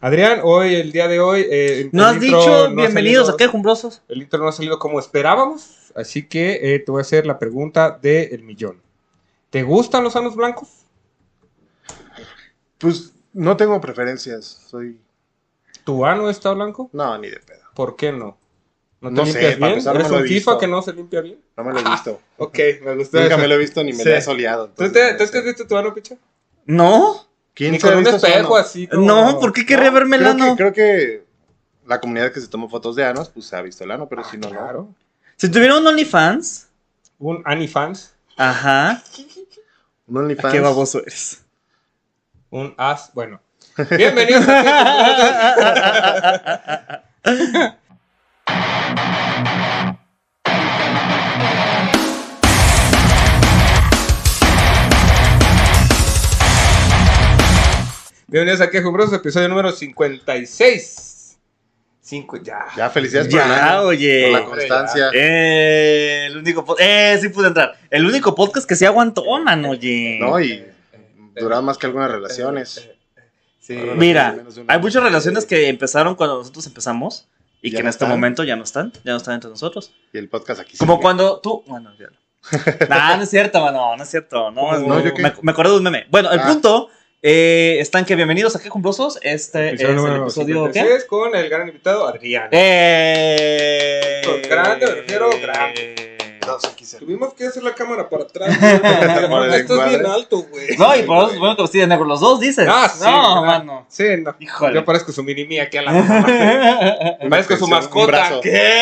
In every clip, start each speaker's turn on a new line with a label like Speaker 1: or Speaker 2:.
Speaker 1: Adrián, hoy, el día de hoy. eh, el
Speaker 2: ¿No has
Speaker 1: intro
Speaker 2: dicho
Speaker 1: no ha
Speaker 2: bienvenidos
Speaker 1: salido-
Speaker 2: a Quejumbrosos?
Speaker 1: El intro no ha salido como esperábamos, así que eh, te voy a hacer la pregunta del millón. ¿Te gustan los sanos blancos?
Speaker 3: Pues no tengo preferencias. Soy.
Speaker 1: ¿Tu ano está blanco?
Speaker 3: No, ni de pedo.
Speaker 1: ¿Por qué no? ¿No te
Speaker 3: No sé,
Speaker 1: limpias
Speaker 3: para
Speaker 1: bien?
Speaker 3: empezar, no
Speaker 1: ¿Eres
Speaker 3: me lo
Speaker 1: un
Speaker 3: he
Speaker 1: FIFA
Speaker 3: visto.
Speaker 1: que no se limpia bien?
Speaker 3: No me lo he visto.
Speaker 1: Ok, me gustó
Speaker 3: Nunca
Speaker 1: eso.
Speaker 3: me lo he visto ni me
Speaker 1: Sí.
Speaker 3: lo he soleado.
Speaker 1: ¿Tú
Speaker 3: entonces,
Speaker 1: te,
Speaker 3: no
Speaker 1: tú
Speaker 3: sé.
Speaker 1: te has visto tu ano, picha?
Speaker 2: No,
Speaker 3: ¿Quién
Speaker 1: Ni
Speaker 3: eh, se ha
Speaker 1: con un
Speaker 3: visto su
Speaker 1: espejo
Speaker 3: ano?
Speaker 1: así. como-
Speaker 2: no, ¿por qué querría verme el
Speaker 3: Creo que,
Speaker 2: ano?
Speaker 3: creo que la comunidad que se tomó fotos de anos, pues ha visto el ano, pero si no, no.
Speaker 1: Ah, Claro.
Speaker 2: Si tuviera un OnlyFans,
Speaker 1: Un anifans,
Speaker 2: ajá,
Speaker 3: Un
Speaker 2: ¿a
Speaker 3: OnlyFans.
Speaker 2: qué baboso eres?
Speaker 1: un as, bueno. Bienvenidos a Bienvenidos a Quejumbrosos, episodio número 56. Cinco, ya. eh,
Speaker 3: Ya, felicidades por el
Speaker 2: ya,
Speaker 3: ano,
Speaker 2: oye.
Speaker 3: por la constancia.
Speaker 2: Eh, el único podcast. Eh, sí pude entrar. El único podcast que se aguantó, man, oye.
Speaker 1: Eh,
Speaker 3: No, y duraba más que algunas relaciones.
Speaker 1: Sí.
Speaker 2: Mira,
Speaker 3: menos de un
Speaker 2: hay
Speaker 3: año.
Speaker 2: muchas relaciones que empezaron cuando nosotros empezamos y
Speaker 3: Ya
Speaker 2: que en
Speaker 3: no
Speaker 2: este
Speaker 3: están.
Speaker 2: momento ya no están, ya no están entre nosotros.
Speaker 3: Y el podcast aquí
Speaker 2: Como
Speaker 3: sigue.
Speaker 2: cuando tú. Bueno, ya no. Nah, no es cierto, mano, no es cierto. No,
Speaker 1: ¿Cómo?
Speaker 3: No, yo qué-
Speaker 2: me, me acordé de un meme. Bueno, el
Speaker 3: Ah.
Speaker 2: punto. eh, están que bienvenidos a Qué Cumbrosos. Este es
Speaker 1: Episodio
Speaker 2: el
Speaker 1: número
Speaker 2: episodio. ¿qué?
Speaker 1: 56 con el gran invitado Adrián.
Speaker 2: ¡Eh!
Speaker 1: Grande, me refiero, grande.
Speaker 3: Dos aquí se-
Speaker 1: Tuvimos que hacer la cámara para atrás. güey, porque
Speaker 3: Por el
Speaker 1: Estás bien
Speaker 3: encuadre.
Speaker 1: alto, güey.
Speaker 2: No, y por eso es bueno que los tienen negros los dos, dices.
Speaker 1: Ah, sí,
Speaker 2: no,
Speaker 1: ¿verdad?
Speaker 2: mano.
Speaker 1: Sí, no.
Speaker 2: Híjole.
Speaker 1: Yo parezco su mini mía aquí a la mamá. parezco su
Speaker 3: Un
Speaker 1: mascota.
Speaker 3: brazo.
Speaker 2: ¿Qué?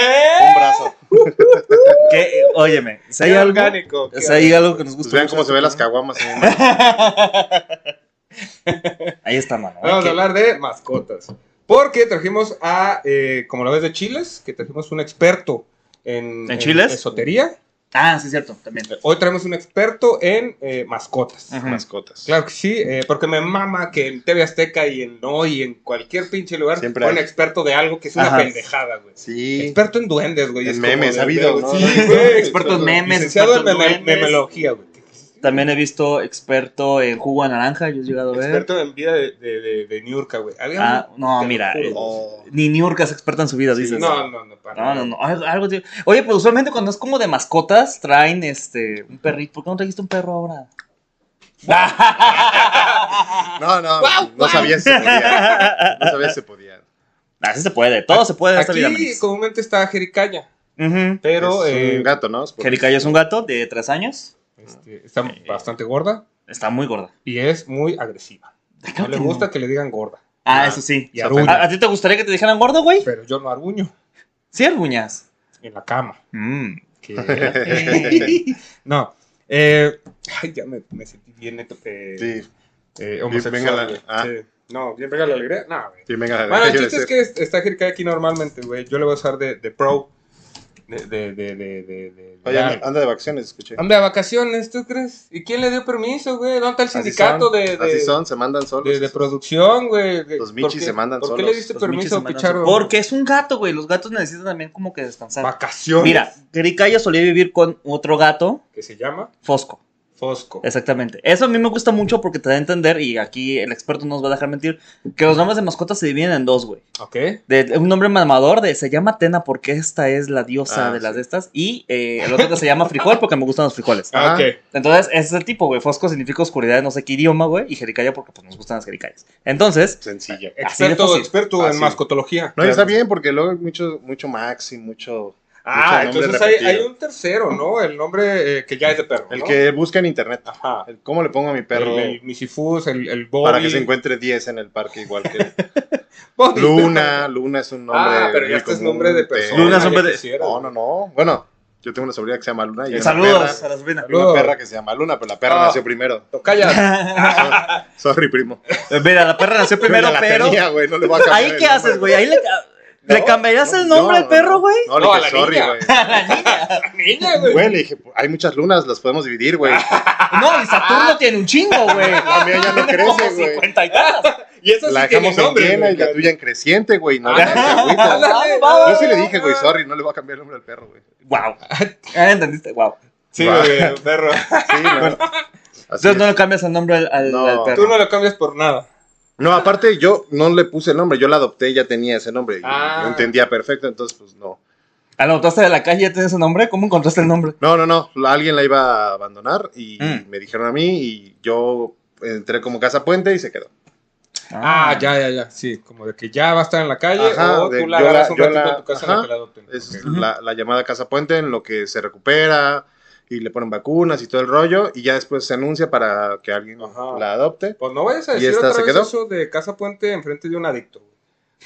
Speaker 3: Un brazo. Pues
Speaker 2: ¿Qué? Óyeme, si hay
Speaker 1: Qué
Speaker 2: algo,
Speaker 1: orgánico.
Speaker 2: si hay algo que nos
Speaker 3: Pues
Speaker 2: gusta.
Speaker 3: vean
Speaker 2: mucho
Speaker 3: cómo
Speaker 2: de
Speaker 3: se ven
Speaker 2: este
Speaker 3: las caguamas. en el-
Speaker 2: Ahí está, mano.
Speaker 1: Vamos
Speaker 2: Ok.
Speaker 1: a hablar de mascotas. Porque trajimos a, eh, como lo ves de Chiles, que trajimos un experto en,
Speaker 2: ¿En chiles?
Speaker 1: esotería.
Speaker 2: Ah, sí, cierto, también.
Speaker 1: Hoy traemos un experto en eh, mascotas.
Speaker 2: Ajá.
Speaker 3: Mascotas.
Speaker 1: Claro que sí, eh, porque me mama que en TV Azteca y en No y en cualquier pinche lugar
Speaker 3: Siempre
Speaker 1: pone
Speaker 3: hay.
Speaker 1: experto de algo que es una
Speaker 2: Ajá.
Speaker 1: pendejada, güey.
Speaker 3: Sí.
Speaker 1: Experto en duendes, güey.
Speaker 3: En
Speaker 1: es como
Speaker 3: memes,
Speaker 1: de-
Speaker 3: ha habido,
Speaker 1: de-
Speaker 3: ¿no?
Speaker 1: Sí,
Speaker 3: No,
Speaker 1: güey.
Speaker 3: no, no.
Speaker 1: Experto
Speaker 2: Experto en memes,
Speaker 1: licenciado en
Speaker 2: experto en
Speaker 1: meme-
Speaker 2: duendes.
Speaker 1: memelogía, güey.
Speaker 2: También he visto experto en jugo de naranja, yo he llegado a ver.
Speaker 1: Experto en vida de, de, de, de Niurka, güey. Había
Speaker 2: Ah, no,
Speaker 1: Te lo
Speaker 2: mira. eh,
Speaker 1: juro.
Speaker 3: Oh.
Speaker 2: Ni Niurka es experta en su vida, dices.
Speaker 1: un- No, no, no, para
Speaker 2: No, no, no. Algo, algo de- Oye, pues usualmente cuando es como de mascotas, traen este un perrito. ¿Por qué no trajiste un perro ahora?
Speaker 3: No, no, no sabía si se podía.
Speaker 2: Ah,
Speaker 3: No sabía si se podía.
Speaker 2: Así se puede, todo se puede en esta
Speaker 1: Aquí
Speaker 2: vida. manis.
Speaker 1: comúnmente está Jericaya,
Speaker 2: Ujú.
Speaker 1: pero
Speaker 3: es
Speaker 1: eh,
Speaker 3: un gato, ¿no? Es por-
Speaker 2: Jericayo es un gato de tres años.
Speaker 1: este, está bastante gorda
Speaker 2: Está muy gorda.
Speaker 1: y es muy agresiva. No le gusta que le digan gorda,
Speaker 2: Ah,
Speaker 3: Ah,
Speaker 2: eso sí.
Speaker 1: y
Speaker 3: Se
Speaker 1: aruña.
Speaker 2: ¿A, a ti te gustaría que te dijeran gordo, güey?
Speaker 1: pero yo no arguño
Speaker 2: Sí, arguñas.
Speaker 1: en la cama.
Speaker 2: Mm.
Speaker 1: que- no, eh, ay, ya me, me sentí bien eh,
Speaker 3: Sí,
Speaker 1: eh, homosexual.
Speaker 3: Bien, venga la-
Speaker 1: güey.
Speaker 3: ah.
Speaker 1: Sí. No, bien venga la alegría. No, güey.
Speaker 3: sí, venga.
Speaker 1: Bueno, el
Speaker 3: yo
Speaker 1: chiste es
Speaker 3: decía-
Speaker 1: que es- está Jericaya aquí normalmente, güey. Yo le voy a usar de, de pro. De, de, de, de, de, de-
Speaker 3: Oye, ah,
Speaker 1: de-
Speaker 3: anda anda de vacaciones, escuché.
Speaker 1: Anda de vacaciones, ¿tú crees? ¿Y quién le dio permiso, güey? ¿Dónde está el sindicato
Speaker 3: así
Speaker 1: de,
Speaker 3: son, así
Speaker 1: de,
Speaker 3: son, se mandan solos.
Speaker 1: de- de producción, güey?
Speaker 3: Los michis
Speaker 1: ¿Por qué-
Speaker 3: se mandan
Speaker 1: ¿Por qué
Speaker 3: solos.
Speaker 1: le diste
Speaker 2: Los michis
Speaker 1: permiso
Speaker 2: se
Speaker 1: a
Speaker 2: mandan
Speaker 1: Picharo?
Speaker 2: solos. Porque es un gato, güey. Los gatos necesitan también como que descansar.
Speaker 1: Vacaciones.
Speaker 2: Mira, Jericaya solía vivir con otro gato,
Speaker 1: Que se llama
Speaker 2: Fosco.
Speaker 1: Fosco.
Speaker 2: Exactamente. Eso a mí me gusta mucho porque te da a entender, y aquí el experto no nos va a dejar mentir, que los nombres de mascotas se dividen en dos, güey.
Speaker 1: ¿Ok?
Speaker 2: De- un nombre mamador de se llama Atena porque esta es la diosa
Speaker 3: Ah,
Speaker 2: de las
Speaker 3: sí.
Speaker 2: de estas, y eh, el otro que se llama Frijol porque me gustan los frijoles.
Speaker 1: Ah,
Speaker 3: Ah.
Speaker 1: ok.
Speaker 2: Entonces, ese es el tipo, güey. Fosco significa oscuridad, en no sé qué idioma, güey, y Jericaya porque pues, nos gustan las Jericayas. Entonces,
Speaker 3: Sencillo.
Speaker 2: Así de
Speaker 1: Experto,
Speaker 2: fácil.
Speaker 1: experto en
Speaker 3: Fácil.
Speaker 1: mascotología.
Speaker 3: No, y está
Speaker 1: Claro.
Speaker 3: bien porque luego hay mucho, mucho Max y mucho...
Speaker 1: Ah,
Speaker 3: Mucho nombre
Speaker 1: entonces hay,
Speaker 3: repetido.
Speaker 1: hay un tercero, ¿no? El nombre eh, que ya es de perro.
Speaker 3: El
Speaker 1: ¿no?
Speaker 3: que busca en internet.
Speaker 1: Ajá.
Speaker 3: El ¿Cómo le pongo a mi perro?
Speaker 1: El, el Misifus, el, el Bobby.
Speaker 3: Para que se encuentre 10 en el parque, igual que
Speaker 1: Bobby.
Speaker 3: Luna. Luna es un nombre.
Speaker 1: Ah, pero
Speaker 3: muy
Speaker 1: ya este es
Speaker 3: común,
Speaker 1: nombre de
Speaker 3: te-
Speaker 1: persona.
Speaker 2: Luna es
Speaker 1: ya
Speaker 2: nombre de-
Speaker 1: quisiera,
Speaker 3: No, no, no. Bueno, yo tengo una sobrina que se llama Luna. Y una
Speaker 2: saludos
Speaker 3: perra-
Speaker 2: a la sobrina.
Speaker 1: Saludos.
Speaker 3: Una perra que se llama Luna, pero la perra
Speaker 1: Ah.
Speaker 3: nació primero.
Speaker 1: Tocaya.
Speaker 3: Sorry, primo.
Speaker 2: Eh, Mira, la perra nació primero,
Speaker 3: Yo ya la
Speaker 2: pero.
Speaker 3: tenía, güey, no le voy a cambiar
Speaker 2: ¿Ahí
Speaker 3: el
Speaker 2: qué haces,
Speaker 3: nombre.
Speaker 2: güey? ¿Ahí le, le
Speaker 1: No,
Speaker 2: cambiarías el nombre
Speaker 3: No,
Speaker 2: al perro, güey?
Speaker 3: No, le
Speaker 1: No, a
Speaker 3: dije,
Speaker 1: la
Speaker 3: sorry,
Speaker 1: niña.
Speaker 3: güey.
Speaker 1: Niña, güey.
Speaker 3: Güey, Ah, le dije, hay muchas lunas, las podemos dividir, güey.
Speaker 2: No, y Saturno tiene un chingo, güey.
Speaker 3: La mía ya no
Speaker 2: Tiene como
Speaker 3: crece, güey.
Speaker 2: 50 y tantas.
Speaker 1: Y eso
Speaker 3: La
Speaker 1: sí tiene
Speaker 3: dejamos en
Speaker 1: nombre.
Speaker 3: plena y
Speaker 1: güey.
Speaker 3: la tuya en creciente, güey. No,
Speaker 1: Ah,
Speaker 3: le hagas agüita.
Speaker 2: ándale.
Speaker 3: Yo sí le dije, güey, sorry, no le voy a cambiar el nombre al perro, güey.
Speaker 2: Wow. Ah, ¿Entendiste? Wow.
Speaker 1: Sí,
Speaker 3: Va.
Speaker 1: güey, perro.
Speaker 3: Sí, no. Así
Speaker 2: Entonces
Speaker 3: es.
Speaker 2: no le cambias el nombre al, al-
Speaker 3: No.
Speaker 2: al
Speaker 1: Tú
Speaker 2: perro.
Speaker 1: no lo cambias por nada.
Speaker 3: No, aparte yo no le puse el nombre, yo la adopté, ya tenía ese nombre. y
Speaker 1: Ah.
Speaker 3: Lo entendía perfecto, entonces pues no.
Speaker 2: ¿Adoptaste de la calle ya tienes ese nombre? ¿Cómo encontraste el nombre?
Speaker 3: No, no, no, la- alguien la iba a abandonar y
Speaker 2: Mm.
Speaker 3: me dijeron a mí y yo entré como casa puente y se quedó.
Speaker 1: Ah, ya, ya, ya. Sí, como de que ya va a estar en la calle
Speaker 3: Ajá,
Speaker 1: o
Speaker 3: de-
Speaker 1: tú la
Speaker 3: yo la-
Speaker 1: agarras un
Speaker 3: yo
Speaker 1: ratito
Speaker 3: la-
Speaker 1: en tu casa en la
Speaker 3: ajá,
Speaker 1: que la adopten.
Speaker 3: Es
Speaker 1: Ok.
Speaker 2: Ujú.
Speaker 3: la, la llamada casa puente en lo que se recupera y le ponen vacunas y todo el rollo y ya después se anuncia para que alguien
Speaker 1: Ajá.
Speaker 3: la adopte.
Speaker 1: Pues no vayas a
Speaker 3: ¿Y
Speaker 1: decir
Speaker 3: esta
Speaker 1: otra
Speaker 3: se
Speaker 1: vez
Speaker 3: quedó?
Speaker 1: eso de Casa Puente enfrente de un adicto. güey.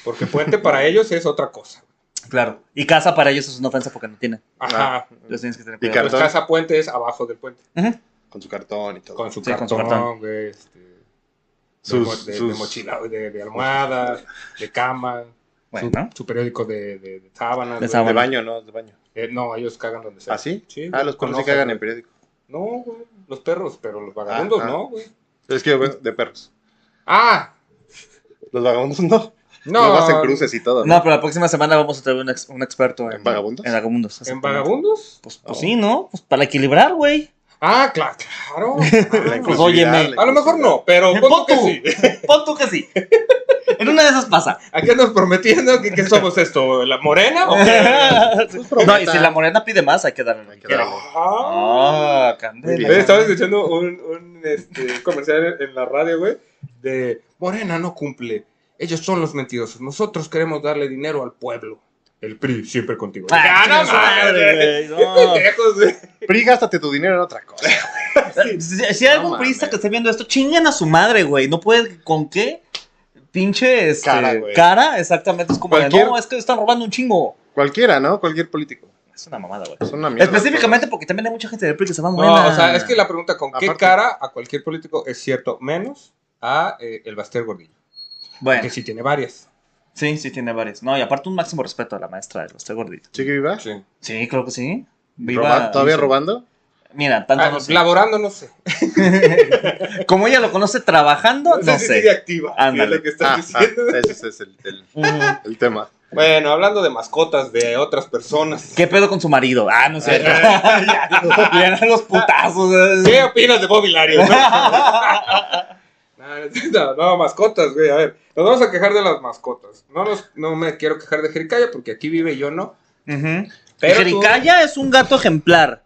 Speaker 1: Porque Puente para ellos es otra cosa.
Speaker 2: Claro. Y casa para ellos es una ofensa porque no tiene.
Speaker 1: Ajá.
Speaker 2: Entonces tienes que tener
Speaker 3: Y
Speaker 1: Pues
Speaker 2: cuidado.
Speaker 3: Ah, cartón.
Speaker 1: Casa Puente es abajo del puente.
Speaker 2: Ujú.
Speaker 3: Con su cartón y todo.
Speaker 1: Con su
Speaker 2: Sí, con
Speaker 1: cartón,
Speaker 2: su cartón.
Speaker 1: güey, este, de
Speaker 3: Sus-
Speaker 1: mo- de, de
Speaker 3: sus-
Speaker 1: mochila, de, de almohada, de cama.
Speaker 2: Bueno.
Speaker 1: Su, su periódico de, de, de sábanas,
Speaker 2: De
Speaker 1: güey.
Speaker 2: sábana.
Speaker 3: de baño, ¿no? De baño.
Speaker 1: Eh, no, ellos cagan donde sea.
Speaker 3: ¿Ah, sí?
Speaker 1: Sí,
Speaker 3: ah, los
Speaker 1: con
Speaker 3: perros sí
Speaker 1: hojas,
Speaker 3: cagan
Speaker 1: güey.
Speaker 3: en periódico.
Speaker 1: No, güey, los perros, pero los vagabundos
Speaker 3: Ah, ah.
Speaker 1: no, güey.
Speaker 3: Es que bueno, de perros.
Speaker 1: ¡Ah!
Speaker 3: Los vagabundos no.
Speaker 1: No,
Speaker 3: Luego hacen cruces y todo. ¿no?
Speaker 2: No, pero la próxima semana vamos a traer un, ex- un experto en,
Speaker 3: ¿En vagabundos?
Speaker 2: En vagabundos.
Speaker 1: ¿En
Speaker 2: exactamente.
Speaker 1: vagabundos?
Speaker 2: Pues, pues sí, ¿no? Pues para equilibrar, güey.
Speaker 1: Ah, cla- claro.
Speaker 3: La
Speaker 1: Ah,
Speaker 2: inclusión.
Speaker 3: inclusividad,
Speaker 2: óyeme.
Speaker 3: la
Speaker 1: a lo mejor no, pero
Speaker 2: Pon
Speaker 1: pongo que
Speaker 2: tú.
Speaker 1: sí.
Speaker 2: Pon tú que sí. En una de esas pasa.
Speaker 1: ¿A qué nos prometiendo? ¿Qué, qué somos esto? ¿La morena o qué?
Speaker 2: no, y si la morena pide más, hay que darle. lo que
Speaker 3: que
Speaker 2: quiere.
Speaker 3: darle.
Speaker 1: Ah.
Speaker 2: Ah,
Speaker 3: Muy
Speaker 2: candela.
Speaker 3: bien.
Speaker 1: Estaba escuchando un, un, este, comercial en, en la radio, güey, de Morena no cumple. Ellos son los mentirosos. Nosotros queremos darle dinero al pueblo. El PRI siempre contigo.
Speaker 2: Ah,
Speaker 1: ¡Ya, no
Speaker 2: chinga su
Speaker 1: mames!
Speaker 2: madre, güey, no.
Speaker 1: Pendejos, güey.
Speaker 3: sociedad. Pri, gástate tu dinero en otra cosa.
Speaker 2: Si- Si, si hay
Speaker 3: No
Speaker 2: algún
Speaker 3: mames.
Speaker 2: priista que esté viendo esto, chingan a su madre, güey. No puede con qué pinche este,
Speaker 3: Cara,
Speaker 2: cara,
Speaker 3: güey.
Speaker 2: exactamente. Es como, de,
Speaker 3: Cualquier-
Speaker 2: no, es que están robando un chingo.
Speaker 3: Cualquiera, ¿no? Cualquier político.
Speaker 2: Es una mamada, güey.
Speaker 3: Es una mierda.
Speaker 2: Específicamente porque también hay mucha gente de PRI que se va
Speaker 1: No,
Speaker 2: morena.
Speaker 1: o sea, es que la pregunta con qué
Speaker 3: Aparte.
Speaker 1: cara a cualquier político es cierto, menos a eh, el Baster Gordillo,
Speaker 2: Bueno,
Speaker 1: que sí tiene varias.
Speaker 2: sí, sí tiene varios. No, y aparte un máximo respeto a la maestra de los tres gorditos.
Speaker 3: ¿Chiqui viva?
Speaker 1: Sí.
Speaker 2: Sí, claro que sí.
Speaker 3: Roba- ¿Todavía
Speaker 2: sí.
Speaker 3: robando?
Speaker 2: Mira,
Speaker 1: Ah,
Speaker 2: tanto no sé.
Speaker 1: laborando, no sé.
Speaker 2: Como ella lo conoce trabajando, no
Speaker 1: si sigue
Speaker 2: sé.
Speaker 1: activa.
Speaker 2: Ándale.
Speaker 1: si es lo que estás
Speaker 3: Ah, ah,
Speaker 1: diciendo.
Speaker 3: ese es el, el-
Speaker 2: Ujú.
Speaker 3: el tema.
Speaker 1: Bueno, hablando de mascotas de otras personas.
Speaker 2: ¿Qué pedo con su marido? Ah, no
Speaker 1: Eh,
Speaker 2: sé. Le dan los putazos. eh.
Speaker 1: ¿Qué opinas de Bobby Lario? No, no, no, mascotas, güey. A ver, nos vamos a quejar de las mascotas. No, nos, no me quiero quejar de Jericaya porque aquí vive y yo no.
Speaker 2: Ujú.
Speaker 1: Pero
Speaker 2: Jericaya es un gato ejemplar.
Speaker 1: tú-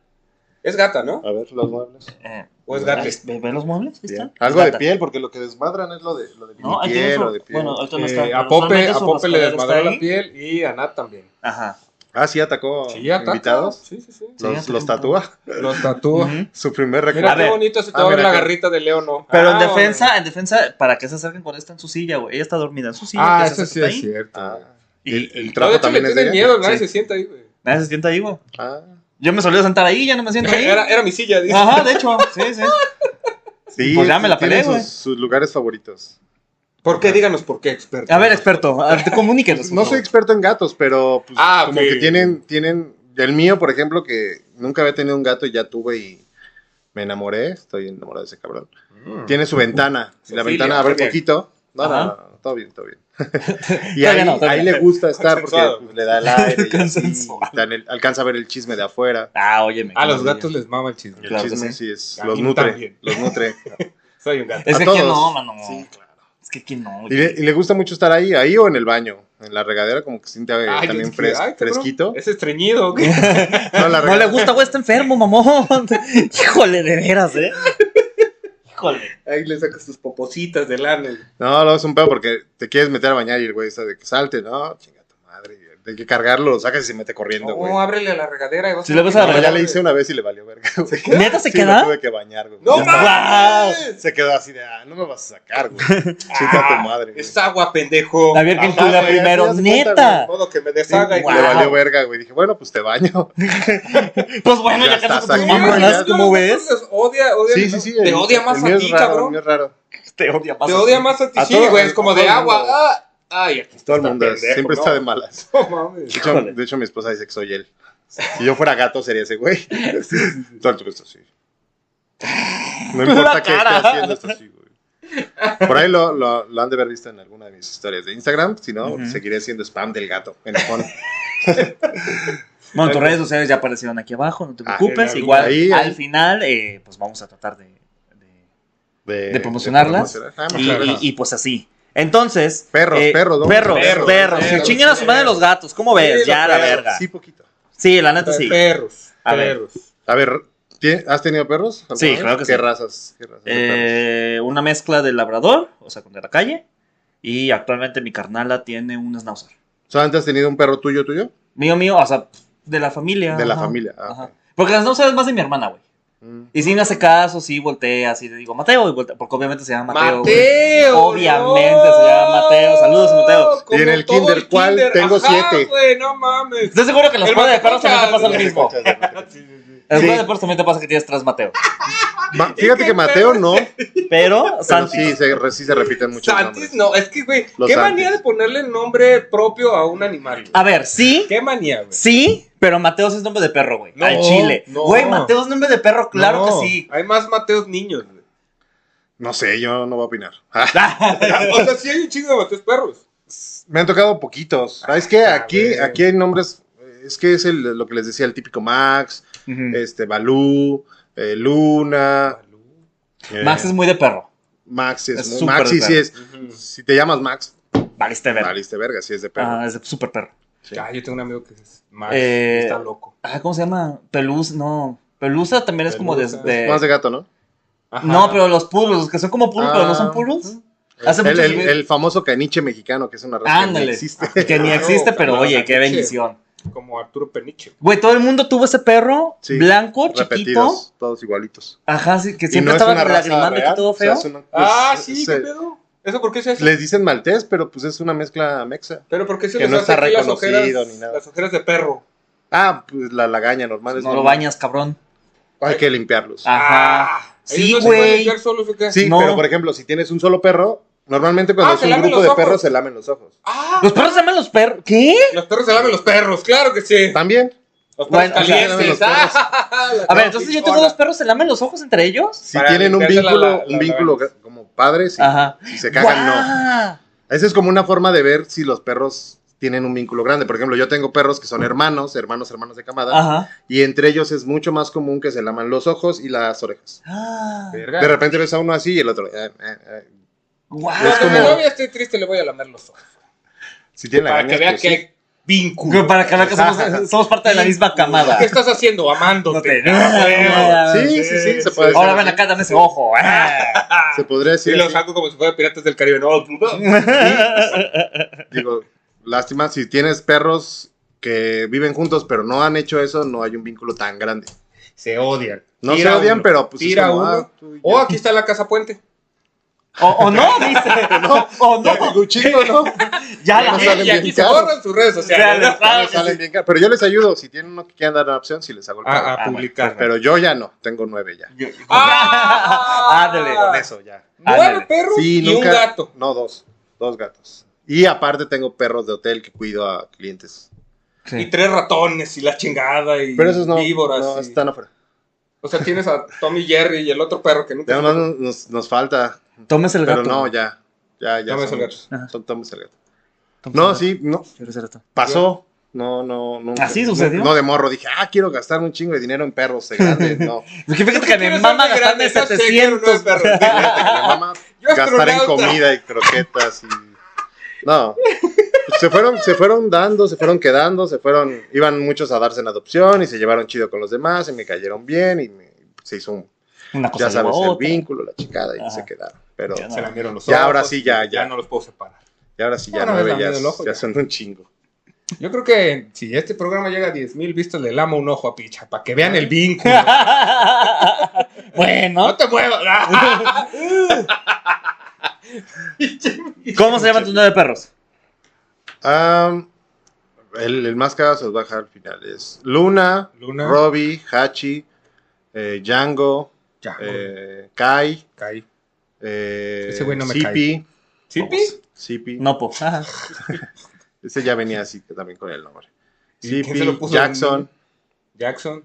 Speaker 1: es gata, ¿no?
Speaker 2: Ah,
Speaker 3: A ver, los muebles.
Speaker 1: ¿O es Eh, pues gato?
Speaker 2: Ahí- ¿Ve, ve los muebles? Ahí
Speaker 3: Bien.
Speaker 2: está.
Speaker 3: Algo de
Speaker 2: Gata.
Speaker 3: piel, porque lo que desmadran es lo de, lo de
Speaker 2: No, ahí tiene
Speaker 3: piel
Speaker 2: su-
Speaker 3: o de piel.
Speaker 2: Bueno, ahorita no
Speaker 1: Eh,
Speaker 2: está. pero
Speaker 1: a Pope,
Speaker 2: normalmente
Speaker 1: a
Speaker 2: su
Speaker 1: Pope le
Speaker 2: rascadero está
Speaker 1: desmadró la
Speaker 2: ahí.
Speaker 1: piel y a Nat también.
Speaker 2: Ajá.
Speaker 3: ah, sí, atacó
Speaker 1: Sí, ataca.
Speaker 3: invitados.
Speaker 1: Sí, sí, sí.
Speaker 2: Sí,
Speaker 3: los,
Speaker 2: ataca
Speaker 3: los
Speaker 2: un
Speaker 3: tatúa.
Speaker 1: Los tatúa.
Speaker 2: Ujú.
Speaker 3: Su primer
Speaker 1: Mira
Speaker 2: A
Speaker 1: qué
Speaker 2: ver.
Speaker 3: recuerdo.
Speaker 1: bonito se te
Speaker 3: Ah,
Speaker 1: va a ver
Speaker 3: mira
Speaker 1: la
Speaker 3: que-
Speaker 1: garrita de Leo, ¿no?
Speaker 2: Pero en
Speaker 1: Ah,
Speaker 2: defensa,
Speaker 1: bueno.
Speaker 2: en defensa, para que se acerquen cuando está en su silla, güey. Ella está dormida en su silla.
Speaker 1: Ah,
Speaker 2: que se
Speaker 1: eso sí
Speaker 2: acerquen
Speaker 1: es
Speaker 2: ahí.
Speaker 1: cierto.
Speaker 3: Ah,
Speaker 2: Y-
Speaker 3: el, el
Speaker 1: No,
Speaker 3: trapo
Speaker 1: de hecho,
Speaker 3: también
Speaker 1: le
Speaker 3: es de
Speaker 1: tienen
Speaker 3: ella.
Speaker 1: miedo, nadie
Speaker 2: Sí.
Speaker 1: se sienta ahí, güey.
Speaker 2: Nadie se sienta ahí, güey.
Speaker 3: Ah,
Speaker 2: Yo me solía sentar ahí, ya no me siento ahí.
Speaker 1: Era, era mi silla, dice.
Speaker 2: Ajá, de hecho, sí, sí.
Speaker 3: sí,
Speaker 2: Pues ya me la
Speaker 3: tienen
Speaker 2: pelé, güey.
Speaker 3: sus, sus lugares favoritos.
Speaker 1: ¿Por qué? Díganos por qué, experto.
Speaker 2: A ver, experto, a- te comuníquenos.
Speaker 3: No soy experto en gatos, pero pues,
Speaker 1: Ah,
Speaker 3: como
Speaker 1: ok.
Speaker 3: que tienen, tienen. El mío, por ejemplo, que nunca había tenido un gato y ya tuve y me enamoré. Estoy enamorado de ese cabrón.
Speaker 1: Mm.
Speaker 3: Tiene su ventana. y la
Speaker 1: Cecilia,
Speaker 3: ventana abre
Speaker 1: muy bien.
Speaker 3: poquito. No, no,
Speaker 2: Ajá.
Speaker 3: no, no, todo bien, todo bien. y
Speaker 2: Todavía
Speaker 3: ahí,
Speaker 2: no, todavía
Speaker 3: ahí
Speaker 2: no.
Speaker 3: le gusta estar porque
Speaker 1: Consensuado.
Speaker 3: pues, le da el aire. Y así,
Speaker 2: Consensuado.
Speaker 3: está en el- alcanza a ver el chisme de afuera.
Speaker 2: Ah, óyeme.
Speaker 1: A
Speaker 2: qué
Speaker 1: los
Speaker 2: maravilla.
Speaker 1: gatos les mama el chisme.
Speaker 3: El
Speaker 2: Claro que
Speaker 3: chisme
Speaker 2: sí.
Speaker 3: sí es.
Speaker 1: A
Speaker 3: Los
Speaker 1: mí
Speaker 3: nutre.
Speaker 1: también.
Speaker 3: Los nutre.
Speaker 1: Soy un gato.
Speaker 2: Es
Speaker 3: a
Speaker 2: que aquí
Speaker 3: todos.
Speaker 2: no, mano.
Speaker 3: Sí,
Speaker 2: Es que aquí no.
Speaker 3: Y le, y le gusta mucho estar ahí, ahí o en el baño. En la regadera, como que se siente eh,
Speaker 1: Ay,
Speaker 3: también
Speaker 1: es que-
Speaker 3: fres-
Speaker 1: ay, cabrón,
Speaker 3: fresquito.
Speaker 1: Es estreñido. güey.
Speaker 3: No, en la
Speaker 2: No le
Speaker 3: regadera.
Speaker 2: gusta, güey, está enfermo, mamón. Híjole, de veras, ¿eh? Híjole.
Speaker 1: Ahí le sacas sus popositas de lana.
Speaker 3: No, no, es un pedo porque te quieres meter a bañar y el güey está de que salte, ¿no, chinga tu madre. Hay que cargarlo, lo sacas y se mete corriendo, güey.
Speaker 1: No, ábrele a la regadera. y vas
Speaker 2: Si le vas a la
Speaker 3: No,
Speaker 2: regadera,
Speaker 3: ya le hice una vez y le valió verga, güey.
Speaker 2: ¿Neta se
Speaker 3: Sí,
Speaker 2: queda?
Speaker 3: lo tuve que bañar, güey.
Speaker 1: ¡No
Speaker 3: Ya
Speaker 1: mames!
Speaker 3: Se quedó así de, ah, no me vas a sacar, güey. Chinga
Speaker 1: Ah,
Speaker 3: tu madre. güey.
Speaker 1: Es agua, pendejo.
Speaker 2: La Virgen
Speaker 3: Ajá,
Speaker 2: cuida
Speaker 3: güey,
Speaker 2: primero,
Speaker 3: ya se
Speaker 1: De
Speaker 3: cuenta,
Speaker 2: neta.
Speaker 1: modo que me
Speaker 3: Sí,
Speaker 1: deshaga. y
Speaker 2: Wow.
Speaker 3: Le valió verga, güey. Dije, bueno, pues te baño.
Speaker 2: Pues bueno,
Speaker 3: Ya
Speaker 2: ya casas
Speaker 3: estás
Speaker 2: con tus
Speaker 3: ahí,
Speaker 2: mamadas,
Speaker 3: ya-
Speaker 2: ¿cómo ves?
Speaker 1: Los Odia, odia.
Speaker 3: Sí, sí, sí.
Speaker 1: Te
Speaker 3: el-
Speaker 1: odia más
Speaker 3: el mío
Speaker 1: a
Speaker 3: es
Speaker 1: ti,
Speaker 3: raro, El
Speaker 1: cabrón.
Speaker 3: mío es raro.
Speaker 2: Te odia más.
Speaker 1: Te
Speaker 2: así.
Speaker 1: odia más a ti.
Speaker 3: A
Speaker 1: Sí,
Speaker 3: todo-
Speaker 1: güey. Es como
Speaker 3: a
Speaker 1: de
Speaker 3: todo el
Speaker 1: agua.
Speaker 3: mundo.
Speaker 1: ah, Ay, aquí
Speaker 3: Todo el mundo
Speaker 1: pendejo,
Speaker 3: siempre
Speaker 1: no.
Speaker 3: está de malas.
Speaker 1: No mames.
Speaker 3: De hecho,
Speaker 2: Híjole.
Speaker 3: de hecho, mi esposa dice que soy él. Si yo fuera gato, sería ese güey. Todo el tiempo está así. No importa
Speaker 2: La
Speaker 3: qué esté
Speaker 2: cara.
Speaker 3: haciendo, está así, güey. Por ahí lo, lo- lo han de haber visto en alguna de mis historias de Instagram. Si no,
Speaker 2: Ujú.
Speaker 3: seguiré siendo spam del gato. Enojón.
Speaker 2: Bueno, tus redes sociales ya aparecieron aquí abajo, no te
Speaker 3: Ah,
Speaker 2: preocupes.
Speaker 1: en la-
Speaker 2: Igual
Speaker 3: ahí, ahí.
Speaker 2: al final, eh, pues vamos a tratar de. de-
Speaker 3: De,
Speaker 2: promocionarlas.
Speaker 3: de promocionar. Ah,
Speaker 2: y,
Speaker 3: claro.
Speaker 2: y- y, pues así. Entonces. eh,
Speaker 3: Perros, perros, vamos a
Speaker 2: perros,
Speaker 1: perros,
Speaker 2: perros.
Speaker 1: perros,
Speaker 2: Chingan a su madre
Speaker 1: perros.
Speaker 2: los gatos. ¿Cómo ves?
Speaker 1: Sí,
Speaker 2: ya,
Speaker 1: los
Speaker 2: la
Speaker 1: perros,
Speaker 2: verga.
Speaker 3: Sí, poquito.
Speaker 2: Sí, la neta sí.
Speaker 1: Perros,
Speaker 2: A ver.
Speaker 1: perros.
Speaker 3: A ver, ¿tie- ¿has tenido perros? alguna
Speaker 2: Sí,
Speaker 3: vez?
Speaker 2: claro que
Speaker 3: ¿Qué
Speaker 2: sí.
Speaker 3: Razas, ¿Qué razas? de perros?
Speaker 2: Eh, una mezcla de labrador, o sea, con de la calle. Y actualmente mi carnala tiene un schnauzer.
Speaker 3: O sea, antes has tenido un perro tuyo, tuyo?
Speaker 2: Mío, mío, o sea, de la familia.
Speaker 3: De la
Speaker 2: ajá,
Speaker 3: familia, ah,
Speaker 2: ajá.
Speaker 3: ok.
Speaker 2: Porque el schnauzer es más de mi hermana, güey.
Speaker 3: Mm.
Speaker 2: Y si me hace caso, sí voltea, así le digo Mateo, y voltea, porque obviamente se llama Mateo. güey.
Speaker 1: Mateo.
Speaker 2: Obviamente se llama Mateo. Saludos, Mateo.
Speaker 1: Como
Speaker 3: Y en el
Speaker 1: todo
Speaker 3: kinder, ¿cuál? Tengo siete.
Speaker 1: güey, no mames.
Speaker 2: ¿Estás seguro que en la
Speaker 1: El
Speaker 2: escuela de perros también te pasa lo
Speaker 1: Mateo
Speaker 2: mismo? En la escuela de perros también te pasa que tienes tres Mateo.
Speaker 3: Ma- Fíjate que Mateo no,
Speaker 2: Pero,
Speaker 3: pero
Speaker 2: Santi.
Speaker 3: sí se, re- sí se repiten muchos
Speaker 1: Santis,
Speaker 3: nombres.
Speaker 1: no, es que, güey,
Speaker 3: Los
Speaker 1: qué
Speaker 3: Santis.
Speaker 1: manía de ponerle nombre propio a un animal, güey.
Speaker 2: A ver, sí,
Speaker 1: Qué manía, güey.
Speaker 2: sí, pero Mateo sí es nombre de perro, güey.
Speaker 1: No,
Speaker 2: Al chile.
Speaker 1: no.
Speaker 2: Güey, Mateo es nombre de perro,
Speaker 1: No,
Speaker 2: claro que sí.
Speaker 1: Hay más Mateos niños, güey.
Speaker 3: No sé, yo no voy a opinar. Ah,
Speaker 2: Ah.
Speaker 1: O sea, sí hay un chingo de Mateos perros.
Speaker 3: Me han tocado poquitos. Ah, es que
Speaker 1: a
Speaker 3: aquí,
Speaker 1: ver.
Speaker 3: aquí hay nombres. eh, Es que es el- lo que les decía el típico Max,
Speaker 2: Mm.
Speaker 3: este Balú, eh, Luna. eh,
Speaker 2: Max es muy de perro.
Speaker 3: Max es,
Speaker 2: es
Speaker 3: muy-
Speaker 2: súper
Speaker 3: Max sí,
Speaker 2: de
Speaker 3: sí
Speaker 2: perro.
Speaker 3: es. Si te llamas Max,
Speaker 2: Valiste verga.
Speaker 3: valiste verga, sí es de perro.
Speaker 2: Ah, es de súper perro.
Speaker 3: Sí.
Speaker 1: Ah, yo tengo un amigo que es Max,
Speaker 2: Eh,
Speaker 1: está loco.
Speaker 2: Ah, ¿cómo se llama? Pelusa, no. Pelusa también es como
Speaker 1: Pelusa.
Speaker 2: desde.
Speaker 3: Más de gato, ¿no?
Speaker 1: Ajá.
Speaker 2: No, pero los poodles, los que son como poodles, pero no
Speaker 3: Ah.
Speaker 2: son poodles. Hace
Speaker 3: El,
Speaker 2: mucho
Speaker 3: el- el famoso caniche mexicano, que es una raza que no
Speaker 2: Ándale.
Speaker 3: existe.
Speaker 2: que ni
Speaker 1: Claro,
Speaker 2: existe, pero
Speaker 1: claro,
Speaker 2: oye, qué
Speaker 1: caniche.
Speaker 2: bendición.
Speaker 1: Como Arturo Peniche.
Speaker 2: Güey, todo el mundo tuvo ese perro
Speaker 3: Sí,
Speaker 2: blanco,
Speaker 3: Repetidos,
Speaker 2: chiquito.
Speaker 3: todos igualitos.
Speaker 2: Ajá, sí, que
Speaker 3: Y no
Speaker 2: siempre
Speaker 3: es
Speaker 2: estaba
Speaker 3: una raza
Speaker 2: lagrimando aquí
Speaker 3: real,
Speaker 2: todo
Speaker 3: o sea,
Speaker 2: feo.
Speaker 3: es una-
Speaker 1: Ah,
Speaker 3: es-
Speaker 1: sí,
Speaker 3: es-
Speaker 1: qué pedo. ¿Eso por qué se hace?
Speaker 3: Pues, eh, Les dicen maltés, pero pues es una mezcla mexa.
Speaker 1: Pero ¿por qué se
Speaker 3: que
Speaker 1: les
Speaker 3: no
Speaker 1: hace
Speaker 3: está
Speaker 1: aquí las
Speaker 3: reconocido
Speaker 1: ojeras,
Speaker 3: ni nada.
Speaker 1: las ojeras de perro?
Speaker 3: Ah, pues la lagaña normal. es
Speaker 2: No lo
Speaker 3: normal.
Speaker 2: bañas, cabrón.
Speaker 3: Hay que limpiarlos.
Speaker 2: Ajá.
Speaker 1: Ah,
Speaker 2: Sí,
Speaker 1: ¿ellos no se pueden
Speaker 2: güey.
Speaker 1: limpiar solos o qué?
Speaker 3: Sí,
Speaker 2: No.
Speaker 3: pero por ejemplo, si tienes un solo perro, normalmente
Speaker 1: Ah,
Speaker 3: cuando
Speaker 1: se
Speaker 3: es un
Speaker 1: lamen
Speaker 3: grupo
Speaker 1: los
Speaker 3: de
Speaker 1: ojos.
Speaker 3: perros se lamen los ojos.
Speaker 1: Ah,
Speaker 2: ¿Los perros se llaman los perros? ¿Qué?
Speaker 1: los perros se lamen los perros, claro que sí.
Speaker 3: También.
Speaker 1: Los perros
Speaker 2: Bueno, o sea,
Speaker 1: calientes.
Speaker 3: los perros.
Speaker 1: Ah, la
Speaker 2: A ver,
Speaker 1: gran
Speaker 2: entonces yo
Speaker 1: pichona.
Speaker 2: tengo dos perros, ¿se lamen los ojos entre ellos?
Speaker 3: Si
Speaker 1: Para
Speaker 3: tienen un
Speaker 1: limpiarse la-
Speaker 3: vínculo,
Speaker 1: la- la-
Speaker 3: un vínculo
Speaker 1: la-
Speaker 3: ca- como padres, sí.
Speaker 2: Ajá.
Speaker 3: si se cagan, no.
Speaker 2: ¡Guau!
Speaker 3: Esa es como una forma de ver si los perros tienen un vínculo grande. Por ejemplo, yo tengo perros que son hermanos, hermanos, hermanos de camada,
Speaker 2: Ajá.
Speaker 3: y entre ellos es mucho más común que se laman los ojos y las orejas.
Speaker 2: Ah,
Speaker 1: Verga.
Speaker 3: De repente ves a uno así y el otro. eh, eh, eh.
Speaker 2: guau.
Speaker 1: Cuando
Speaker 3: es como-
Speaker 1: mi novia esté triste, le voy a lamer los ojos.
Speaker 3: Si tiene pues
Speaker 1: Para que vea que hay
Speaker 2: Que
Speaker 1: vínculo.
Speaker 2: Para que vean que somos, somos parte de la misma camada.
Speaker 1: ¿Qué estás haciendo? Amándote.
Speaker 2: No te- Ah,
Speaker 3: Sí, sí, sí, se puede
Speaker 2: Ahora
Speaker 3: hacer
Speaker 2: ven
Speaker 3: así.
Speaker 2: acá, dame ese ojo. Ah.
Speaker 3: Se podría
Speaker 1: Y
Speaker 3: decir.
Speaker 1: lo
Speaker 3: así.
Speaker 1: saco como si fuera Piratas del Caribe. No,
Speaker 3: Digo, lástima, si tienes perros que viven juntos pero no han hecho eso, no hay un vínculo tan grande.
Speaker 1: se odian.
Speaker 3: No
Speaker 1: Tira
Speaker 3: se odian,
Speaker 1: uno.
Speaker 3: pero pues es
Speaker 1: Tira
Speaker 3: como,
Speaker 1: uno.
Speaker 3: ah, tú y yo.
Speaker 1: Oh, aquí está la casa puente.
Speaker 2: O, o no, dice. o no.
Speaker 3: Digo, chingo, ¿no?
Speaker 2: Ya Ah,
Speaker 3: Ya
Speaker 2: la
Speaker 3: no
Speaker 1: Y,
Speaker 3: salen
Speaker 1: y
Speaker 3: bien
Speaker 1: aquí se
Speaker 3: caros.
Speaker 1: borran sus redes sociales.
Speaker 2: Reales.
Speaker 3: Ya
Speaker 2: Ah,
Speaker 3: me
Speaker 2: sí,
Speaker 3: salen
Speaker 2: sí.
Speaker 3: bien ca- Pero yo les ayudo, si tienen uno que quieran dar una opción, si les hago el
Speaker 1: A,
Speaker 3: paro.
Speaker 1: a publicar.
Speaker 3: Ah, Pero yo ya no, tengo nueve ya.
Speaker 1: Ah.
Speaker 2: Ándale.
Speaker 3: Con eso ya.
Speaker 1: Nueve
Speaker 2: Ándale.
Speaker 1: perros
Speaker 3: Sí,
Speaker 1: y
Speaker 3: nunca,
Speaker 1: un gato.
Speaker 3: No, dos, dos gatos. Y aparte tengo perros de hotel que cuido a clientes.
Speaker 1: Y tres ratones y la chingada y
Speaker 3: Pero esos no,
Speaker 1: víboras.
Speaker 3: no,
Speaker 1: y-
Speaker 3: están afuera.
Speaker 1: O sea, tienes a Tommy Jerry y el otro perro que nunca.
Speaker 3: Ya nomás nos- nos, nos falta
Speaker 2: Tomes el
Speaker 3: Pero
Speaker 2: gato.
Speaker 3: no, ya. Ya, ya.
Speaker 1: Tomes
Speaker 3: son-
Speaker 1: el gato.
Speaker 2: Ajá.
Speaker 3: Son tomes el gato.
Speaker 2: Tomes el
Speaker 3: No,
Speaker 2: gato.
Speaker 3: sí, no.
Speaker 2: Quiero ser gato.
Speaker 3: Pasó. No, no, no.
Speaker 2: ¿Así sucedió?
Speaker 3: No, de morro. Dije, ah, quiero gastar un chingo de dinero en perros de grande. No.
Speaker 2: Porque
Speaker 1: ¿Tú qué
Speaker 2: fíjate que me
Speaker 1: quieres
Speaker 2: mama
Speaker 1: ser de
Speaker 2: gastarme
Speaker 1: grande? No sé, quiero nueve
Speaker 2: 700.
Speaker 1: perros.
Speaker 3: Fíjate que mi mamá
Speaker 1: Yo
Speaker 3: gastar en
Speaker 1: astronauta.
Speaker 3: comida y croquetas y. No. Se fueron, se fueron dando, se fueron quedando, se fueron. Iban muchos a darse en adopción y se llevaron chido con los demás y me cayeron bien y me- se hizo un.
Speaker 2: Una cosa
Speaker 3: Ya sabes,
Speaker 2: llevó a
Speaker 3: el
Speaker 2: otra.
Speaker 3: vínculo, la chingada y
Speaker 2: Pues Ajá.
Speaker 3: se quedaron. Pero
Speaker 2: Ya no.
Speaker 1: Se lamieron los
Speaker 3: Ya,
Speaker 1: ojos,
Speaker 3: ahora sí, ya, ya.
Speaker 1: no los puedo separar.
Speaker 3: y ahora sí ya
Speaker 1: Ahora
Speaker 3: nueve
Speaker 1: ves la
Speaker 3: ya,
Speaker 1: mía del ojo,
Speaker 3: ya
Speaker 1: ya.
Speaker 3: son un chingo.
Speaker 1: Yo creo que si este programa llega a 10.000 vistas, le lamo un ojo a Picha para que vean el vínculo.
Speaker 2: bueno,
Speaker 1: no te muevas.
Speaker 2: ¿cómo se llaman tus nueve perros?
Speaker 3: Am, el, el más caro se los va a dejar al final. Es Luna,
Speaker 1: Luna.
Speaker 3: Robbie, Hachi, eh, Django,
Speaker 1: Ya,
Speaker 3: eh, Kai,
Speaker 1: caí.
Speaker 3: eh,
Speaker 1: Ese güey no me
Speaker 3: Zippy,
Speaker 1: ¿Sipi?
Speaker 3: Zippy.
Speaker 2: No, po. Ajá.
Speaker 3: Ese ya venía así que también con el nombre.
Speaker 1: ¿Y quién se
Speaker 3: Zippy,
Speaker 1: lo puso?
Speaker 3: Jackson,
Speaker 1: Jackson,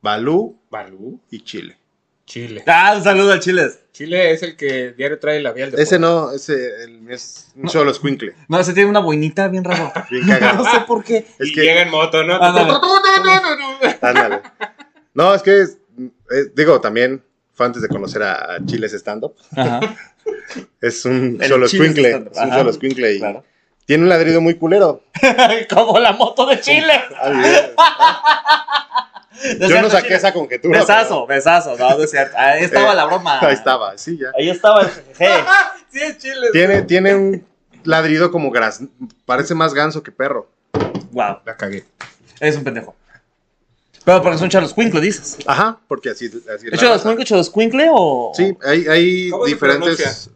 Speaker 3: Balú
Speaker 1: Balú,
Speaker 3: y Chile.
Speaker 1: Chile.
Speaker 2: Ah, un saludo al Chiles.
Speaker 1: Chile es el que diario trae el labial de
Speaker 3: Ese
Speaker 1: fuego.
Speaker 3: no, ese el- es un solo escuincle.
Speaker 2: Este No, ese tiene una boinita bien rara.
Speaker 3: Bien
Speaker 2: no
Speaker 3: cagado.
Speaker 2: sé por qué.
Speaker 3: Es
Speaker 1: y
Speaker 3: que- Ah,
Speaker 1: llega en moto, ¿no?
Speaker 2: Ándale.
Speaker 3: Ándale. No, es que, es- es- digo, también fue antes de conocer a, a Chiles stand-up.
Speaker 2: Ajá.
Speaker 3: Es un
Speaker 2: El
Speaker 3: solo
Speaker 2: chile
Speaker 3: escuincle.
Speaker 2: está-
Speaker 3: Es un
Speaker 2: Ajá,
Speaker 3: solo escuincle. y
Speaker 2: claro.
Speaker 3: Tiene un ladrido muy culero.
Speaker 2: Como la moto de Chile.
Speaker 3: Ay, eh,
Speaker 2: No es
Speaker 3: Yo
Speaker 2: cierto,
Speaker 3: no saqué
Speaker 2: Chile.
Speaker 3: esa conjetura.
Speaker 2: Besazo, besazo, no, no es cierto. Ahí estaba
Speaker 3: Eh,
Speaker 2: la broma.
Speaker 3: pero- Ahí estaba, sí, ya.
Speaker 2: Ahí estaba el jeje.
Speaker 1: sí, es chile.
Speaker 3: Tiene, tiene un ladrido como gras. Parece más ganso que perro.
Speaker 2: Wow,
Speaker 1: La cagué.
Speaker 2: eres un pendejo. Pero porque son charlos cuincle, dices.
Speaker 3: Ajá, porque así, así es
Speaker 2: ¿Es
Speaker 3: la
Speaker 2: charlos
Speaker 3: raza.
Speaker 2: cuincle, charlos cuincle o.?
Speaker 3: Sí, hay, hay
Speaker 1: ¿Cómo se
Speaker 3: diferentes.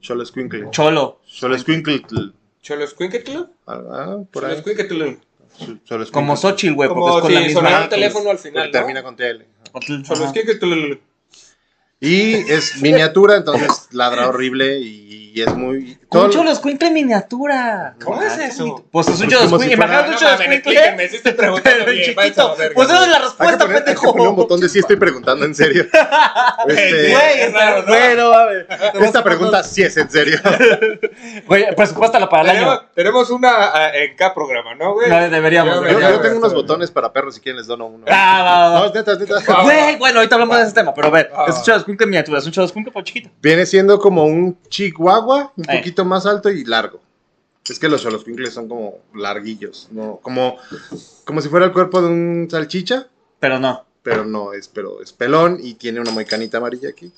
Speaker 3: Solo escuincle.
Speaker 2: Cholo.
Speaker 3: Solo escuincle.
Speaker 1: Cholo Squinketl.
Speaker 3: Ah, por
Speaker 1: Cholo
Speaker 3: ahí.
Speaker 1: Squinketl.
Speaker 3: Solo escuincle.
Speaker 2: Como Xochitl, güey, porque es
Speaker 1: Como
Speaker 2: con la
Speaker 1: si
Speaker 2: misma.
Speaker 1: sonara
Speaker 3: Ah,
Speaker 1: un teléfono al final.
Speaker 3: Porque
Speaker 1: ¿no?
Speaker 3: termina con TL.
Speaker 1: Cholo
Speaker 2: Ajá.
Speaker 1: Squinketl.
Speaker 3: Y es miniatura, entonces ladra horrible y, y es muy.
Speaker 2: Como un
Speaker 3: todo-
Speaker 2: cholo escuincle en miniatura.
Speaker 1: ¿Cómo es eso?
Speaker 2: Pues es un
Speaker 3: Pues
Speaker 2: cholo
Speaker 3: como si
Speaker 2: escuincle.
Speaker 3: fuera-
Speaker 2: Imagínate un cholo escuincle.
Speaker 1: si te preguntando
Speaker 2: Pero en
Speaker 1: bien, váyanse a
Speaker 2: chiquito.
Speaker 1: la verga,
Speaker 2: Pues esa es
Speaker 1: güey.
Speaker 2: la
Speaker 3: Hay que
Speaker 2: respuesta,
Speaker 3: poner, hay que poner un
Speaker 2: pendejo.
Speaker 3: botón de sí estoy preguntando en serio. Este,
Speaker 2: Güey,
Speaker 1: Es raro,
Speaker 2: está
Speaker 1: ¿no?
Speaker 2: bueno, a ver.
Speaker 3: esta pregunta sí es en serio.
Speaker 2: Güey, presupuéstala para el año.
Speaker 1: Tenemos, tenemos una ah, en cada programa, ¿no, güey?
Speaker 2: No, deberíamos,
Speaker 1: Yo- yo
Speaker 3: Yo,
Speaker 2: deberíamos.
Speaker 3: yo
Speaker 1: güey,
Speaker 3: tengo unos
Speaker 1: güey.
Speaker 3: botones para perros si quieren les dono uno.
Speaker 2: Ah, va, va, va.
Speaker 3: No, es neta, es neta.
Speaker 1: Ah,
Speaker 2: Güey, bueno, ahorita hablamos de ese tema, pero a ver,
Speaker 1: Ah.
Speaker 2: es un chavo de escuincle en miniatura, es un chavo de escuincle, pero chiquito.
Speaker 3: Viene siendo como un chihuahua, un
Speaker 2: Eh.
Speaker 3: poquito más alto y largo. Es que los choloscuincles son como larguillos, ¿no? Como, como si fuera el cuerpo de un salchicha,
Speaker 2: Pero no.
Speaker 3: pero no, es, pero es pelón y tiene una moicanita amarilla aquí.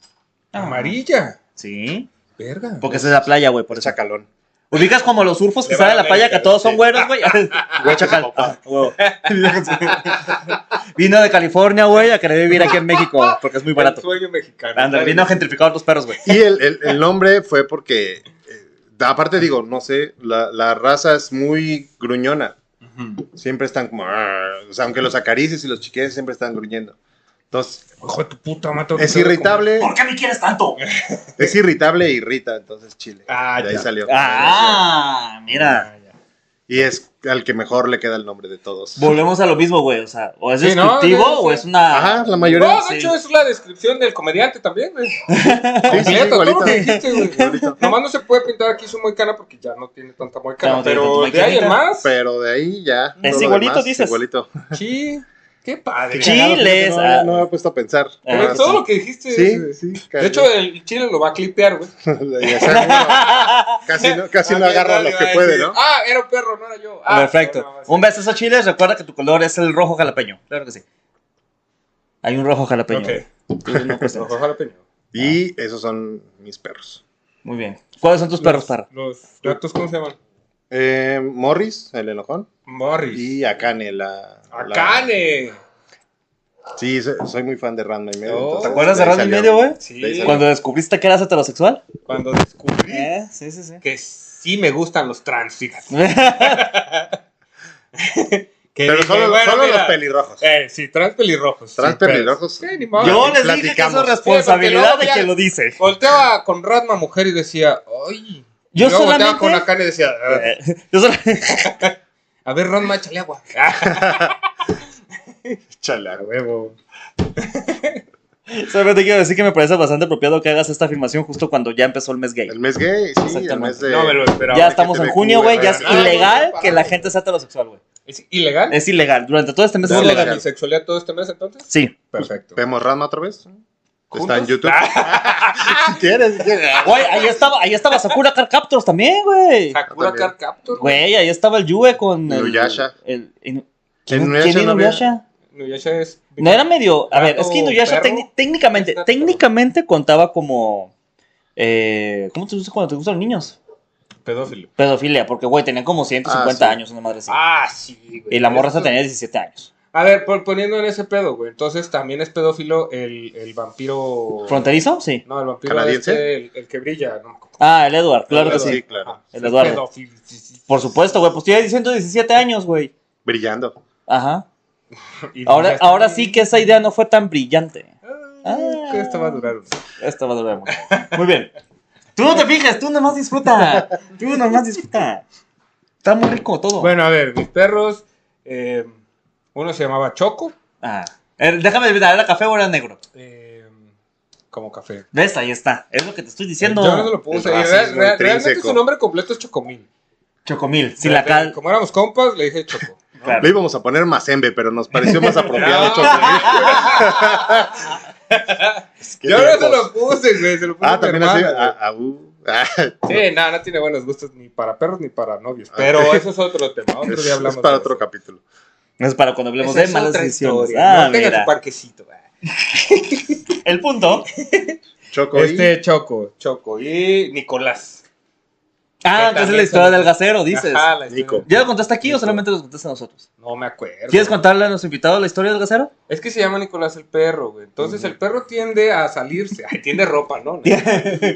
Speaker 1: Amarilla.
Speaker 2: Sí.
Speaker 1: Verga.
Speaker 2: Porque esa es la playa, güey, por eso.
Speaker 3: Chacalón.
Speaker 2: Ubicas como los surfos que
Speaker 1: Le
Speaker 2: salen a
Speaker 1: van
Speaker 2: la
Speaker 1: a
Speaker 2: playa, que
Speaker 1: América,
Speaker 2: todos son
Speaker 1: sí.
Speaker 2: güeros, güey. Güey, chacal. Ah, huevo. Vino de California, güey, a querer vivir aquí en México, porque es muy
Speaker 1: El
Speaker 2: barato.
Speaker 1: sueño mexicano.
Speaker 2: Anda, vino a gentrificar los perros, güey.
Speaker 3: Y el, el- el nombre fue porque, eh, aparte digo, no sé, la, la raza es muy gruñona.
Speaker 1: Ujú.
Speaker 3: Siempre están como, "Arr", o sea, aunque los acaricies y los chiquillos siempre están gruñendo. Entonces,
Speaker 1: Hijo de tu puta, mato.
Speaker 3: es irritable,
Speaker 2: qué me quieres tanto?
Speaker 3: es irritable e irrita, entonces chile.
Speaker 1: Ah,
Speaker 3: De ahí
Speaker 1: ya.
Speaker 3: salió.
Speaker 2: Ah, mira.
Speaker 1: Ah, ya.
Speaker 3: Y es al que mejor le queda el nombre de todos.
Speaker 2: Volvemos a lo mismo, güey. O sea, o es
Speaker 1: Sí, ¿no?
Speaker 2: descriptivo
Speaker 1: Sí, sí.
Speaker 2: o es una.
Speaker 3: Ajá, la
Speaker 1: No,
Speaker 3: mayoría.
Speaker 1: de hecho, es la descripción del comediante también, güey.
Speaker 3: Sí, sí,
Speaker 1: Completo, todo lo que
Speaker 3: igualita.
Speaker 1: dijiste, güey.
Speaker 3: Igualito.
Speaker 1: Nomás no se puede pintar aquí su moicana porque ya no tiene tanta moicana.
Speaker 2: Ya no tiene
Speaker 1: pero
Speaker 2: tanta
Speaker 1: de ahí en
Speaker 2: moicanita.
Speaker 1: más,
Speaker 3: Pero de ahí ya.
Speaker 2: Es
Speaker 3: todo lo
Speaker 2: igualito,
Speaker 3: demás,
Speaker 2: dices.
Speaker 3: Igualito.
Speaker 1: sí. Qué padre.
Speaker 2: Sí.
Speaker 3: Cagado, fíjate,
Speaker 2: Chiles,
Speaker 3: No,
Speaker 2: ah.
Speaker 3: no me he puesto a pensar.
Speaker 1: Pero
Speaker 2: Ah,
Speaker 1: todo lo que dijiste.
Speaker 3: Sí,
Speaker 1: es- eh,
Speaker 3: sí.
Speaker 1: de hecho, el chile lo va a clipear, güey.
Speaker 3: casi no, casi no
Speaker 1: Ah,
Speaker 3: agarra
Speaker 1: bien,
Speaker 3: lo
Speaker 1: iba
Speaker 3: que
Speaker 1: a
Speaker 3: puede,
Speaker 1: decir,
Speaker 3: ¿no?
Speaker 1: Ah, era un perro, no era yo. Ah,
Speaker 2: Perfecto.
Speaker 1: no, no, no,
Speaker 2: Un beso a esos chiles. Recuerda que tu color es el rojo jalapeño. Claro que sí. Hay un rojo jalapeño.
Speaker 1: Ok.
Speaker 2: Tú no pues, cuestiones.
Speaker 1: Ojo jalapeño.
Speaker 3: Y esos son mis perros.
Speaker 2: Muy bien. ¿Cuáles son tus perros, parra?
Speaker 1: Los gatos, ¿cómo se llaman?
Speaker 3: Eh, Morris, el enojón.
Speaker 1: Morris.
Speaker 3: Y Akane, la. la-
Speaker 1: Akane.
Speaker 3: Sí, so- soy, muy fan de Random y medio.
Speaker 1: Oh.
Speaker 3: entonces,
Speaker 2: ¿Te acuerdas
Speaker 3: ahí
Speaker 2: de Randy y
Speaker 3: salió.
Speaker 2: medio, güey?
Speaker 1: Sí.
Speaker 3: De ahí salió.
Speaker 2: Cuando descubriste que eras heterosexual.
Speaker 1: Cuando descubrí
Speaker 2: Eh, sí, sí, sí.
Speaker 1: que sí me gustan los trans, fíjate. Que
Speaker 3: Pero
Speaker 1: dije,
Speaker 3: solo,
Speaker 1: bueno,
Speaker 3: solo los
Speaker 1: mira,
Speaker 3: pelirrojos.
Speaker 1: Eh, sí, trans pelirrojos.
Speaker 3: Trans
Speaker 1: Sí, pero-
Speaker 3: pelirrojos.
Speaker 1: Sí, ni modo.
Speaker 2: Yo les dije que eso
Speaker 3: platicamos.
Speaker 2: es
Speaker 1: Sí, porque
Speaker 2: responsabilidad de
Speaker 1: luego
Speaker 2: quien
Speaker 1: ya-
Speaker 2: lo dice.
Speaker 1: Volteaba con Ratma mujer y decía, ¡ay!
Speaker 2: Yo
Speaker 1: Y luego volteaba
Speaker 2: solamente-
Speaker 1: con Akane y decía, "Ah,
Speaker 2: Eh, yo solo-
Speaker 1: a ver, Ratma, échale agua.
Speaker 3: Chala, huevo.
Speaker 2: solamente quiero decir que me parece bastante apropiado que hagas esta afirmación justo cuando ya empezó el mes gay.
Speaker 3: El mes gay, sí, el
Speaker 2: Exactamente.
Speaker 3: mes de.
Speaker 1: no me lo esperaba.
Speaker 2: Ya estamos en
Speaker 3: LGTBQ,
Speaker 2: junio, güey. Ya es
Speaker 1: güey.
Speaker 2: ilegal
Speaker 1: No, no,
Speaker 2: que la
Speaker 1: no.
Speaker 2: gente sea heterosexual, güey.
Speaker 1: ¿Es ilegal?
Speaker 2: Es ilegal. Durante todo este mes
Speaker 1: ¿Tú
Speaker 2: es
Speaker 3: No,
Speaker 1: legal
Speaker 2: ilegal.
Speaker 3: legal.
Speaker 1: mi sexualidad todo este mes entonces?
Speaker 2: Sí.
Speaker 1: Perfecto.
Speaker 3: ¿Vemos Rama otra vez? Está
Speaker 1: ¿Juntos? Ah.
Speaker 3: en YouTube. si quieres, si quieres.
Speaker 2: Güey, ahí estaba, ahí estaba Sakura Car Captors también, güey.
Speaker 1: Sakura
Speaker 3: También.
Speaker 1: Card Captor.
Speaker 2: Güey, ahí estaba el Yue con el.
Speaker 3: Inuyasha.
Speaker 2: el- in-
Speaker 3: En
Speaker 2: ¿Quién,
Speaker 3: Inuyasha
Speaker 2: quién
Speaker 3: no había-
Speaker 2: Inuyasha?
Speaker 1: Nuyasha es.
Speaker 2: No era medio. A ver, es que
Speaker 1: Gato,
Speaker 2: Inuyasha
Speaker 1: perro.
Speaker 2: técnic- técnicamente,
Speaker 1: Es gato,
Speaker 2: técnicamente contaba como. eh, ¿Cómo te gusta cuando te gustan los niños?
Speaker 1: pedófilo.
Speaker 2: Pedofilia, porque, güey, tenían como 150
Speaker 3: Ah, sí.
Speaker 2: años, una madre así.
Speaker 1: Ah, sí, güey.
Speaker 2: y la morra
Speaker 1: Esto-
Speaker 2: esa tenía 17 años.
Speaker 1: A ver, por- poniendo en ese pedo, güey. Entonces también es pedófilo el, el vampiro.
Speaker 2: ¿Fronterizo? Sí.
Speaker 1: No, el vampiro
Speaker 3: ¿Canadiense?
Speaker 1: este, el, el que brilla, ¿no? Ah,
Speaker 2: Ah, el Edward, claro que
Speaker 3: Eduardo,
Speaker 2: sí.
Speaker 3: claro.
Speaker 2: El Eduardo. Por supuesto, güey, pues tiene 117 años, güey.
Speaker 3: Brillando.
Speaker 2: Ajá.
Speaker 1: pues
Speaker 2: Ahora, ahora sí que esa idea no fue tan brillante. Ah.
Speaker 1: esto va a durar. güey.
Speaker 2: Esto va a durar mucho. Muy bien. Tú no te fijas, tú nomás disfruta. Tú nomás disfruta. Está muy rico todo.
Speaker 1: Bueno, a ver, mis perros. eh, uno se llamaba Choco.
Speaker 2: Ah. Eh, déjame adivinar, ¿era café o era negro?
Speaker 1: eh, como café.
Speaker 2: ¿Ves? Ahí está. Es lo que te estoy diciendo.
Speaker 1: Yo no se lo puse.
Speaker 3: El
Speaker 1: y real-
Speaker 3: racismo
Speaker 1: real- realmente
Speaker 3: intrínseco.
Speaker 1: su nombre completo es Chocomil.
Speaker 2: Chocomil. Si la cal.
Speaker 1: Como éramos compas, le dije Choco.
Speaker 2: Claro.
Speaker 3: Le íbamos a poner Mazembe, pero nos pareció más apropiado. Chocomil. Es que
Speaker 1: Ah, Yo no se
Speaker 3: lejos.
Speaker 1: lo puse, güey. Se lo puse a
Speaker 3: Ah,
Speaker 1: mi
Speaker 3: también así.
Speaker 1: hermana, güey.
Speaker 3: Ah, ah, uh. Ah,
Speaker 1: Sí, no, no tiene buenos gustos ni para perros ni para novios. Pero
Speaker 3: Ah.
Speaker 1: eso es otro tema. Otro
Speaker 3: es,
Speaker 1: día hablamos.
Speaker 3: es para
Speaker 1: de
Speaker 3: otro
Speaker 1: eso.
Speaker 3: capítulo.
Speaker 2: No es para cuando hablemos
Speaker 1: Esa
Speaker 2: de
Speaker 1: es
Speaker 2: malas
Speaker 1: otra
Speaker 2: decisiones.
Speaker 1: historia.
Speaker 2: Ah,
Speaker 1: no tenga
Speaker 2: mira.
Speaker 1: su parquecito. güey.
Speaker 2: El punto.
Speaker 3: Choco y-
Speaker 1: Este Choco, Choco y Nicolás.
Speaker 2: Ah,
Speaker 1: Que
Speaker 2: entonces es
Speaker 1: también
Speaker 2: la historia
Speaker 1: son-
Speaker 2: del gasero, dices.
Speaker 1: Ajá, la historia.
Speaker 3: Nico.
Speaker 2: ¿Ya lo contaste aquí o solamente lo contaste a nosotros?
Speaker 1: No me acuerdo.
Speaker 2: ¿Quieres contarle a los invitados la historia del gasero?
Speaker 1: Es que se llama Nicolás el perro, güey. Entonces el perro tiende a salirse. Ay, tiende ropa, ¿no?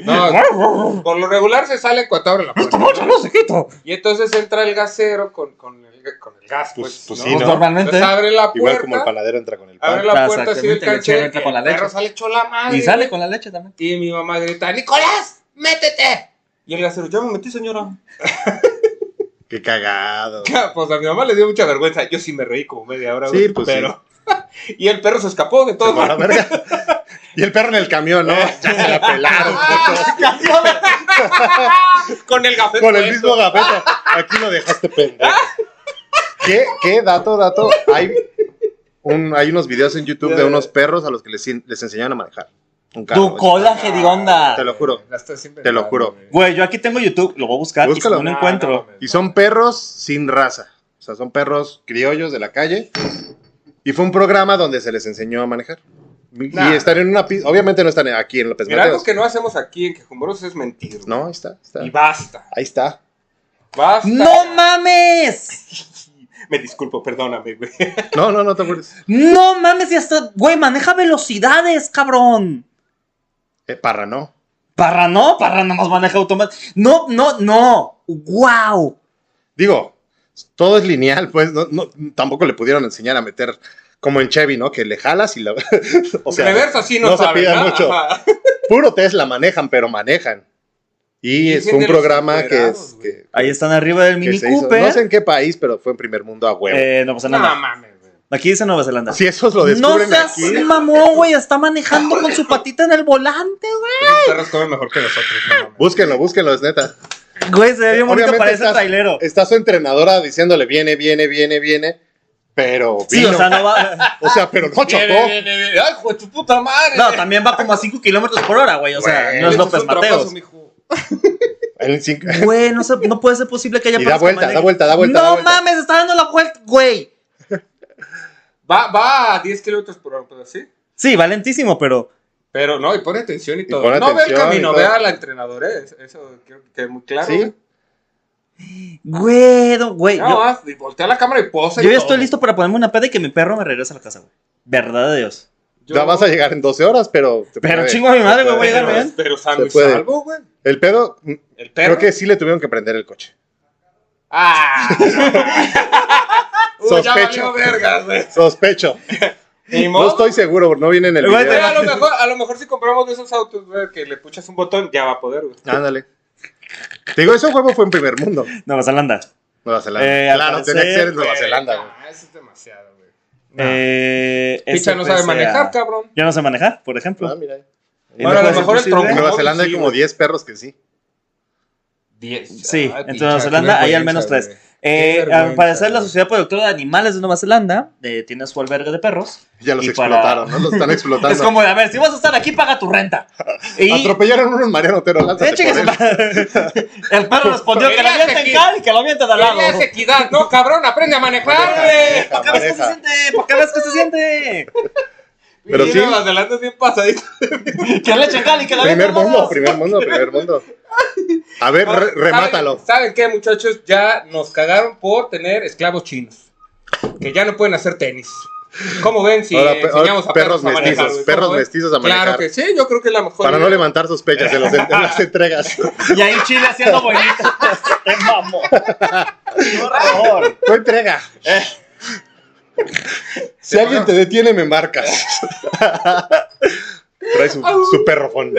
Speaker 1: No, por lo regular se sale cuando abre la puerta.
Speaker 2: no se quito!
Speaker 1: Y entonces entra el gasero con, con, el, con el gas, pues.
Speaker 3: Pues- pues
Speaker 1: ¿no?
Speaker 3: sí, ¿no?
Speaker 2: Normalmente.
Speaker 1: Entonces abre la puerta.
Speaker 3: Igual como el panadero entra con el
Speaker 1: Abre
Speaker 3: pan.
Speaker 1: la
Speaker 2: Ah,
Speaker 1: puerta así del
Speaker 2: exactamente, el
Speaker 1: canchero
Speaker 2: lechero entra
Speaker 1: y
Speaker 2: con la
Speaker 1: el perro
Speaker 2: leche.
Speaker 1: sale hecho la madre.
Speaker 2: Y sale con la leche también.
Speaker 1: Y mi mamá grita, ¡Nicolás, métete! Y el gasero, ya me metí, señora.
Speaker 3: Qué cagado.
Speaker 1: Pues a mi mamá le dio mucha vergüenza. Yo sí me reí como media hora,
Speaker 3: Sí,
Speaker 1: güey,
Speaker 3: pues
Speaker 1: pero... y el perro se escapó de
Speaker 3: Se
Speaker 1: todo.
Speaker 3: fue a la verga. Y el perro en el camión, ¿no?
Speaker 1: Eh.
Speaker 3: Ya se la pelaron.
Speaker 1: con el café
Speaker 3: Con el
Speaker 1: puesto.
Speaker 3: mismo gafete. Aquí lo dejaste pendejo. ¿Qué, qué dato, dato? Hay, un, hay unos videos en YouTube de unos perros a los que les, les enseñaron a manejar. Un carro.
Speaker 2: Tu cola gedionda.
Speaker 3: pues, Te lo juro.
Speaker 1: La estás inventando,
Speaker 3: Te lo juro.
Speaker 1: güey.
Speaker 2: Güey, yo aquí tengo YouTube, lo voy a buscar
Speaker 3: Búscalo.
Speaker 2: y si no
Speaker 1: No,
Speaker 2: lo encuentro.
Speaker 1: no mames,
Speaker 3: Y
Speaker 1: no.
Speaker 3: son perros sin raza. O sea, son perros criollos de la calle. Y fue un programa donde se les enseñó a manejar.
Speaker 1: Nah.
Speaker 3: Y están en una pista. Obviamente no están aquí en López
Speaker 1: Mira, algo
Speaker 3: Mateos.
Speaker 1: que no hacemos aquí en Quejumbrosos es mentir. güey.
Speaker 3: No, ahí está. está.
Speaker 1: Y basta.
Speaker 3: Ahí está.
Speaker 1: Basta.
Speaker 2: ¡No mames!
Speaker 1: Me disculpo, perdóname, güey.
Speaker 3: No, no, no te apures.
Speaker 2: ¡No mames! Y hasta, güey, maneja velocidades, cabrón.
Speaker 3: Eh, parra, no.
Speaker 2: Parra no, Parra nada más maneja automático. No, no, no. ¡Wow!
Speaker 3: Digo, todo es lineal, pues. No, no- tampoco le pudieron enseñar a meter como en Chevy, ¿no? Que le jalas y la. o sea,
Speaker 1: Reversa sí no,
Speaker 3: no se
Speaker 1: sabe,
Speaker 3: pidan
Speaker 1: ¿no?
Speaker 3: mucho.
Speaker 1: Ajá.
Speaker 3: puro Tesla manejan, pero manejan. Y
Speaker 1: Y
Speaker 3: es
Speaker 1: gente
Speaker 3: un
Speaker 1: los
Speaker 3: programa que
Speaker 1: superados,
Speaker 3: es.
Speaker 1: güey.
Speaker 3: Que,
Speaker 2: Ahí están arriba del
Speaker 3: que
Speaker 2: Mini
Speaker 3: se hizo.
Speaker 2: Cooper.
Speaker 3: No sé en qué país, pero fue en primer mundo a huevo.
Speaker 2: Eh, Nueva
Speaker 1: No
Speaker 2: Zelanda.
Speaker 1: mames, güey.
Speaker 2: Aquí dice Nueva Zelanda.
Speaker 3: Si esos lo
Speaker 2: No
Speaker 3: descubren
Speaker 2: seas
Speaker 3: aquí.
Speaker 2: mamón, güey. Está manejando con su patita en el volante, güey.
Speaker 1: Los perros comen mejor que nosotros, no mames.
Speaker 3: Búsquenlo, búsquenlo, es neta.
Speaker 2: Güey, se ve bien bonito
Speaker 3: Obviamente
Speaker 2: para ese
Speaker 3: estás-
Speaker 2: trailero.
Speaker 3: Está su entrenadora diciéndole, viene, viene, viene, viene. Pero
Speaker 2: Sí,
Speaker 3: vino.
Speaker 2: o sea, no va.
Speaker 3: O sea, pero no chocó.
Speaker 1: Viene, viene, viene. Ay, hijo de tu puta madre.
Speaker 2: No, también va como a 5 kilómetros por hora, güey. O sea,
Speaker 3: Güey,
Speaker 2: no es
Speaker 1: Le echas
Speaker 2: López
Speaker 1: un trapazo,
Speaker 2: Mateos.
Speaker 1: mijo.
Speaker 3: En cinco-
Speaker 2: Güey, no, se- no puede ser posible que haya
Speaker 3: Y da
Speaker 2: personas que
Speaker 3: vuelta, da
Speaker 2: manejen.
Speaker 3: vuelta, da vuelta,
Speaker 2: No
Speaker 3: da vuelta.
Speaker 2: mames, está dando la vuelta, güey.
Speaker 1: Va, va a 10 kilómetros por hora, pero sí.
Speaker 2: Sí, valentísimo, pero.
Speaker 1: Pero no, y pone atención y todo.
Speaker 3: pone
Speaker 1: no ve el
Speaker 3: atención y
Speaker 1: camino,
Speaker 3: todo.
Speaker 1: ve a la entrenadora. eh. Eso quiero que quede muy claro.
Speaker 3: Sí.
Speaker 1: güey.
Speaker 2: Güey, no, güey.
Speaker 1: No,
Speaker 2: yo-
Speaker 1: vas, y voltea la cámara y posa.
Speaker 2: yo,
Speaker 1: y
Speaker 2: ya
Speaker 1: todo.
Speaker 2: estoy listo para ponerme una peda y que mi perro me regrese a la casa, güey. Verdad de Dios.
Speaker 1: Yo-
Speaker 3: Ya vas a llegar en 12 horas, pero. te
Speaker 2: Pero
Speaker 3: puede-
Speaker 2: chingo a mi madre,
Speaker 3: te
Speaker 2: güey, voy a
Speaker 3: puede.
Speaker 2: llegar bien.
Speaker 1: Pero sano
Speaker 3: Se
Speaker 1: y
Speaker 3: puede.
Speaker 1: salvo, güey.
Speaker 3: El pedo, mm,
Speaker 1: El perro.
Speaker 3: creo que sí le tuvieron que prender el coche.
Speaker 1: Ah. Uy, ya valió
Speaker 3: Sospecho.
Speaker 1: verga, güey.
Speaker 3: Sospecho.
Speaker 1: Ni
Speaker 3: No
Speaker 1: modo.
Speaker 3: estoy seguro, no viene en el
Speaker 2: Igual
Speaker 1: Pero
Speaker 3: video.
Speaker 1: a lo mejor, a lo mejor si compramos de esos autos, güey, que le puchas un botón, ya va a poder, güey.
Speaker 3: Ándale. Te digo, ese juego fue en primer mundo.
Speaker 2: Nueva Zelanda.
Speaker 3: Nueva Zelanda.
Speaker 2: Eh, al
Speaker 3: claro, tenía que
Speaker 2: parecer,
Speaker 3: ser en Nueva
Speaker 1: Güey,
Speaker 3: Zelanda, güey.
Speaker 1: nah, Eh, Eso es demasiado, güey.
Speaker 2: Eh,
Speaker 1: Picha no sabe
Speaker 2: SPCA.
Speaker 1: manejar, cabrón.
Speaker 2: Yo no sé manejar, por ejemplo.
Speaker 3: Ah, mira.
Speaker 2: Y
Speaker 1: Bueno, a
Speaker 2: no pues
Speaker 1: lo
Speaker 2: puede ser
Speaker 1: mejor el
Speaker 2: posible.
Speaker 3: En
Speaker 1: tronco.
Speaker 3: Nueva
Speaker 1: sí,
Speaker 3: Zelanda hay como
Speaker 1: güey.
Speaker 3: 10 perros que sí.
Speaker 1: 10.
Speaker 2: Sí, entonces Nueva Zelanda hay al menos tres. Eh, al parecer, la Sociedad Productora de Animales de Nueva Zelanda eh, tiene su albergue de perros.
Speaker 3: Ya los
Speaker 2: Y para-
Speaker 3: explotaron, ¿no? Los están explotando.
Speaker 2: Es como, de, a ver, si vas a estar aquí, paga tu renta. Y.
Speaker 3: Atropellaron a unos Mariano Otero. lánzate
Speaker 2: Eh, chingue
Speaker 3: por
Speaker 2: su
Speaker 3: él.
Speaker 2: madre. El perro respondió que la
Speaker 1: Querías
Speaker 2: avienten
Speaker 1: aquí.
Speaker 2: cal y que la avienten al lado.
Speaker 1: es equidad, no, cabrón, aprende a manejar, güey.
Speaker 2: ¿Para qué ves que se siente? ¿Para qué ves que se siente?
Speaker 3: Pero
Speaker 1: Y
Speaker 3: sí.
Speaker 1: Nueva Zelanda es bien pasadito.
Speaker 2: Que le echen cal y que la
Speaker 3: Primer
Speaker 2: avienten al
Speaker 3: mundo,
Speaker 2: lado.
Speaker 3: primer mundo, primer mundo. A ver, Eh, re-
Speaker 1: ¿Saben-
Speaker 3: remátalo.
Speaker 1: ¿Saben qué, muchachos? Ya nos cagaron por tener esclavos chinos. Que ya no pueden hacer tenis. ¿Cómo ven si
Speaker 3: Ahora,
Speaker 1: eh,
Speaker 3: pe-
Speaker 1: enseñamos
Speaker 3: ahora
Speaker 1: a perros,
Speaker 3: perros
Speaker 1: a manejar,
Speaker 3: mestizos,
Speaker 1: güey?
Speaker 3: perros
Speaker 1: ¿Cómo ven?
Speaker 3: mestizos a manejar.
Speaker 1: Claro que sí, yo creo que es la mejor.
Speaker 3: Para no
Speaker 1: idea.
Speaker 3: levantar sospechas en, los en- en las entregas.
Speaker 2: Y ahí Chile haciendo boinitas. ¡Qué mamón! Por favor.
Speaker 3: Tu entrega. Si alguien te detiene, me marcas. Trae su, su perrofón.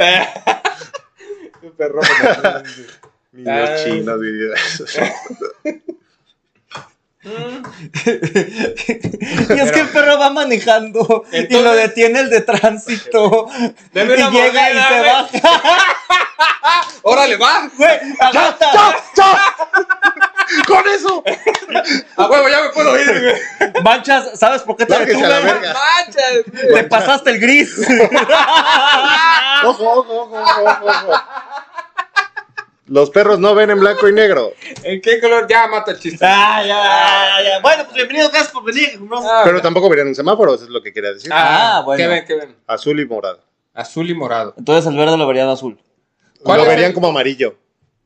Speaker 1: Un perro mestizos.
Speaker 3: Niños chinos, mi vida.
Speaker 2: Y es que el perro va manejando y lo
Speaker 1: Entonces-
Speaker 2: detiene el de tránsito. Y
Speaker 1: Deme
Speaker 2: llega
Speaker 1: una moneda, güey.
Speaker 2: y se baja.
Speaker 1: ¡Órale, va!
Speaker 2: Güey, aguanta.
Speaker 3: ¡Con eso!
Speaker 1: ¡A huevo, ya me puedo ir! güey.
Speaker 2: Manchas, ¿sabes por qué te
Speaker 3: Lárguese a la
Speaker 2: detuve?
Speaker 3: verga.
Speaker 1: ¡Manchas!
Speaker 2: Te pasaste el gris.
Speaker 3: Ojo, ojo, ojo, ojo, ojo. Los perros no ven en blanco y negro.
Speaker 1: ¿En qué color? Ya mata el chiste.
Speaker 2: Ah, ya, ya. Bueno, pues bienvenido, gracias por venir. No-
Speaker 1: Ah,
Speaker 3: Pero tampoco verían en semáforos, es lo que quería decir.
Speaker 2: Ah, bueno.
Speaker 1: ¿Qué ven, qué ven?
Speaker 3: Azul y morado.
Speaker 1: Azul y morado.
Speaker 2: Entonces el verde lo verían azul.
Speaker 1: ¿Cuál
Speaker 3: Lo
Speaker 1: es
Speaker 3: verían
Speaker 1: el-
Speaker 3: como amarillo.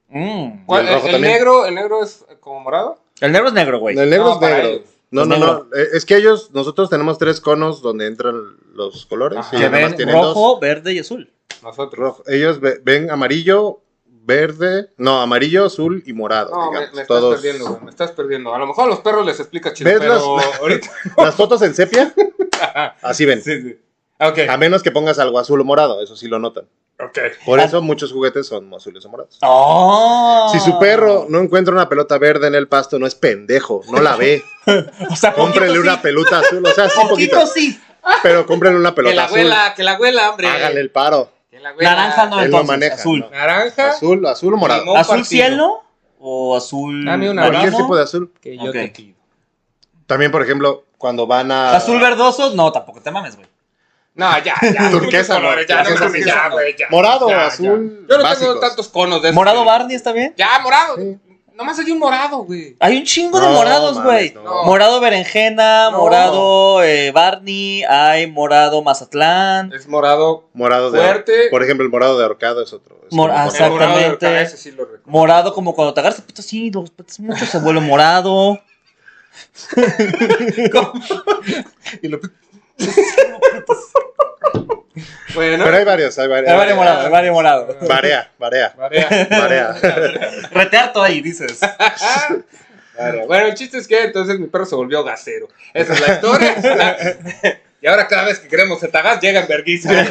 Speaker 2: Mm.
Speaker 1: ¿Cuál-
Speaker 3: rojo
Speaker 1: ¿El,
Speaker 3: también.
Speaker 1: negro, ¿El negro es como morado?
Speaker 2: El negro es negro, güey.
Speaker 3: El negro
Speaker 1: No,
Speaker 3: es
Speaker 1: para
Speaker 3: negro.
Speaker 1: ellos.
Speaker 3: No,
Speaker 2: Es
Speaker 3: no,
Speaker 2: negro.
Speaker 3: no. Eh, Es que ellos, nosotros tenemos tres conos donde entran los colores.
Speaker 1: Ajá.
Speaker 3: y
Speaker 2: Que
Speaker 3: ellos nada más
Speaker 2: ven
Speaker 3: tienen
Speaker 2: rojo, verde y azul.
Speaker 3: dos.
Speaker 1: Nosotros.
Speaker 3: Rojo. Ellos ve- ven amarillo, verde. No, amarillo, azul y morado.
Speaker 1: No, me,
Speaker 3: digamos.
Speaker 1: me estás
Speaker 3: Todos-
Speaker 1: perdiendo, güey. Me estás perdiendo. A lo mejor a los perros les explica chido,
Speaker 3: ¿Ves
Speaker 1: pero
Speaker 3: las-
Speaker 1: ahorita.
Speaker 3: Las fotos en sepia, así ven.
Speaker 1: Sí, sí. Ok.
Speaker 3: A menos que pongas algo azul o morado, eso sí lo notan.
Speaker 1: Ok.
Speaker 3: Por
Speaker 2: Ah.
Speaker 3: eso muchos juguetes son azules o morados.
Speaker 2: Oh.
Speaker 3: Si su perro no encuentra una pelota verde en el pasto, no es pendejo, no la ve.
Speaker 2: O sea,
Speaker 3: Cómprele
Speaker 2: poquito
Speaker 3: una
Speaker 2: sí,
Speaker 3: pelota azul, o sea, sí,
Speaker 2: Poquito,
Speaker 3: poquito,
Speaker 2: sí.
Speaker 3: pero cómprele una
Speaker 1: Que la
Speaker 3: pelota azul.
Speaker 1: abuela, que la abuela, hombre.
Speaker 3: Hágale el paro.
Speaker 1: Que la abuela.
Speaker 2: Naranja no,
Speaker 3: Él lo
Speaker 2: entonces.
Speaker 3: maneja,
Speaker 2: azul.
Speaker 3: ¿no?
Speaker 1: Naranja.
Speaker 3: Azul, azul o morado.
Speaker 1: Limón.
Speaker 2: ¿Azul
Speaker 1: partido.
Speaker 2: cielo o azul
Speaker 1: Dame una
Speaker 3: Cualquier
Speaker 2: marino?
Speaker 3: tipo de azul.
Speaker 1: Que yo
Speaker 2: Ok.
Speaker 1: te pido.
Speaker 3: También, por ejemplo, cuando van a.
Speaker 2: ¿Azul verdoso? No, tampoco te mames, güey.
Speaker 1: No, ya, ya.
Speaker 3: Turquesa,
Speaker 1: muchos colores, ya, no
Speaker 3: turquesa,
Speaker 1: mames,
Speaker 3: sí.
Speaker 1: ya, güey, ya.
Speaker 3: Morado,
Speaker 1: Ya,
Speaker 3: azul.
Speaker 1: ya. Yo no
Speaker 3: básicos.
Speaker 1: tengo tantos conos de esos
Speaker 2: ¿Morado
Speaker 1: que-
Speaker 2: Barney está bien?
Speaker 1: Ya, morado.
Speaker 3: Sí.
Speaker 1: Nomás hay un morado, güey.
Speaker 2: Hay un chingo de
Speaker 3: No,
Speaker 2: morados,
Speaker 3: mames,
Speaker 2: güey.
Speaker 3: no.
Speaker 2: Morado berenjena,
Speaker 1: No.
Speaker 2: morado eh, Barney, hay morado Mazatlán.
Speaker 1: Es morado.
Speaker 3: Morado de.
Speaker 1: Fuerte.
Speaker 3: Por ejemplo, el morado de ahorcado es otro. es
Speaker 2: Mor-
Speaker 3: como-
Speaker 1: El
Speaker 2: ah,
Speaker 1: morado de
Speaker 2: Exactamente.
Speaker 1: Orca, ese sí lo recuerdo.
Speaker 2: Morado como cuando te agarras el pito así, los patas mucho se vuelve morado.
Speaker 1: Y lo- bueno.
Speaker 3: Pero hay varios, hay varios.
Speaker 2: El barrio morado, el barrio morado.
Speaker 3: Varea, varea,
Speaker 1: Marea.
Speaker 3: varea.
Speaker 2: Retear todo ahí, dices.
Speaker 1: Claro. Bueno, el chiste es que entonces mi perro se volvió gasero. Esa es la historia. y ahora cada vez que queremos etagas, llegan verguizas.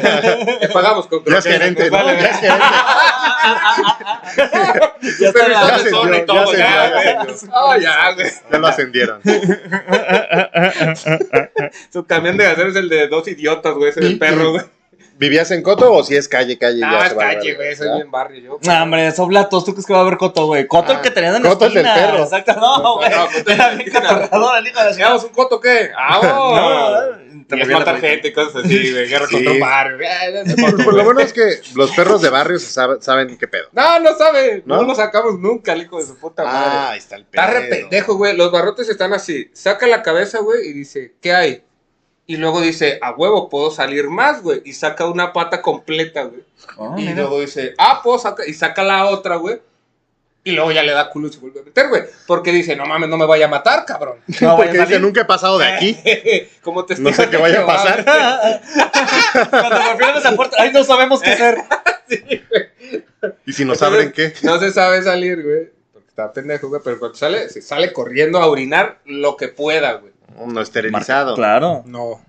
Speaker 1: Le pagamos con
Speaker 3: Ya
Speaker 1: croquetas,
Speaker 3: es gerente,
Speaker 1: nos
Speaker 3: ¿no?
Speaker 1: vale
Speaker 3: Ya
Speaker 1: ver-
Speaker 3: es gerente.
Speaker 2: Ya está
Speaker 1: Supervisor
Speaker 2: la-
Speaker 1: de
Speaker 3: se
Speaker 1: zona
Speaker 3: dio,
Speaker 1: y
Speaker 3: ya
Speaker 1: todo,
Speaker 3: se
Speaker 1: ya,
Speaker 3: dio, ya
Speaker 1: güey. Ah, ya, güey.
Speaker 3: Ya lo ascendieron.
Speaker 1: Su camión de gasero es el de dos idiotas, güey. Ese del perro, güey.
Speaker 3: ¿Vivías en Coto o si es calle, calle? y ya
Speaker 1: Ah,
Speaker 3: se va a la
Speaker 1: calle,
Speaker 3: verga,
Speaker 1: güey. Soy
Speaker 3: ¿verdad?
Speaker 1: bien barrio yo.
Speaker 2: No, hombre, Soblatos, ¿tú crees que va a haber Coto, güey? Coto el
Speaker 1: Ah,
Speaker 2: que tenían en la
Speaker 3: Coto es el
Speaker 2: esquina.
Speaker 3: perro.
Speaker 2: Exacto, no, güey.
Speaker 1: No, Coto es
Speaker 2: Era
Speaker 1: el
Speaker 2: bien
Speaker 1: perro.
Speaker 2: catorrador, el hijo de la chingada.
Speaker 1: ¿Llegamos un coto o qué? ¡Ah!
Speaker 2: No,
Speaker 1: oh.
Speaker 2: te
Speaker 1: Y es
Speaker 2: movías la
Speaker 1: matar
Speaker 2: colita.
Speaker 1: gente y cosas así, güey. Guerra
Speaker 3: Sí.
Speaker 1: contra un barrio.
Speaker 3: Por, por lo menos que los perros de barrio se sabe- saben qué pedo.
Speaker 1: No, no sabe.
Speaker 3: ¿No?
Speaker 1: No lo sacamos nunca, el hijo de su puta madre.
Speaker 3: Ah, ahí está el pedo.
Speaker 1: Está re pendejo, güey. Los barrotes están así. Saca la cabeza, güey, y dice, ¿qué hay? Y luego dice, a huevo, puedo salir más, güey. Y saca una pata completa, güey.
Speaker 2: Oh,
Speaker 1: y
Speaker 2: mira.
Speaker 1: luego dice, ah, puedo sacar. Y saca la otra, güey. Y luego ya le da culo y se vuelve a meter, güey. Porque dice, no mames, no me vaya a matar, cabrón.
Speaker 2: No,
Speaker 3: Porque
Speaker 2: vaya a
Speaker 3: dice,
Speaker 2: salir.
Speaker 3: nunca he pasado de aquí.
Speaker 1: Como te
Speaker 3: No sé qué vaya a pasar.
Speaker 2: Cuando golpearon esa puerta, ay, no sabemos qué hacer.
Speaker 3: Y si nos abren, ¿qué?
Speaker 1: No se sabe salir, güey. Porque está pendejo, güey. Pero cuando sale, se sale corriendo a orinar lo que pueda, güey.
Speaker 3: Uno esterilizado.
Speaker 2: Claro.
Speaker 1: No.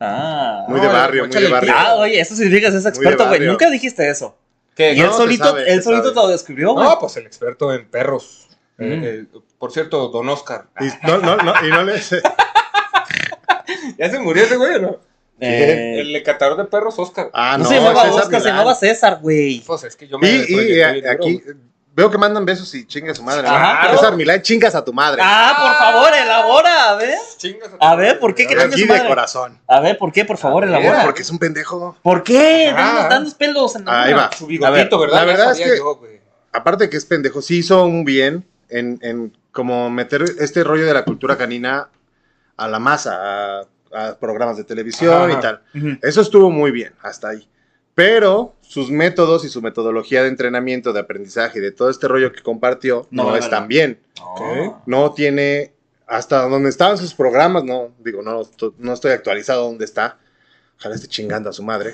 Speaker 2: Ah.
Speaker 3: Muy de
Speaker 1: No,
Speaker 3: barrio, muy
Speaker 1: échale
Speaker 3: de
Speaker 1: el
Speaker 3: barrio.
Speaker 2: Ah, oye, eso significa que es experto, güey.
Speaker 3: barrio.
Speaker 2: Nunca dijiste eso.
Speaker 1: ¿Qué?
Speaker 2: Y
Speaker 3: No,
Speaker 2: él
Speaker 3: se
Speaker 2: solito,
Speaker 3: sabe,
Speaker 2: él
Speaker 3: se
Speaker 2: solito
Speaker 3: sabe.
Speaker 2: te lo describió, güey.
Speaker 1: No, pues el experto en perros. Eh,
Speaker 2: Mm.
Speaker 1: eh, por cierto, don Oscar.
Speaker 3: Y no, no, no, y no les-
Speaker 1: ¿Ya se murió ese güey o no?
Speaker 2: Eh,
Speaker 1: El catador de perros, Oscar.
Speaker 3: Ah,
Speaker 2: no,
Speaker 3: no,
Speaker 2: se llamaba
Speaker 3: César
Speaker 2: Oscar, se
Speaker 3: Milán.
Speaker 2: llamaba César, güey.
Speaker 1: Pues es que yo me
Speaker 3: Y, y
Speaker 1: desproyecté
Speaker 3: eh,
Speaker 1: bien duro,
Speaker 3: aquí
Speaker 1: güey.
Speaker 3: eh, veo que mandan besos y chinga a su madre. ¿no?
Speaker 2: Ajá.
Speaker 3: César Milán, chingas a tu madre.
Speaker 2: Ah, por favor, elabora, a ver.
Speaker 1: Chingas
Speaker 2: A ver, ¿por qué
Speaker 1: güey.
Speaker 2: que chingue
Speaker 3: aquí
Speaker 2: su
Speaker 3: de
Speaker 2: madre.
Speaker 3: corazón.
Speaker 2: A ver, ¿por qué? Por favor,
Speaker 1: Mira.
Speaker 2: elabora.
Speaker 3: Porque es un pendejo.
Speaker 2: ¿Por qué? Danos,
Speaker 1: Ah.
Speaker 2: danos pelos en la
Speaker 3: Ahí
Speaker 2: mano.
Speaker 3: va.
Speaker 1: Su bigotito,
Speaker 3: A ver,
Speaker 1: ¿verdad?
Speaker 3: la
Speaker 1: Ya
Speaker 3: verdad es
Speaker 1: sabía
Speaker 3: que-
Speaker 1: yo, güey.
Speaker 3: aparte de que es pendejo, sí hizo un bien en, en como meter este rollo de la cultura canina a la masa, a, a programas de televisión
Speaker 1: Ajá.
Speaker 3: y tal.
Speaker 2: Ujú.
Speaker 3: Eso estuvo muy bien, hasta ahí. Pero sus métodos y su metodología de entrenamiento, de aprendizaje y de todo este rollo que compartió
Speaker 2: No,
Speaker 3: no,
Speaker 2: no, no.
Speaker 3: están bien.
Speaker 1: Ok.
Speaker 3: No tiene, hasta donde estaban sus programas, no, digo, no, esto- no estoy actualizado dónde está. Ojalá esté chingando a su madre.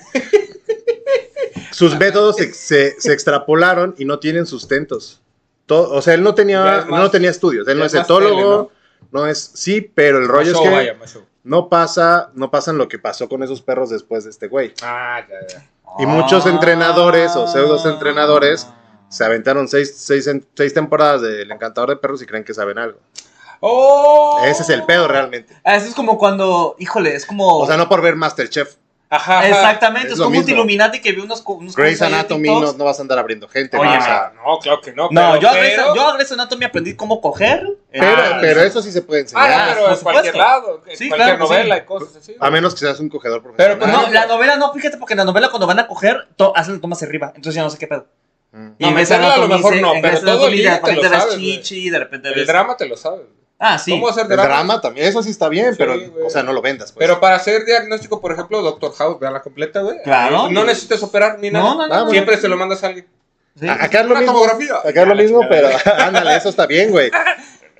Speaker 3: Sus métodos se, se- se extrapolaron y no tienen sustentos. To- o sea, él no
Speaker 1: Ya
Speaker 3: tenía,
Speaker 1: es más-
Speaker 3: no tenía estudios, él
Speaker 1: ya
Speaker 3: no
Speaker 1: es
Speaker 3: es
Speaker 1: más
Speaker 3: etólogo,
Speaker 1: tele, ¿no?
Speaker 3: ¿no? es, sí, pero el rollo es
Speaker 1: Show,
Speaker 3: que
Speaker 1: vaya, más show.
Speaker 3: no pasa, no pasan lo que pasó con esos perros después de este güey.
Speaker 1: Ah, ya, ya.
Speaker 3: Y muchos
Speaker 2: Ah.
Speaker 3: entrenadores o pseudos entrenadores se aventaron seis, seis, en- seis temporadas del Encantador de Perros y creen que saben algo.
Speaker 1: ¡Oh!
Speaker 2: Oh.
Speaker 3: Ese es el pedo realmente.
Speaker 2: Ah, eso es como cuando, híjole, es como
Speaker 3: O sea, no por ver Masterchef.
Speaker 1: Ajá. ajá.
Speaker 2: Exactamente,
Speaker 3: es
Speaker 2: es,
Speaker 3: lo
Speaker 2: como un
Speaker 3: mismo.
Speaker 2: Illuminati que vio unos. co- unos
Speaker 3: Grey's
Speaker 2: cosas ahí en
Speaker 3: Anatomy
Speaker 2: TikToks.
Speaker 3: no, no vas a andar abriendo gente,
Speaker 2: Oye,
Speaker 3: ¿no? O
Speaker 1: Ah,
Speaker 3: sea,
Speaker 1: no, claro que no.
Speaker 2: No,
Speaker 1: pero-
Speaker 2: yo a, Grey's,
Speaker 1: pero-
Speaker 2: yo a Grey's Anatomy aprendí cómo coger.
Speaker 3: pero,
Speaker 1: Ah,
Speaker 3: pero
Speaker 1: sí.
Speaker 3: eso sí se puede enseñar.
Speaker 1: Ah, no, pero
Speaker 2: por
Speaker 1: en cualquier
Speaker 2: supuesto.
Speaker 1: lado, en cualquier
Speaker 2: Sí, claro que sí.
Speaker 1: novela y cosas así.
Speaker 3: A menos que seas un cogedor
Speaker 1: Pero,
Speaker 3: profesional.
Speaker 1: pues,
Speaker 2: No,
Speaker 1: Ah,
Speaker 2: la novela no, fíjate, porque en la novela cuando van a coger, to- hacen el tomas arriba. Entonces ya no sé qué pedo.
Speaker 3: Mm.
Speaker 1: No,
Speaker 2: ves
Speaker 1: meterla a lo mejor no, pero todo el
Speaker 2: de
Speaker 1: día te lo
Speaker 2: repente ves
Speaker 1: sabes, güey.
Speaker 2: chichi, de repente
Speaker 1: El
Speaker 2: ves.
Speaker 1: drama te lo sabes.
Speaker 2: Ah, sí.
Speaker 1: ¿Cómo hacer
Speaker 3: El
Speaker 1: pues, drama?
Speaker 3: drama también, eso sí está bien,
Speaker 1: Sí,
Speaker 3: pero,
Speaker 1: güey.
Speaker 3: o sea, no lo vendas. Pues.
Speaker 1: Pero para hacer diagnóstico, por ejemplo, Doctor House, vea la completa, güey.
Speaker 2: Claro.
Speaker 1: No necesitas operar ni nada.
Speaker 2: No, no, no,
Speaker 3: no.
Speaker 1: Siempre se lo mandas a alguien.
Speaker 2: Sí.
Speaker 3: A- acá es lo
Speaker 1: Una
Speaker 3: mismo.
Speaker 1: tomografía.
Speaker 3: Acá es lo mismo, pero ándale, eso está bien, güey.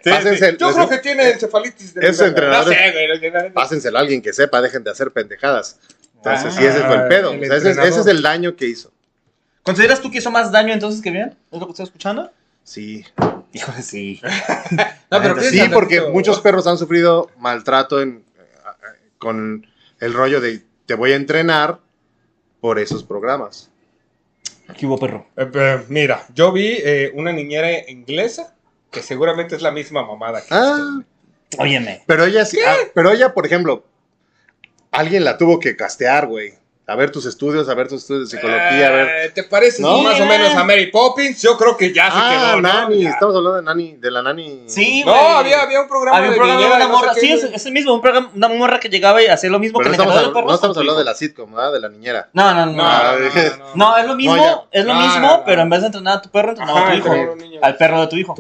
Speaker 3: Pásense,
Speaker 1: Yo creo que
Speaker 3: eh,
Speaker 1: tiene encefalitis. de-
Speaker 3: Esos entrenadores-
Speaker 1: No sé, güey. no, no, no.
Speaker 3: pásenselo a alguien que sepa, dejen de hacer pendejadas. Entonces,
Speaker 2: Ah,
Speaker 3: sí, ese fue el pedo.
Speaker 1: el
Speaker 3: O sea, ese, es-
Speaker 1: entrenador.
Speaker 3: ese es el daño que hizo.
Speaker 2: ¿Consideras tú que hizo más daño entonces que bien? ¿Es lo que estoy escuchando?
Speaker 3: Sí.
Speaker 2: Híjole, sí.
Speaker 1: No, pero
Speaker 3: Sí,
Speaker 1: piensa
Speaker 3: porque
Speaker 1: tantito.
Speaker 3: muchos perros han sufrido maltrato en- con el rollo de te voy a entrenar por esos programas.
Speaker 2: ¿Qué hubo, perro?
Speaker 1: Eh, pero mira, yo vi eh, una niñera inglesa que seguramente es la misma mamada. que
Speaker 3: Ah,
Speaker 2: Óyeme.
Speaker 3: pero ella sí. ah, pero ella, por ejemplo, alguien la tuvo que castear, güey. A ver tus estudios, a ver tus estudios de psicología, a ver.
Speaker 1: Eh, ¿Te pareces
Speaker 3: ¿No?
Speaker 1: más o menos a Mary Poppins? Yo creo que ya se
Speaker 3: Ah,
Speaker 1: quedó. ¿no?
Speaker 3: Nani,
Speaker 1: Ya.
Speaker 3: estamos hablando de Nani, de la Nani.
Speaker 2: Sí,
Speaker 1: No,
Speaker 2: güey.
Speaker 1: había, había un programa
Speaker 2: Había un
Speaker 1: de
Speaker 2: programa de
Speaker 1: niñera,
Speaker 2: una
Speaker 1: no sé
Speaker 2: morra.
Speaker 1: qué,
Speaker 2: Sí, es,
Speaker 1: güey.
Speaker 2: es el mismo. Un programa, una morra que llegaba y hacía lo mismo
Speaker 3: Pero no
Speaker 2: que entrenador
Speaker 3: estamos,
Speaker 2: de
Speaker 3: hablando,
Speaker 2: perros
Speaker 3: no
Speaker 2: con
Speaker 3: estamos
Speaker 2: tu
Speaker 3: hablando de
Speaker 2: hijo.
Speaker 3: la sitcom, ¿verdad? De la niñera.
Speaker 2: No, no,
Speaker 1: No,
Speaker 2: no. No,
Speaker 3: Ah,
Speaker 1: no, no, no,
Speaker 2: No, es lo mismo.
Speaker 3: ya.
Speaker 2: es lo
Speaker 1: No,
Speaker 2: mismo,
Speaker 1: no, no.
Speaker 2: pero en vez de entrenar a tu perro, entrenar
Speaker 1: Ajá,
Speaker 2: a tu
Speaker 1: entrenar a
Speaker 2: hijo.
Speaker 1: un niño.
Speaker 2: Al perro de tu hijo.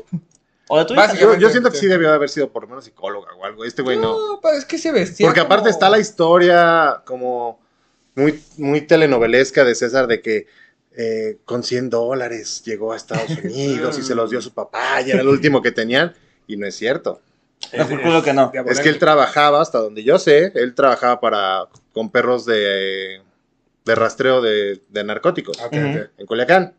Speaker 2: O de tu hija.
Speaker 1: Básicamente.
Speaker 3: Yo, yo siento que sí debió haber sido por lo menos psicóloga o algo. Este güey no.
Speaker 1: No, pero es que se vestía.
Speaker 3: Porque aparte
Speaker 1: como-
Speaker 3: está la historia como muy, muy telenovelesca de César de que eh, con 100 dólares llegó a Estados Unidos y se los dio su papá y era el último que tenían. Y no es cierto.
Speaker 1: Ah,
Speaker 2: No, por culo que no.
Speaker 1: diabólico.
Speaker 3: Es que él trabajaba, hasta donde yo sé, él trabajaba para con perros de, de rastreo de, de narcóticos
Speaker 1: Ok,
Speaker 2: Ujú.
Speaker 1: Ah, ok.
Speaker 3: en Culiacán.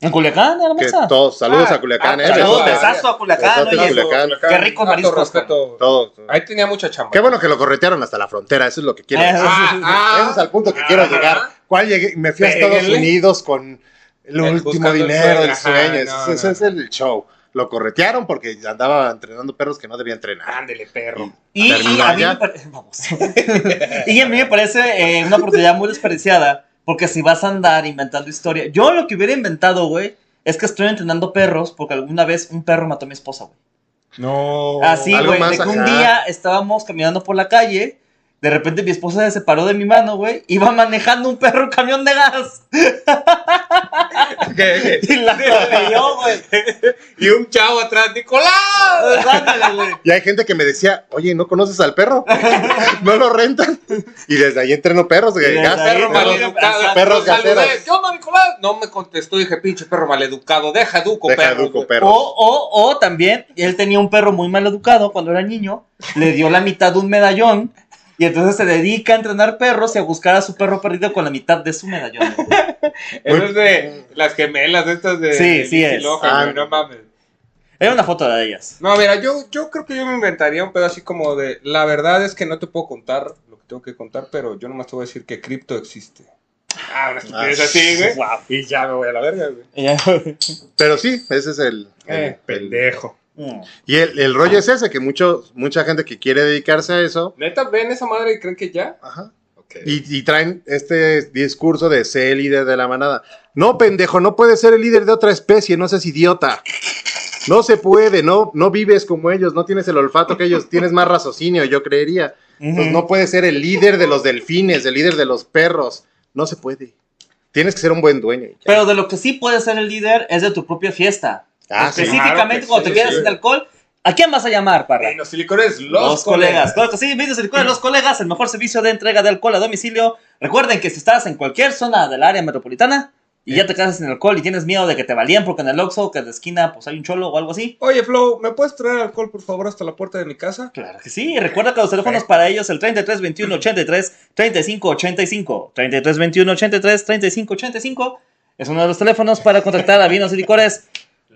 Speaker 2: ¿En Culiacán, a la
Speaker 3: Que
Speaker 2: mesa.
Speaker 3: todos, saludos
Speaker 1: Ah,
Speaker 3: a Culiacán,
Speaker 1: ah,
Speaker 3: eh,
Speaker 1: saludos,
Speaker 3: besotes,
Speaker 1: besazo.
Speaker 2: besazo a Culiacán,
Speaker 3: Besotes,
Speaker 2: oye.
Speaker 3: Culiacán.
Speaker 2: Qué ricos
Speaker 1: Alto
Speaker 2: mariscos,
Speaker 1: respeto.
Speaker 3: todos.
Speaker 1: Ahí tenía mucha chamba.
Speaker 3: Qué bueno que lo corretearon hasta la frontera, eso es lo que quiero decir.
Speaker 1: Ah, ah,
Speaker 3: Ese es al punto que
Speaker 1: ah,
Speaker 3: quiero llegar. ¿Cuál llegué? Me fui a Estados
Speaker 1: Pégale.
Speaker 3: Unidos con el
Speaker 1: Eh,
Speaker 3: último
Speaker 1: buscando el
Speaker 3: dinero,
Speaker 1: sueño,
Speaker 3: el
Speaker 1: ajá,
Speaker 3: sueño.
Speaker 1: no,
Speaker 3: Ese- ese
Speaker 1: no.
Speaker 3: es el show. Lo corretearon porque andaba entrenando perros que no debía entrenar.
Speaker 1: Ándele, perro.
Speaker 2: Y, y
Speaker 3: Terminó
Speaker 2: a mí
Speaker 3: allá.
Speaker 2: me pare- vamos. y a mí me parece eh, una oportunidad muy desperdiciada. Porque si vas a andar inventando historia. Yo lo que hubiera inventado, güey, es que estoy entrenando perros. Porque alguna vez un perro mató a mi esposa, güey.
Speaker 1: No.
Speaker 2: Así,
Speaker 3: Oh, Algo
Speaker 2: güey.
Speaker 3: más
Speaker 2: De que un
Speaker 3: acá.
Speaker 2: día estábamos caminando por la calle. De repente mi esposa se separó de mi mano, güey. Iba manejando un perro camión de gas.
Speaker 3: Ah,
Speaker 1: ¿Qué, qué?
Speaker 2: Y la atropelló, güey.
Speaker 1: Y un chavo atrás, Nicolás.
Speaker 2: Ándale, güey.
Speaker 3: Y hay gente que me decía, oye, ¿no conoces al perro? ¿No lo rentan? Y desde ahí entreno perros.
Speaker 2: desde
Speaker 3: gas,
Speaker 2: ahí,
Speaker 1: Perro
Speaker 3: perros.
Speaker 1: maleducado.
Speaker 3: Perros
Speaker 1: Lo saludé,
Speaker 3: gaseros.
Speaker 1: ¿Qué onda, Nicolás? No me contestó, dije, pinche perro maleducado. Deja duco,
Speaker 3: Deja
Speaker 1: perro.
Speaker 3: duco,
Speaker 1: güey. Oh.
Speaker 3: perro.
Speaker 2: O, o, o también, él tenía un perro muy mal educado cuando era niño, le dio la mitad de un medallón. Y entonces se dedica a entrenar perros y a buscar a su perro perdido con la mitad de su medallón.
Speaker 1: Eso es de las gemelas estas de.
Speaker 2: Sí,
Speaker 1: de
Speaker 2: sí es.
Speaker 1: Lindsay Lohan,
Speaker 3: Ah,
Speaker 1: güey, no mames.
Speaker 2: Era una foto de ellas.
Speaker 1: No, mira, yo, yo creo que yo me inventaría un pedo así como de. La verdad es que no te puedo contar lo que tengo que contar, pero yo nomás te voy a decir que cripto existe. Ah, una estupidez
Speaker 3: Ah,
Speaker 1: así, güey.
Speaker 2: Guau.
Speaker 1: Y ya me voy a la verga, güey.
Speaker 2: Ella-
Speaker 3: Pero sí, ese es el... el-
Speaker 1: Eh,
Speaker 3: el-
Speaker 1: pendejo.
Speaker 2: Mm.
Speaker 3: y el, el rollo es ese, que mucho, mucha gente que quiere dedicarse a eso...
Speaker 1: Neta, ven esa madre y creen que ya.
Speaker 3: Ajá.
Speaker 1: Ok.
Speaker 3: Y, y traen este discurso de ser el líder de la manada. No, pendejo, no puedes ser el líder de otra especie, no seas idiota. No se puede, no, no vives como ellos, no tienes el olfato que ellos, tienes más raciocinio, yo creería. Entonces, no puedes ser el líder de los delfines, el líder de los perros. No se puede. Tienes que ser un buen dueño. y ya.
Speaker 2: Pero de lo que sí puedes ser el líder es de tu propia fiesta.
Speaker 3: Ah, sí.
Speaker 1: claro
Speaker 2: Específicamente
Speaker 1: que
Speaker 2: cuando
Speaker 1: sí,
Speaker 2: te quedas
Speaker 1: sí.
Speaker 2: sin alcohol, ¿a quién vas a llamar, para?
Speaker 1: Bueno, si licores, los,
Speaker 2: Los colegas. Claro que sí, Vinos y Licores Los Colegas, el mejor servicio de entrega de alcohol a domicilio. Recuerden que si estás en cualquier zona del área metropolitana y
Speaker 1: Eh.
Speaker 2: ya te quedas sin alcohol y tienes miedo de que te valían porque en el Oxxo, que en la esquina, pues hay un cholo o algo así.
Speaker 1: Oye, Flow, ¿me puedes traer alcohol, por favor, hasta la puerta de mi casa?
Speaker 2: Claro que sí. Y Recuerda que los teléfonos
Speaker 1: Eh.
Speaker 2: para ellos el 33 21 83 35 85. 33 21 83 35 85 es uno de los teléfonos para contactar a Vinos y Licores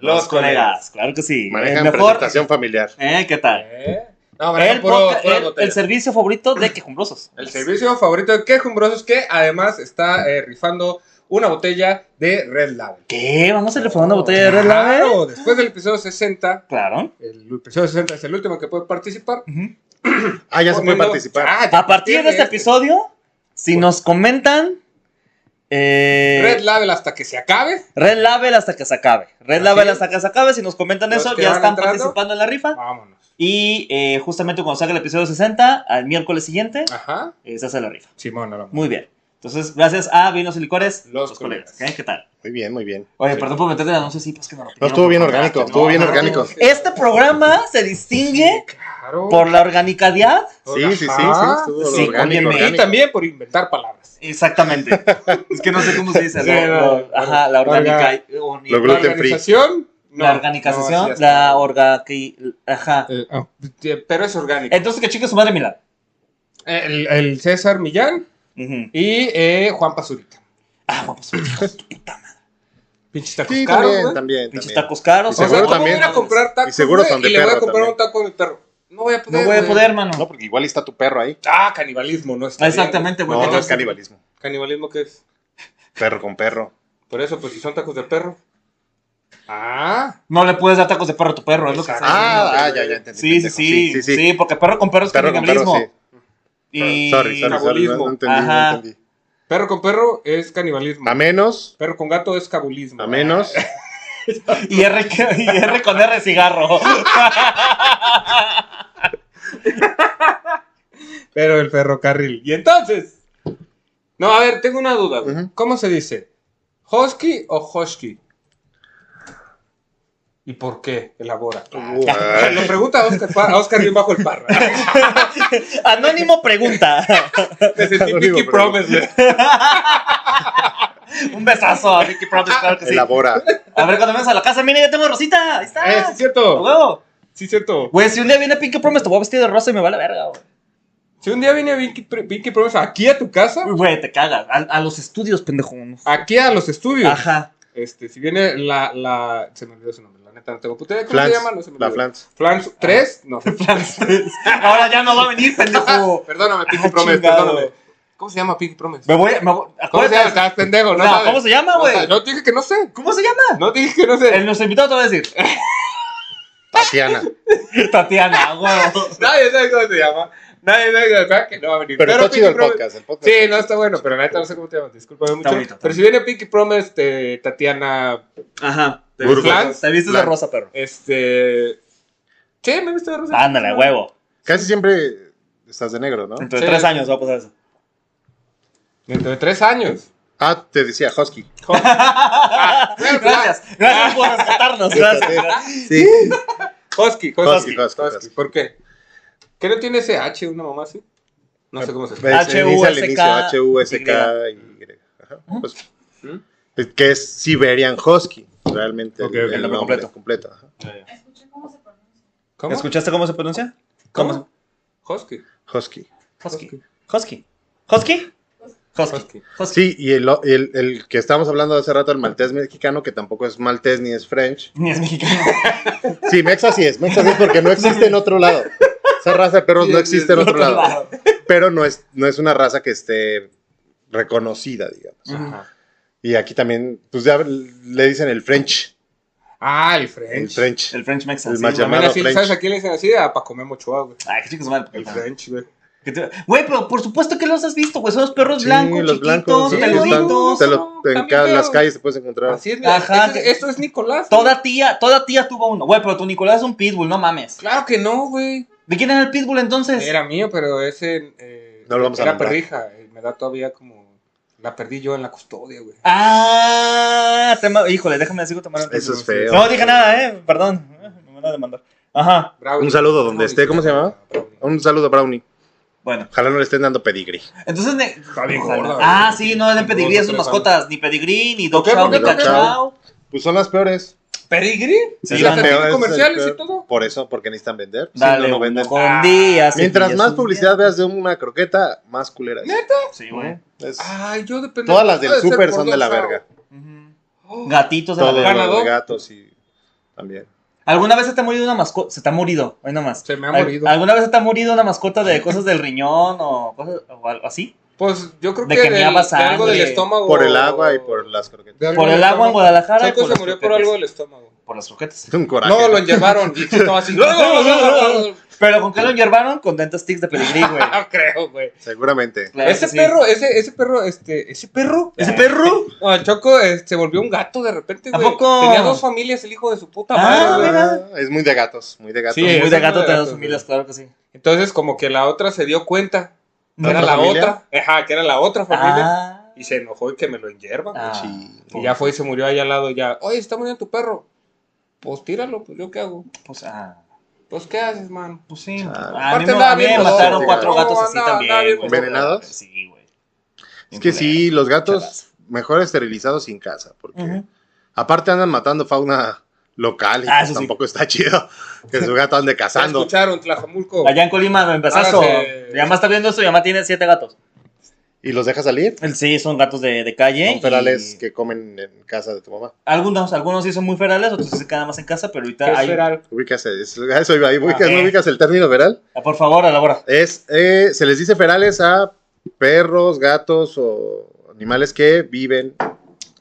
Speaker 2: Claro que sí.
Speaker 3: Manejan
Speaker 2: El mejor.
Speaker 3: presentación familiar.
Speaker 2: Eh, ¿Qué tal?
Speaker 1: ¿Eh? No, manejan
Speaker 2: El,
Speaker 1: puro-
Speaker 2: podcast-
Speaker 1: pura
Speaker 2: el-
Speaker 1: botella.
Speaker 2: el servicio favorito de quejumbrosos.
Speaker 1: El servicio favorito de Quejumbrosos que además está eh, rifando una botella de Red Label.
Speaker 2: ¿Qué? ¿Vamos a reformar una botella de Red Label?
Speaker 1: Oh, Claro, después del episodio 60,
Speaker 2: Claro.
Speaker 1: el episodio 60 es el último que puede participar.
Speaker 3: Ah, ya se puede
Speaker 1: Poniendo-
Speaker 3: participar.
Speaker 1: Ah, ya
Speaker 2: A partir de este
Speaker 1: tiene
Speaker 2: episodio, Si nos comentan. eh,
Speaker 1: Red Label hasta que se acabe.
Speaker 2: Red Label hasta que se acabe. Red
Speaker 1: Así
Speaker 2: Label
Speaker 1: es.
Speaker 2: hasta que se acabe. Si nos comentan
Speaker 1: Los
Speaker 2: eso,
Speaker 1: que
Speaker 2: ya
Speaker 1: van
Speaker 2: están
Speaker 1: entrando.
Speaker 2: participando en la rifa.
Speaker 1: Vámonos.
Speaker 2: Y eh, justamente cuando salga el episodio 60, al miércoles siguiente,
Speaker 1: Ajá.
Speaker 2: eh, se hace la rifa.
Speaker 1: Simón, a la
Speaker 2: Muy bien. Entonces, gracias a Vinos y Licores,
Speaker 1: Los colegas.
Speaker 2: ¿eh? ¿Qué tal?
Speaker 3: Muy bien, muy bien.
Speaker 2: Oye, perdón por meterte el anuncio, sí, pues que no lo
Speaker 3: No,
Speaker 2: pidieron.
Speaker 3: estuvo bien
Speaker 2: No,
Speaker 3: orgánico,
Speaker 2: no,
Speaker 3: estuvo bien
Speaker 2: no,
Speaker 3: orgánico.
Speaker 2: no. Este programa se distingue
Speaker 1: Claro.
Speaker 2: por la organicadad.
Speaker 3: Sí, sí, sí, sí,
Speaker 1: Ajá.
Speaker 3: estuvo
Speaker 2: Sí,
Speaker 3: orgánico,
Speaker 2: conviene.
Speaker 1: Y
Speaker 3: orgánico.
Speaker 1: ah, también por inventar palabras.
Speaker 2: Exactamente. es que no sé cómo se dice.
Speaker 1: Sí,
Speaker 2: lo-
Speaker 1: no,
Speaker 2: lo- ajá, la orgánica. orni-
Speaker 3: Lo
Speaker 1: La
Speaker 3: gluten free.
Speaker 1: organización. no,
Speaker 2: la
Speaker 1: no,
Speaker 2: organización,
Speaker 1: así está.
Speaker 2: la orga. que- Ajá.
Speaker 1: Eh, ah,
Speaker 3: oh.
Speaker 1: eh, pero es orgánico.
Speaker 2: Entonces, que chica su madre Milán.
Speaker 1: El, el César Millán
Speaker 2: Ujú.
Speaker 1: y eh, Juan Pazurita.
Speaker 2: Ah, vamos, hijo de tu puta madre.
Speaker 1: Pinches tacos
Speaker 3: Sí,
Speaker 1: caros,
Speaker 3: también,
Speaker 1: güey.
Speaker 3: también,
Speaker 2: Pinches
Speaker 3: también.
Speaker 2: tacos caros.
Speaker 1: O
Speaker 3: Y
Speaker 1: sea,
Speaker 3: seguro
Speaker 1: ¿cómo
Speaker 3: también.
Speaker 1: voy a ir a comprar tacos,
Speaker 3: Y seguro
Speaker 1: güey,
Speaker 3: son de
Speaker 1: y le voy a
Speaker 3: perro
Speaker 1: comprar
Speaker 3: también.
Speaker 1: un taco de perro. No voy a poder.
Speaker 2: No voy a
Speaker 1: güey.
Speaker 2: poder, mano.
Speaker 3: No, pues, porque igual está tu perro ahí.
Speaker 1: Ah, canibalismo, no está.
Speaker 2: Exactamente,
Speaker 1: bien.
Speaker 2: güey.
Speaker 3: No,
Speaker 2: ¿qué
Speaker 3: no
Speaker 2: tal
Speaker 3: es canibalismo.
Speaker 1: ¿Canibalismo qué es?
Speaker 3: Perro con perro.
Speaker 1: Por eso, pues si son tacos de perro. Ah,
Speaker 2: No le puedes dar tacos de perro a tu perro, es lo que
Speaker 1: Exacto.
Speaker 3: Ah,
Speaker 1: sí,
Speaker 3: ah,
Speaker 1: sí,
Speaker 3: ya,
Speaker 1: sí.
Speaker 3: ya entendí.
Speaker 2: Sí, sí,
Speaker 3: pendejo.
Speaker 2: sí, sí, porque perro con perro es
Speaker 3: Perro con perro,
Speaker 2: canibalismo.
Speaker 3: sí. Ah,
Speaker 2: Y...
Speaker 3: Sorry, sorry, sorry, no,
Speaker 1: Cabulismo.
Speaker 3: no entendí,
Speaker 2: Ajá.
Speaker 3: no entendí.
Speaker 1: perro con perro es canibalismo.
Speaker 3: A menos,
Speaker 1: Perro con gato es cabulismo.
Speaker 3: a menos.
Speaker 2: Y R, que- y R con R cigarro.
Speaker 1: Ah, Pero el ferrocarril. Y entonces. No, a ver, tengo una duda, güey.
Speaker 3: Ujú.
Speaker 1: ¿Cómo se dice? ¿Hosky o Hosky? ¿Y por qué? Elabora.
Speaker 3: uh, Uy.
Speaker 1: Lo pregunta a Oscar, Pa- a Oscar bien bajo el parra.
Speaker 2: Anónimo pregunta.
Speaker 1: Me sentí
Speaker 3: Lo digo,
Speaker 1: Pinky
Speaker 3: pero-
Speaker 1: Promise, güey.
Speaker 2: Un besazo a Ricky Promise,
Speaker 3: Ah,
Speaker 2: claro que sí.
Speaker 3: Elabora.
Speaker 2: A ver, cuando vengas a la casa, mira, ya tengo a Rosita. Ahí
Speaker 1: Eh, sí,
Speaker 2: está.
Speaker 1: es cierto.
Speaker 2: Huevo.
Speaker 1: Sí, es cierto.
Speaker 2: Güey, si un día viene Pinky Promise, te voy a vestir de rosa y me va a la verga, güey.
Speaker 1: Si un día viene Pinky, Pinky Promise aquí a tu casa,
Speaker 2: Uy, Güey, te cagas. A, a los estudios, pendejo.
Speaker 1: aquí a los estudios.
Speaker 2: Ah, Ajá.
Speaker 1: Este, si viene la, la. Se me olvidó su nombre, la neta, no tengo puta idea. ¿Cómo se
Speaker 3: Flans.
Speaker 1: llama? No se me
Speaker 3: La
Speaker 1: olvidó.
Speaker 3: Flans.
Speaker 1: Flans 3, no.
Speaker 2: Ahora ya no va a venir, pendejo.
Speaker 1: Perdóname, Pinky
Speaker 2: Ah,
Speaker 1: Promise,
Speaker 2: chingado.
Speaker 1: perdóname. ¿Cómo se llama Pinky Promise?
Speaker 2: Me voy, me voy.
Speaker 1: ¿Cómo se llama?
Speaker 2: acuérdate-
Speaker 1: Estás pendejo, ¿no?
Speaker 2: No,
Speaker 1: sabes.
Speaker 2: ¿cómo se llama,
Speaker 1: No
Speaker 2: güey?
Speaker 1: sabes. No, dije que no sé.
Speaker 2: ¿Cómo se llama?
Speaker 1: No dije que no
Speaker 2: El
Speaker 1: sé.
Speaker 2: nuestro invitado te va a decir.
Speaker 3: Tatiana.
Speaker 2: Tatiana, huevo.
Speaker 1: Nadie sabe cómo se llama. Nadie sabe cómo se llama, que no va a venir.
Speaker 3: Pero está chido el
Speaker 1: Pinky Promise-
Speaker 3: podcast. El podcast.
Speaker 1: Sí, no, está bueno, pero la neta no sé cómo te llamas. Discúlpame mucho.
Speaker 2: bonito, está
Speaker 1: pero si viene Pinky Promise, este, Tatiana,
Speaker 2: Ajá. Te
Speaker 3: Burgo.
Speaker 2: vistes- te vistes de
Speaker 3: Blanc.
Speaker 2: rosa, perro.
Speaker 1: este. Sí, me he visto de rosa.
Speaker 2: Ándale, huevo.
Speaker 3: Casi siempre estás de negro, ¿no?
Speaker 2: Entre
Speaker 1: Sí.
Speaker 2: tres años va a pasar eso.
Speaker 1: Dentro de tres años.
Speaker 3: Ah, te decía Husky.
Speaker 1: claro.
Speaker 2: gracias, gracias por rescatarnos. Gracias.
Speaker 3: Sí.
Speaker 1: Hosky,
Speaker 3: Husky,
Speaker 1: Hosky.
Speaker 3: Husky, Husky.
Speaker 1: Hosky. ¿Por qué? ¿Qué no tiene ese H, una mamá así? No sé cómo se escribe.
Speaker 3: H U S K H U S K Y. Ajá, pues,
Speaker 1: ¿Mm?
Speaker 3: es que es Siberian Husky, realmente
Speaker 1: Ok,
Speaker 3: el,
Speaker 1: ok,
Speaker 3: el
Speaker 1: nombre
Speaker 3: nombre
Speaker 2: completo.
Speaker 3: completo. ajá.
Speaker 4: Escuché cómo se pronuncia.
Speaker 1: ¿Cómo?
Speaker 2: ¿Escuchaste cómo se pronuncia?
Speaker 1: ¿Cómo? Hosky.
Speaker 3: Husky.
Speaker 2: Husky. Husky. Husky. Husky.
Speaker 1: Husky.
Speaker 2: Husky.
Speaker 3: Sí, y el, el, el que estábamos hablando hace rato, el maltés mexicano, que tampoco es maltés ni es French.
Speaker 2: Ni es mexicano.
Speaker 3: Sí, mexa sí es, mexa sí es porque no existe en otro lado. Esa raza de perros
Speaker 1: Sí,
Speaker 3: no
Speaker 1: sí,
Speaker 3: existe en
Speaker 1: sí,
Speaker 3: otro lado. Pero no es, no es una raza que esté reconocida, digamos.
Speaker 1: Ajá.
Speaker 3: Y aquí también, pues ya le dicen el French.
Speaker 1: Ah, el French.
Speaker 3: El French.
Speaker 2: El French Mexa.
Speaker 3: El
Speaker 2: sí,
Speaker 3: más
Speaker 2: güey.
Speaker 1: También
Speaker 3: llamado
Speaker 1: así,
Speaker 3: French.
Speaker 1: ¿sabes a quién le dicen así? Ah, A Paco Memo Ochoa, güey.
Speaker 2: Ay, qué chicos, madre.
Speaker 1: El French, güey.
Speaker 2: Que te- Güey, pero por supuesto que los has visto, güey. Son los perros
Speaker 3: Sí,
Speaker 2: blancos,
Speaker 3: los blancos, sí,
Speaker 2: chiquitos,
Speaker 3: están-
Speaker 2: peluditos.
Speaker 3: te lo-
Speaker 1: no,
Speaker 3: en
Speaker 1: también
Speaker 3: cada-
Speaker 1: veo.
Speaker 3: las calles se puedes encontrar.
Speaker 1: Así es,
Speaker 2: Ajá,
Speaker 1: Ajá, esto,
Speaker 2: que-
Speaker 1: es, esto es Nicolás. güey.
Speaker 2: Toda tía, toda tía tuvo uno. Güey, pero tu Nicolás es un pitbull, no mames.
Speaker 1: Claro que no, güey.
Speaker 2: ¿De quién era el pitbull entonces?
Speaker 1: Era mío, pero ese eh,
Speaker 3: No lo vamos a
Speaker 1: era
Speaker 3: nombrar.
Speaker 1: perrija. eh, Me da todavía como... La perdí yo en la custodia, güey.
Speaker 2: Ah, tema... híjole, déjame decir tomar un
Speaker 3: Eso
Speaker 2: pitbull.
Speaker 3: es feo.
Speaker 2: No dije nada, eh, perdón. Me van a demandar. Ajá.
Speaker 1: Brownie.
Speaker 3: Un saludo donde esté, ¿cómo se llamaba?
Speaker 1: Brownie.
Speaker 3: Un saludo, Brownie.
Speaker 2: Bueno,
Speaker 3: Ojalá no le estén dando pedigrí.
Speaker 2: entonces. ne-
Speaker 1: bien
Speaker 2: Ojalá.
Speaker 1: gorda,
Speaker 2: ah,
Speaker 1: güey.
Speaker 2: sí, no den pedigrí a
Speaker 1: Dos o
Speaker 2: sus
Speaker 1: tres
Speaker 2: mascotas. Ni pedigrí, ni dog
Speaker 1: ¿Por qué?
Speaker 2: chow,
Speaker 1: ¿Por
Speaker 2: ni
Speaker 3: qué? ¿Por qué?
Speaker 2: cachao.
Speaker 3: Pues son las peores.
Speaker 1: ¿Pedigrí?
Speaker 2: Sí,
Speaker 1: Sí,
Speaker 3: Es la
Speaker 2: van a
Speaker 3: peor,
Speaker 1: tienen
Speaker 3: es el
Speaker 1: comerciales
Speaker 3: peor.
Speaker 1: y todo.
Speaker 3: Por eso, porque necesitan vender. Si
Speaker 2: Dale,
Speaker 3: no, no
Speaker 2: un
Speaker 3: venden.
Speaker 2: ojo un día.
Speaker 3: Ah, Mientras
Speaker 2: cepillas
Speaker 3: más
Speaker 2: un
Speaker 3: publicidad
Speaker 2: día.
Speaker 3: veas de una croqueta, más culera.
Speaker 1: ¿Eh?
Speaker 3: es.
Speaker 2: Sí, güey.
Speaker 3: Es-
Speaker 1: Ay, yo depende.
Speaker 3: todas las del súper son de la verga.
Speaker 2: Ujú.
Speaker 1: Oh,
Speaker 2: Gatitos de la
Speaker 3: Todos
Speaker 2: verga.
Speaker 1: Ganador.
Speaker 3: los gatos y también.
Speaker 2: ¿Alguna vez se te ha morido una mascota? Se te ha morido, hoy nomás.
Speaker 1: Se me ha
Speaker 2: Al-
Speaker 1: morido.
Speaker 2: ¿Alguna vez se te ha morido una mascota de cosas del riñón o cosas o algo así?
Speaker 1: Pues yo creo
Speaker 2: De
Speaker 1: que,
Speaker 2: que
Speaker 1: del-
Speaker 2: meaba
Speaker 1: de algo del
Speaker 2: sangre.
Speaker 1: estómago.
Speaker 3: Por el agua y por las croquetas.
Speaker 1: de algo
Speaker 2: Por
Speaker 1: del
Speaker 2: el agua en
Speaker 1: estómago.
Speaker 2: Guadalajara. y
Speaker 1: Chaco
Speaker 2: por
Speaker 1: se
Speaker 2: las
Speaker 1: murió por
Speaker 2: croquetas.
Speaker 1: algo del estómago.
Speaker 2: Por las croquetas.
Speaker 3: Es un coraje.
Speaker 1: No, lo llevaron. Y todo así.
Speaker 2: Pero con qué lo hierbaron con dental sticks de pedigrí, güey.
Speaker 1: No creo, güey.
Speaker 3: Seguramente.
Speaker 2: Claro
Speaker 1: ese
Speaker 2: que sí.
Speaker 1: perro, ese, ese perro, este, ese perro.
Speaker 2: ¿Ese perro?
Speaker 1: No, el Choco eh, se volvió un gato de repente,
Speaker 2: ¿A
Speaker 1: güey.
Speaker 2: poco?
Speaker 1: Tenía dos familias, el hijo de su puta
Speaker 2: Ah,
Speaker 1: madre, güey.
Speaker 2: mira.
Speaker 3: es muy de gatos, muy de gatos.
Speaker 1: Sí, es
Speaker 2: Pues Muy de
Speaker 1: una
Speaker 2: gato
Speaker 1: de
Speaker 2: te
Speaker 1: gatos,
Speaker 2: das humillas, claro que sí.
Speaker 1: Entonces, como que la otra se dio cuenta que era
Speaker 3: ¿Otra
Speaker 1: la
Speaker 3: familia?
Speaker 1: otra. Ajá, que era la otra familia.
Speaker 2: Ah.
Speaker 1: Y se enojó y que me lo enyerba, güey.
Speaker 2: Ah.
Speaker 3: Sí.
Speaker 1: Y ya fue y se murió ahí al lado, ya. Oye, está muriendo tu perro. Pues tíralo, pues yo qué hago.
Speaker 2: Pues, ah.
Speaker 1: Pues qué haces, man.
Speaker 2: Pues sí.
Speaker 3: Ah,
Speaker 2: Ah, a mí
Speaker 1: aparte
Speaker 2: me,
Speaker 1: andaba
Speaker 2: a mí me
Speaker 1: bien
Speaker 2: mataron
Speaker 3: loco,
Speaker 2: cuatro
Speaker 1: güey.
Speaker 2: gatos así
Speaker 1: No,
Speaker 2: también.
Speaker 1: andaba bien
Speaker 2: güey.
Speaker 3: ¿Envenenados?
Speaker 2: Sí, güey.
Speaker 3: Es que sí, los gatos mejor esterilizados sin casa, porque
Speaker 2: Ujú.
Speaker 3: aparte andan matando fauna local y
Speaker 2: Ah,
Speaker 3: pues
Speaker 2: eso sí.
Speaker 3: tampoco está chido que su gato ande
Speaker 1: ¿Ya
Speaker 3: cazando.
Speaker 1: escucharon, Tlajomulco?
Speaker 2: Allá en Colima, en Besazo.
Speaker 1: Ahora se-
Speaker 2: Ya más está viendo esto, ya más tiene siete gatos.
Speaker 3: ¿Y los deja salir?
Speaker 2: El- Sí, son gatos de, de calle.
Speaker 3: Son ferales
Speaker 2: y-
Speaker 3: que comen en casa de tu mamá.
Speaker 2: Algunos, algunos sí son muy ferales, otros sí se quedan más en casa, pero
Speaker 1: ¿Qué
Speaker 2: ahorita
Speaker 1: es
Speaker 2: hay.
Speaker 1: feral?
Speaker 3: Ubicas, es- a eso iba, ahí ubicas,
Speaker 2: Ah,
Speaker 3: ¿no
Speaker 2: eh.
Speaker 3: ubicas el término feral?
Speaker 2: Ah, Por favor, elabora.
Speaker 3: Es, eh, se les dice ferales a perros, gatos o animales que viven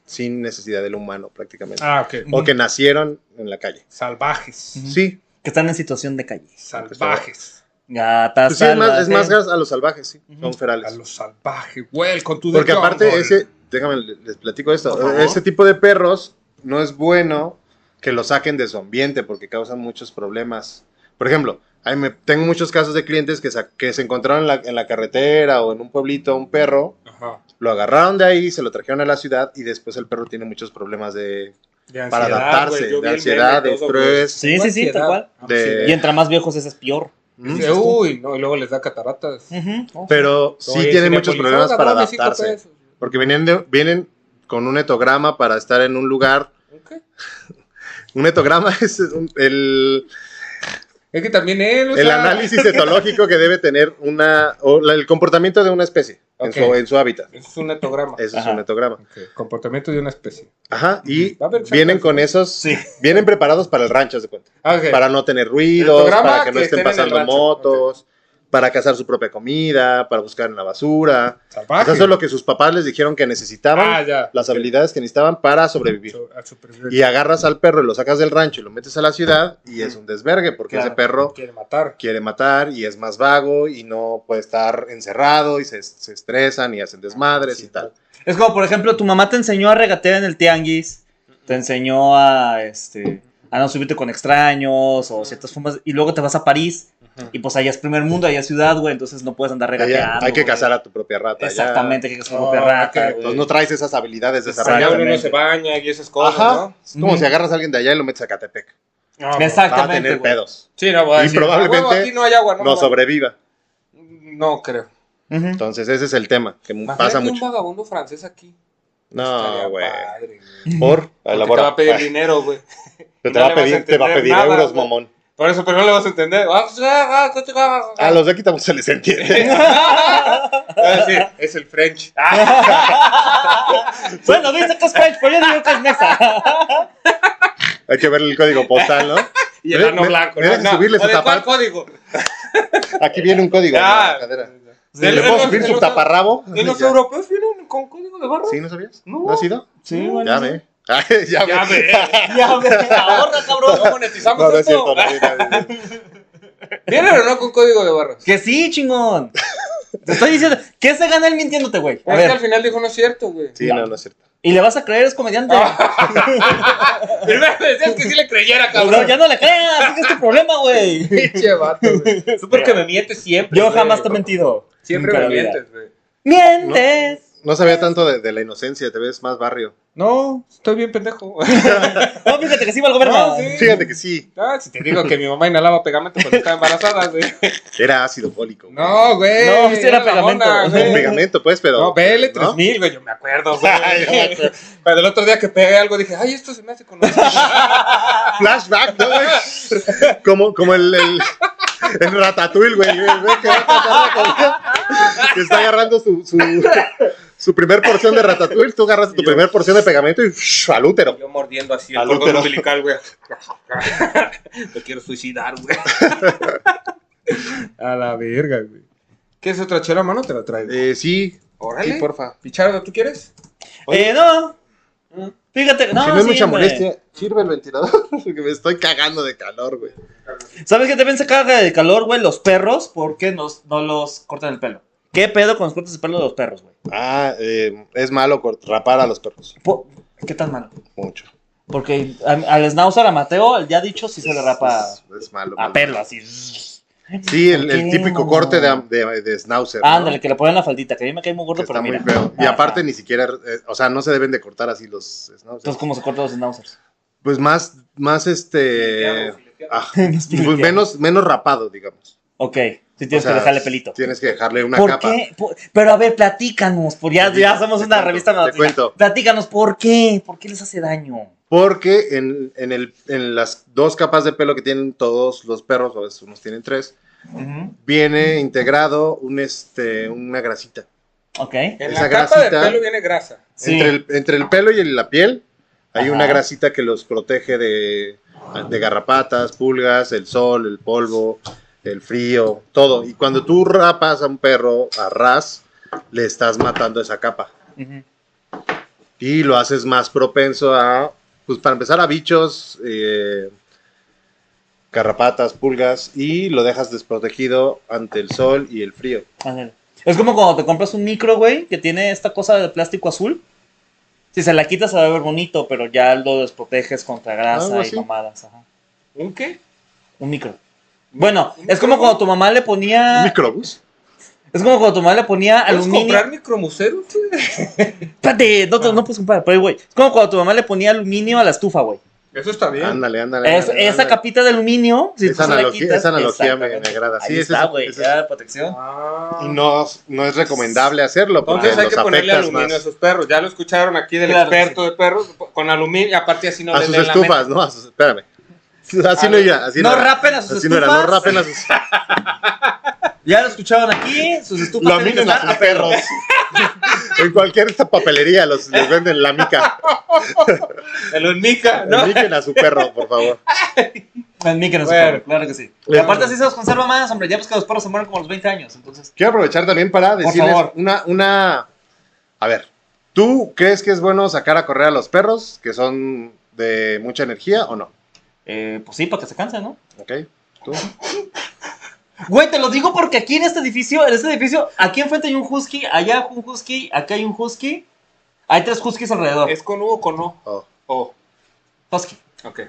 Speaker 3: sin necesidad del humano prácticamente.
Speaker 1: Ah, ok.
Speaker 3: O que nacieron en la calle.
Speaker 1: Salvajes.
Speaker 2: Ujú.
Speaker 3: Sí,
Speaker 2: Que están en situación de calle.
Speaker 1: Salvajes.
Speaker 2: Gatas.
Speaker 3: pues sí, es más, es
Speaker 2: salvajes.
Speaker 3: más gas a los salvajes, sí,
Speaker 2: Ujú.
Speaker 3: son
Speaker 1: A
Speaker 3: ferales.
Speaker 1: los salvajes, güey, con tu
Speaker 3: Porque
Speaker 1: de
Speaker 3: aparte,
Speaker 1: jungle.
Speaker 3: ese, déjame, les platico
Speaker 2: Por
Speaker 3: esto.
Speaker 2: favor.
Speaker 3: Ese tipo de perros no es bueno que lo saquen de su ambiente porque causan muchos problemas. Por ejemplo, ahí me, tengo muchos casos de clientes que, sa- que se encontraron en la, en la carretera o en un pueblito a un perro,
Speaker 1: Ajá.
Speaker 3: lo agarraron de ahí, se lo trajeron a la ciudad y después el perro tiene muchos problemas de,
Speaker 1: De ansiedad,
Speaker 3: para adaptarse,
Speaker 1: güey, yo
Speaker 3: de
Speaker 1: vi el
Speaker 3: ansiedad, de
Speaker 1: meme y todo, güey.
Speaker 3: estrés.
Speaker 2: Sí, sí, sí, tal cual.
Speaker 1: Ah, pues
Speaker 3: De-
Speaker 2: Y entre más viejos, ese es peor. Oh,
Speaker 3: ¿Mm?
Speaker 1: Dice, Uy, no, y luego les da cataratas.
Speaker 2: Ujú.
Speaker 3: Pero
Speaker 1: Oye,
Speaker 3: Mm. sí tienen
Speaker 1: Cinépolis,
Speaker 3: muchos problemas
Speaker 1: "Oiga,
Speaker 3: para
Speaker 1: dame cinco
Speaker 3: adaptarse.
Speaker 1: pesos".
Speaker 3: Porque vienen, de- vienen con un etograma para estar en un lugar
Speaker 1: Ok.
Speaker 3: Un etograma es un- el,
Speaker 1: Es que también él, o
Speaker 3: el
Speaker 1: sea,
Speaker 3: análisis etológico que debe tener una o la- el comportamiento de una especie en,
Speaker 1: Ok.
Speaker 3: su, en su hábitat.
Speaker 1: Es un etograma.
Speaker 3: Eso es
Speaker 2: Ajá.
Speaker 3: un etograma.
Speaker 1: Ok, Comportamiento de una especie.
Speaker 3: Ajá. Y
Speaker 1: Va a haber
Speaker 3: vienen
Speaker 1: chacos.
Speaker 3: con esos,
Speaker 2: Sí.
Speaker 3: vienen preparados para el rancho, haz de cuenta.
Speaker 1: Ah, ok.
Speaker 3: Para no tener ruidos,
Speaker 1: Etograma
Speaker 3: para que no
Speaker 1: que estén
Speaker 3: estén
Speaker 1: en el
Speaker 3: pasando
Speaker 1: rancho.
Speaker 3: motos, para cazar su propia comida, para buscar en la basura.
Speaker 1: Salvaje.
Speaker 3: Eso es lo que sus papás les dijeron que necesitaban,
Speaker 1: Ah, ya.
Speaker 3: las habilidades que necesitaban para sobrevivir.
Speaker 1: So- a supervivencia.
Speaker 3: Y agarras al perro y lo sacas del rancho y lo metes a la ciudad y es un desvergue porque
Speaker 2: Claro.
Speaker 3: ese perro
Speaker 1: Quiere matar.
Speaker 3: quiere matar y es más vago y no puede estar encerrado y se, se estresan y hacen desmadres y tal.
Speaker 2: Es como, por ejemplo, tu mamá te enseñó a regatear en el tianguis, te enseñó a, este, a no subirte con extraños o ciertas formas, y luego te vas a París, y pues allá es primer mundo, allá es ciudad, güey, entonces no puedes andar
Speaker 3: Allá
Speaker 2: regateando.
Speaker 3: hay que
Speaker 2: güey.
Speaker 3: cazar a tu propia rata. allá.
Speaker 2: Exactamente, hay que cazar como
Speaker 1: Oh,
Speaker 2: perrata,
Speaker 1: ok.
Speaker 2: güey.
Speaker 3: Entonces no traes esas habilidades
Speaker 1: Allá
Speaker 3: desarrolladas.
Speaker 1: pues, uno no
Speaker 2: Exactamente.
Speaker 1: se baña y esas cosas,
Speaker 3: Ajá.
Speaker 1: ¿no?
Speaker 3: Es como
Speaker 2: Ujú.
Speaker 3: si agarras a alguien de allá y lo metes a Catepec.
Speaker 1: No, pues,
Speaker 3: Va a
Speaker 2: Exactamente,
Speaker 3: tener
Speaker 2: güey.
Speaker 3: pedos.
Speaker 1: Sí, no, voy a
Speaker 3: Y
Speaker 1: decir,
Speaker 3: probablemente
Speaker 1: "Ah, huevo, aquí no hay agua, no,
Speaker 3: No
Speaker 1: no".
Speaker 3: sobreviva.
Speaker 1: No creo.
Speaker 2: Ujú.
Speaker 3: Entonces ese es el tema que
Speaker 1: Imagínate
Speaker 3: pasa
Speaker 1: un
Speaker 3: mucho.
Speaker 1: vagabundo francés aquí. Estaría
Speaker 3: No, güey.
Speaker 1: padre, güey.
Speaker 3: Por,
Speaker 1: Porque Te va
Speaker 3: elabora.
Speaker 1: a pedir
Speaker 3: Ay,
Speaker 1: dinero, güey.
Speaker 3: Te,
Speaker 1: y
Speaker 3: te
Speaker 1: no
Speaker 3: va
Speaker 1: le
Speaker 3: a
Speaker 1: vas a
Speaker 3: pedir, te va a
Speaker 1: entender
Speaker 3: pedir
Speaker 1: nada,
Speaker 3: euros,
Speaker 1: güey.
Speaker 3: mamón.
Speaker 1: Por eso, pero no le vas a entender. pues,
Speaker 3: A Ah, los de aquí tampoco se les entiende.
Speaker 1: Ah, sí, es el French.
Speaker 3: Ah,
Speaker 2: Bueno, dice que es French, pero yo digo que es Nexa.
Speaker 3: Hay que ver el código postal, ¿no?
Speaker 1: Y el
Speaker 3: Me-
Speaker 1: ano
Speaker 3: me-
Speaker 1: blanco.
Speaker 3: me
Speaker 1: ¿no?
Speaker 3: dejas
Speaker 1: No,
Speaker 3: subirle
Speaker 1: ¿o
Speaker 3: su
Speaker 1: de cuál
Speaker 3: taparrabo?
Speaker 1: código?
Speaker 3: Aquí viene un código. en la
Speaker 1: Ah,
Speaker 3: cadera.
Speaker 1: sí,
Speaker 3: ¿Le
Speaker 1: el-
Speaker 3: puedo
Speaker 1: el-
Speaker 3: subir
Speaker 1: el-
Speaker 3: su
Speaker 1: el-
Speaker 3: taparrabo?
Speaker 1: ¿Y los
Speaker 3: Ya.
Speaker 1: europeos vienen con código de barra?
Speaker 3: ¿Sí? ¿No sabías?
Speaker 1: No.
Speaker 3: ¿No, has ido?
Speaker 2: Sí, bueno.
Speaker 3: ya ve. Ay, ya,
Speaker 1: Ya
Speaker 3: ve.
Speaker 1: ve.
Speaker 2: Ya, güey, ahorra, cabrón.
Speaker 1: No monetizamos
Speaker 3: No, no es
Speaker 1: esto.
Speaker 3: cierto. no, no, no, no.
Speaker 1: ¿Vienen o no con código de barras?
Speaker 2: Que sí, chingón. Te estoy diciendo, ¿qué se gana él mintiéndote, güey? A
Speaker 1: Es que al
Speaker 2: ver,
Speaker 1: final dijo, no es cierto, güey.
Speaker 3: Sí, no, no es cierto.
Speaker 2: y le vas a creer, es comediante.
Speaker 1: Primero me decías que sí le creyera,
Speaker 2: No,
Speaker 1: cabrón.
Speaker 2: ya no le creas, ese es tu problema, güey.
Speaker 1: Pinche vato, güey. Tú porque me mientes siempre.
Speaker 2: Yo
Speaker 1: güey.
Speaker 2: jamás te he mentido.
Speaker 1: Siempre
Speaker 2: Nunca
Speaker 1: me
Speaker 2: en la vida.
Speaker 1: mientes, güey.
Speaker 2: Mientes.
Speaker 3: No sabía tanto de, de la inocencia, te ves más barrio.
Speaker 1: No, estoy bien pendejo.
Speaker 2: No, fíjate que sí va al gobierno. Eh,
Speaker 1: No, sí.
Speaker 3: Fíjate que Ah, sí,
Speaker 1: Ah, si te digo que mi mamá inhalaba pegamento cuando estaba embarazada, güey.
Speaker 3: era ácido fólico. güey.
Speaker 1: No, güey.
Speaker 2: No, sí era
Speaker 1: mamona,
Speaker 2: pegamento.
Speaker 1: güey.
Speaker 3: Pegamento, pues, pero.
Speaker 1: No, BL
Speaker 3: ¿no?
Speaker 1: 3000, güey, yo me acuerdo, güey.
Speaker 3: Ay, yo me acuerdo.
Speaker 1: Pero el otro día que pegué algo dije, ay, esto se me hace conocido.
Speaker 3: Flashback, ¿no, güey? Como, como el, el, el Ratatouille, güey. el güey que, va a cazar la comida, que está agarrando su, su, su primer porción de Ratatouille. Tú agarras tu primer porción de pegamento y ¡shh! al útero.
Speaker 1: yo mordiendo así
Speaker 3: Al
Speaker 1: el cordón
Speaker 3: útero.
Speaker 1: umbilical, güey. me quiero suicidar, güey. A la verga, güey. ¿Quieres otra chela, mano? Te la traigo.
Speaker 3: Eh, sí,
Speaker 1: Órale.
Speaker 3: sí, porfa.
Speaker 1: Pichardo, ¿tú quieres?
Speaker 2: Eh, no.
Speaker 1: Mm.
Speaker 2: Fíjate Fíjate, no,
Speaker 3: si no es
Speaker 2: sí,
Speaker 3: mucha
Speaker 2: güey.
Speaker 3: molestia, sirve el ventilador porque me estoy cagando de calor, güey.
Speaker 2: ¿Sabes qué también se carga de calor, güey? Los perros, porque nos, no los cortan el pelo. ¿Qué pedo con los cortes de pelo de los perros, güey?
Speaker 3: Ah, eh, es malo cort- rapar a los perros.
Speaker 2: Po- ¿Qué tan malo?
Speaker 3: Mucho.
Speaker 2: Porque a- al Schnauzer, a Mateo, ya dicho, si se le rapa
Speaker 3: Es, es malo.
Speaker 2: a
Speaker 3: malo.
Speaker 2: pelo, así.
Speaker 3: Sí, el, el
Speaker 2: ¿Por qué,
Speaker 3: típico
Speaker 2: mamá?
Speaker 3: corte de, de, de schnauzer. ¿no?
Speaker 2: Ándale, que le ponen la faldita, que a mí me cae muy
Speaker 3: Que
Speaker 2: gordo,
Speaker 3: está
Speaker 2: pero
Speaker 3: muy
Speaker 2: mira.
Speaker 3: feo. Y
Speaker 2: Ajá.
Speaker 3: aparte ni siquiera, eh, o sea, no se deben de cortar así los schnauzers.
Speaker 2: Entonces, ¿cómo se cortan los Schnauzers?
Speaker 3: Pues más, más
Speaker 1: Eh,
Speaker 3: este... ah,
Speaker 2: Más
Speaker 3: pues
Speaker 2: fileteado.
Speaker 3: menos, menos rapado, digamos.
Speaker 2: Ok, si tienes
Speaker 3: O sea,
Speaker 2: que dejarle pelito.
Speaker 3: Tienes que dejarle una
Speaker 2: ¿Por
Speaker 3: capa.
Speaker 2: qué? Por- Pero a ver, platícanos, por ya,
Speaker 3: Te
Speaker 2: ya
Speaker 3: digo,
Speaker 2: somos
Speaker 3: te
Speaker 2: una
Speaker 3: cuento,
Speaker 2: revista
Speaker 3: te
Speaker 2: matutina.
Speaker 3: cuento.
Speaker 2: Platícanos, ¿por qué? ¿Por qué les hace daño?
Speaker 3: Porque en, en, el, en las dos capas de pelo que tienen todos los perros, o a veces unos tienen tres, viene integrado un, este, una grasita.
Speaker 2: Ok.
Speaker 1: En
Speaker 3: Esa
Speaker 1: la capa del
Speaker 3: grasita-
Speaker 1: pelo viene grasa.
Speaker 2: Sí.
Speaker 3: Entre, el, entre el pelo y el- la piel hay
Speaker 2: Ajá.
Speaker 3: una grasita que los protege de, de garrapatas, pulgas, el sol, el polvo, el frío, todo. Y cuando tú rapas a un perro a ras, le estás matando esa capa.
Speaker 2: Ujú.
Speaker 3: Y lo haces más propenso a, pues para empezar, a bichos, eh, garrapatas, pulgas, y lo dejas desprotegido ante el sol y el frío.
Speaker 2: Ándale. Es como cuando te compras un micro, güey, que tiene esta cosa de plástico azul. Si se la quitas se va a ver bonito, pero ya lo desproteges contra
Speaker 3: Algo
Speaker 2: grasa y
Speaker 3: así.
Speaker 2: mamadas. ajá.
Speaker 1: ¿Un qué?
Speaker 2: Un micro. Bueno, es como cuando tu mamá le
Speaker 3: ¿Un
Speaker 2: ponía.
Speaker 3: microbús?
Speaker 2: Es como cuando tu mamá le ponía
Speaker 1: ¿Puedes
Speaker 2: aluminio.
Speaker 1: comprar micromuseros?
Speaker 2: Espérate, no,
Speaker 3: Ah.
Speaker 2: te- no puedes comprar, pero güey. Es como cuando tu mamá le ponía aluminio a la estufa, güey.
Speaker 1: Eso está bien.
Speaker 3: Ándale, ándale.
Speaker 2: Es-
Speaker 3: ándale,
Speaker 2: esa
Speaker 3: ándale.
Speaker 2: capita de aluminio. si
Speaker 3: Esa
Speaker 2: tú se la
Speaker 3: analogía-
Speaker 2: quitas,
Speaker 3: esa analogía me-
Speaker 2: exactamente.
Speaker 3: me agrada.
Speaker 2: Ahí
Speaker 3: Sí, ese
Speaker 2: está,
Speaker 3: es-
Speaker 2: güey.
Speaker 3: ese
Speaker 2: ya, protección.
Speaker 1: Ah.
Speaker 3: Y no, no es recomendable hacerlo porque
Speaker 1: Entonces hay
Speaker 3: los
Speaker 1: que ponerle
Speaker 3: afectas
Speaker 1: aluminio a
Speaker 3: más
Speaker 1: esos perros. Ya lo escucharon aquí del
Speaker 2: Claro que
Speaker 1: experto de perros. Con aluminio, aparte así no
Speaker 3: a
Speaker 1: les
Speaker 3: sus
Speaker 1: den la mente.
Speaker 3: estufas, ¿no? A sus, espérame. Así
Speaker 1: A
Speaker 3: no
Speaker 1: ver.
Speaker 3: ya, así no,
Speaker 2: no
Speaker 3: era.
Speaker 2: rapen a sus
Speaker 3: Así no
Speaker 2: estufas.
Speaker 3: era, no rapen a sus
Speaker 2: Ya lo escucharon aquí. Sus estufas tienen que
Speaker 3: laminen a
Speaker 2: estar
Speaker 3: sus perros. en cualquier papelería los, les venden la mica.
Speaker 1: El Unica, ¿no?
Speaker 3: Laminen a su perro, por favor.
Speaker 2: En mí que no se
Speaker 1: Bueno.
Speaker 2: corre, claro que sí. Y
Speaker 3: Bueno.
Speaker 2: aparte así se los conserva más, hombre, ya ves que los perros se mueren como a los 20 años, entonces.
Speaker 3: Quiero aprovechar también para decirles
Speaker 2: favor.
Speaker 3: una, una. A ver, ¿tú crees que es bueno sacar a correr a los perros que son de mucha energía o no?
Speaker 2: Eh, pues sí, para que se cansen, ¿no?
Speaker 3: ¿Ok? ¿Tú?
Speaker 2: Güey, te lo digo porque aquí en este edificio, en este edificio, aquí enfrente hay un husky, allá un husky, acá hay un husky, hay tres huskies alrededor.
Speaker 1: ¿Es con U o con O?
Speaker 3: Oh.
Speaker 1: O.
Speaker 2: Husky.
Speaker 1: Ok.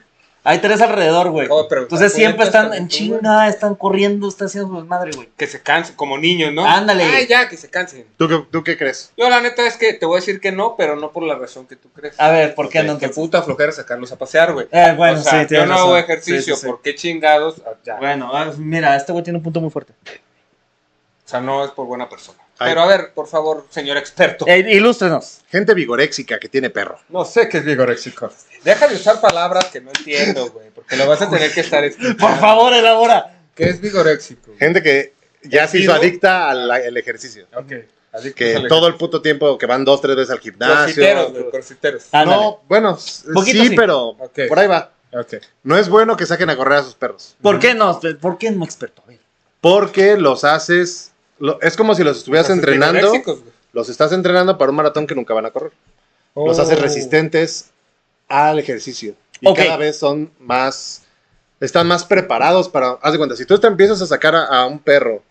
Speaker 2: Hay tres alrededor, güey.
Speaker 1: Acabo de preguntar,
Speaker 2: Entonces siempre
Speaker 1: ¿cuántas
Speaker 2: están en
Speaker 1: también tú, güey?
Speaker 2: chinga, están corriendo, están haciendo su madre, güey.
Speaker 1: Que se cansen, como niños, ¿no?
Speaker 2: Ándale.
Speaker 1: Ay, ya, que se cansen.
Speaker 3: ¿Tú, qué, ¿Tú qué crees?
Speaker 1: Yo la neta es que te voy a decir que no, pero no por la razón que tú crees.
Speaker 2: A ver, ¿por qué
Speaker 3: Ok,
Speaker 2: no?
Speaker 1: Qué
Speaker 2: entonces?
Speaker 1: puta flojera sacarlos a pasear, güey.
Speaker 2: Eh, Ah, bueno,
Speaker 1: o sea,
Speaker 2: sí,
Speaker 1: yo
Speaker 2: tienes
Speaker 1: no
Speaker 2: razón.
Speaker 1: hago ejercicio,
Speaker 2: Sí, sí, sí.
Speaker 1: ¿por qué chingados? Ah, ya.
Speaker 2: Bueno, ah, mira, este güey tiene un punto muy fuerte.
Speaker 1: O sea, no es por buena persona.
Speaker 3: Ay.
Speaker 1: Pero a ver, por favor, señor experto.
Speaker 2: Eh, ilústrenos.
Speaker 3: Gente vigoréxica que tiene perro.
Speaker 1: No sé qué es vigoréxico. Deja de usar palabras que no entiendo, güey, porque lo vas a tener que estar este. explicando.
Speaker 2: Por favor, elabora.
Speaker 1: ¿Qué es vigoréxico?
Speaker 3: Gente que ya se hizo
Speaker 1: Ejido.
Speaker 3: adicta al al ejercicio.
Speaker 1: Ok. Así
Speaker 3: Que
Speaker 1: sale-
Speaker 3: todo el puto tiempo que van dos, tres veces al gimnasio.
Speaker 1: Crossfiteros, güey, crossfiteros.
Speaker 2: Ándale.
Speaker 3: No, bueno, s-
Speaker 2: Poquito
Speaker 3: sí,
Speaker 2: sí.
Speaker 3: pero
Speaker 1: Ok.
Speaker 3: por ahí va.
Speaker 1: Ok.
Speaker 3: No es bueno que saquen a correr a sus perros.
Speaker 2: ¿Por qué no? ¿Por qué no experto? A ver.
Speaker 3: Porque los haces. lo- es como si los estuvieras
Speaker 1: Entonces,
Speaker 3: entrenando.
Speaker 1: vigoréxicos, güey.
Speaker 3: Los estás entrenando para un maratón que nunca van a correr. Los
Speaker 1: Oh.
Speaker 3: haces resistentes al ejercicio. Y
Speaker 2: Ok.
Speaker 3: cada vez son más. Están más preparados para. Haz de cuenta, si tú te empiezas a sacar a, a un perro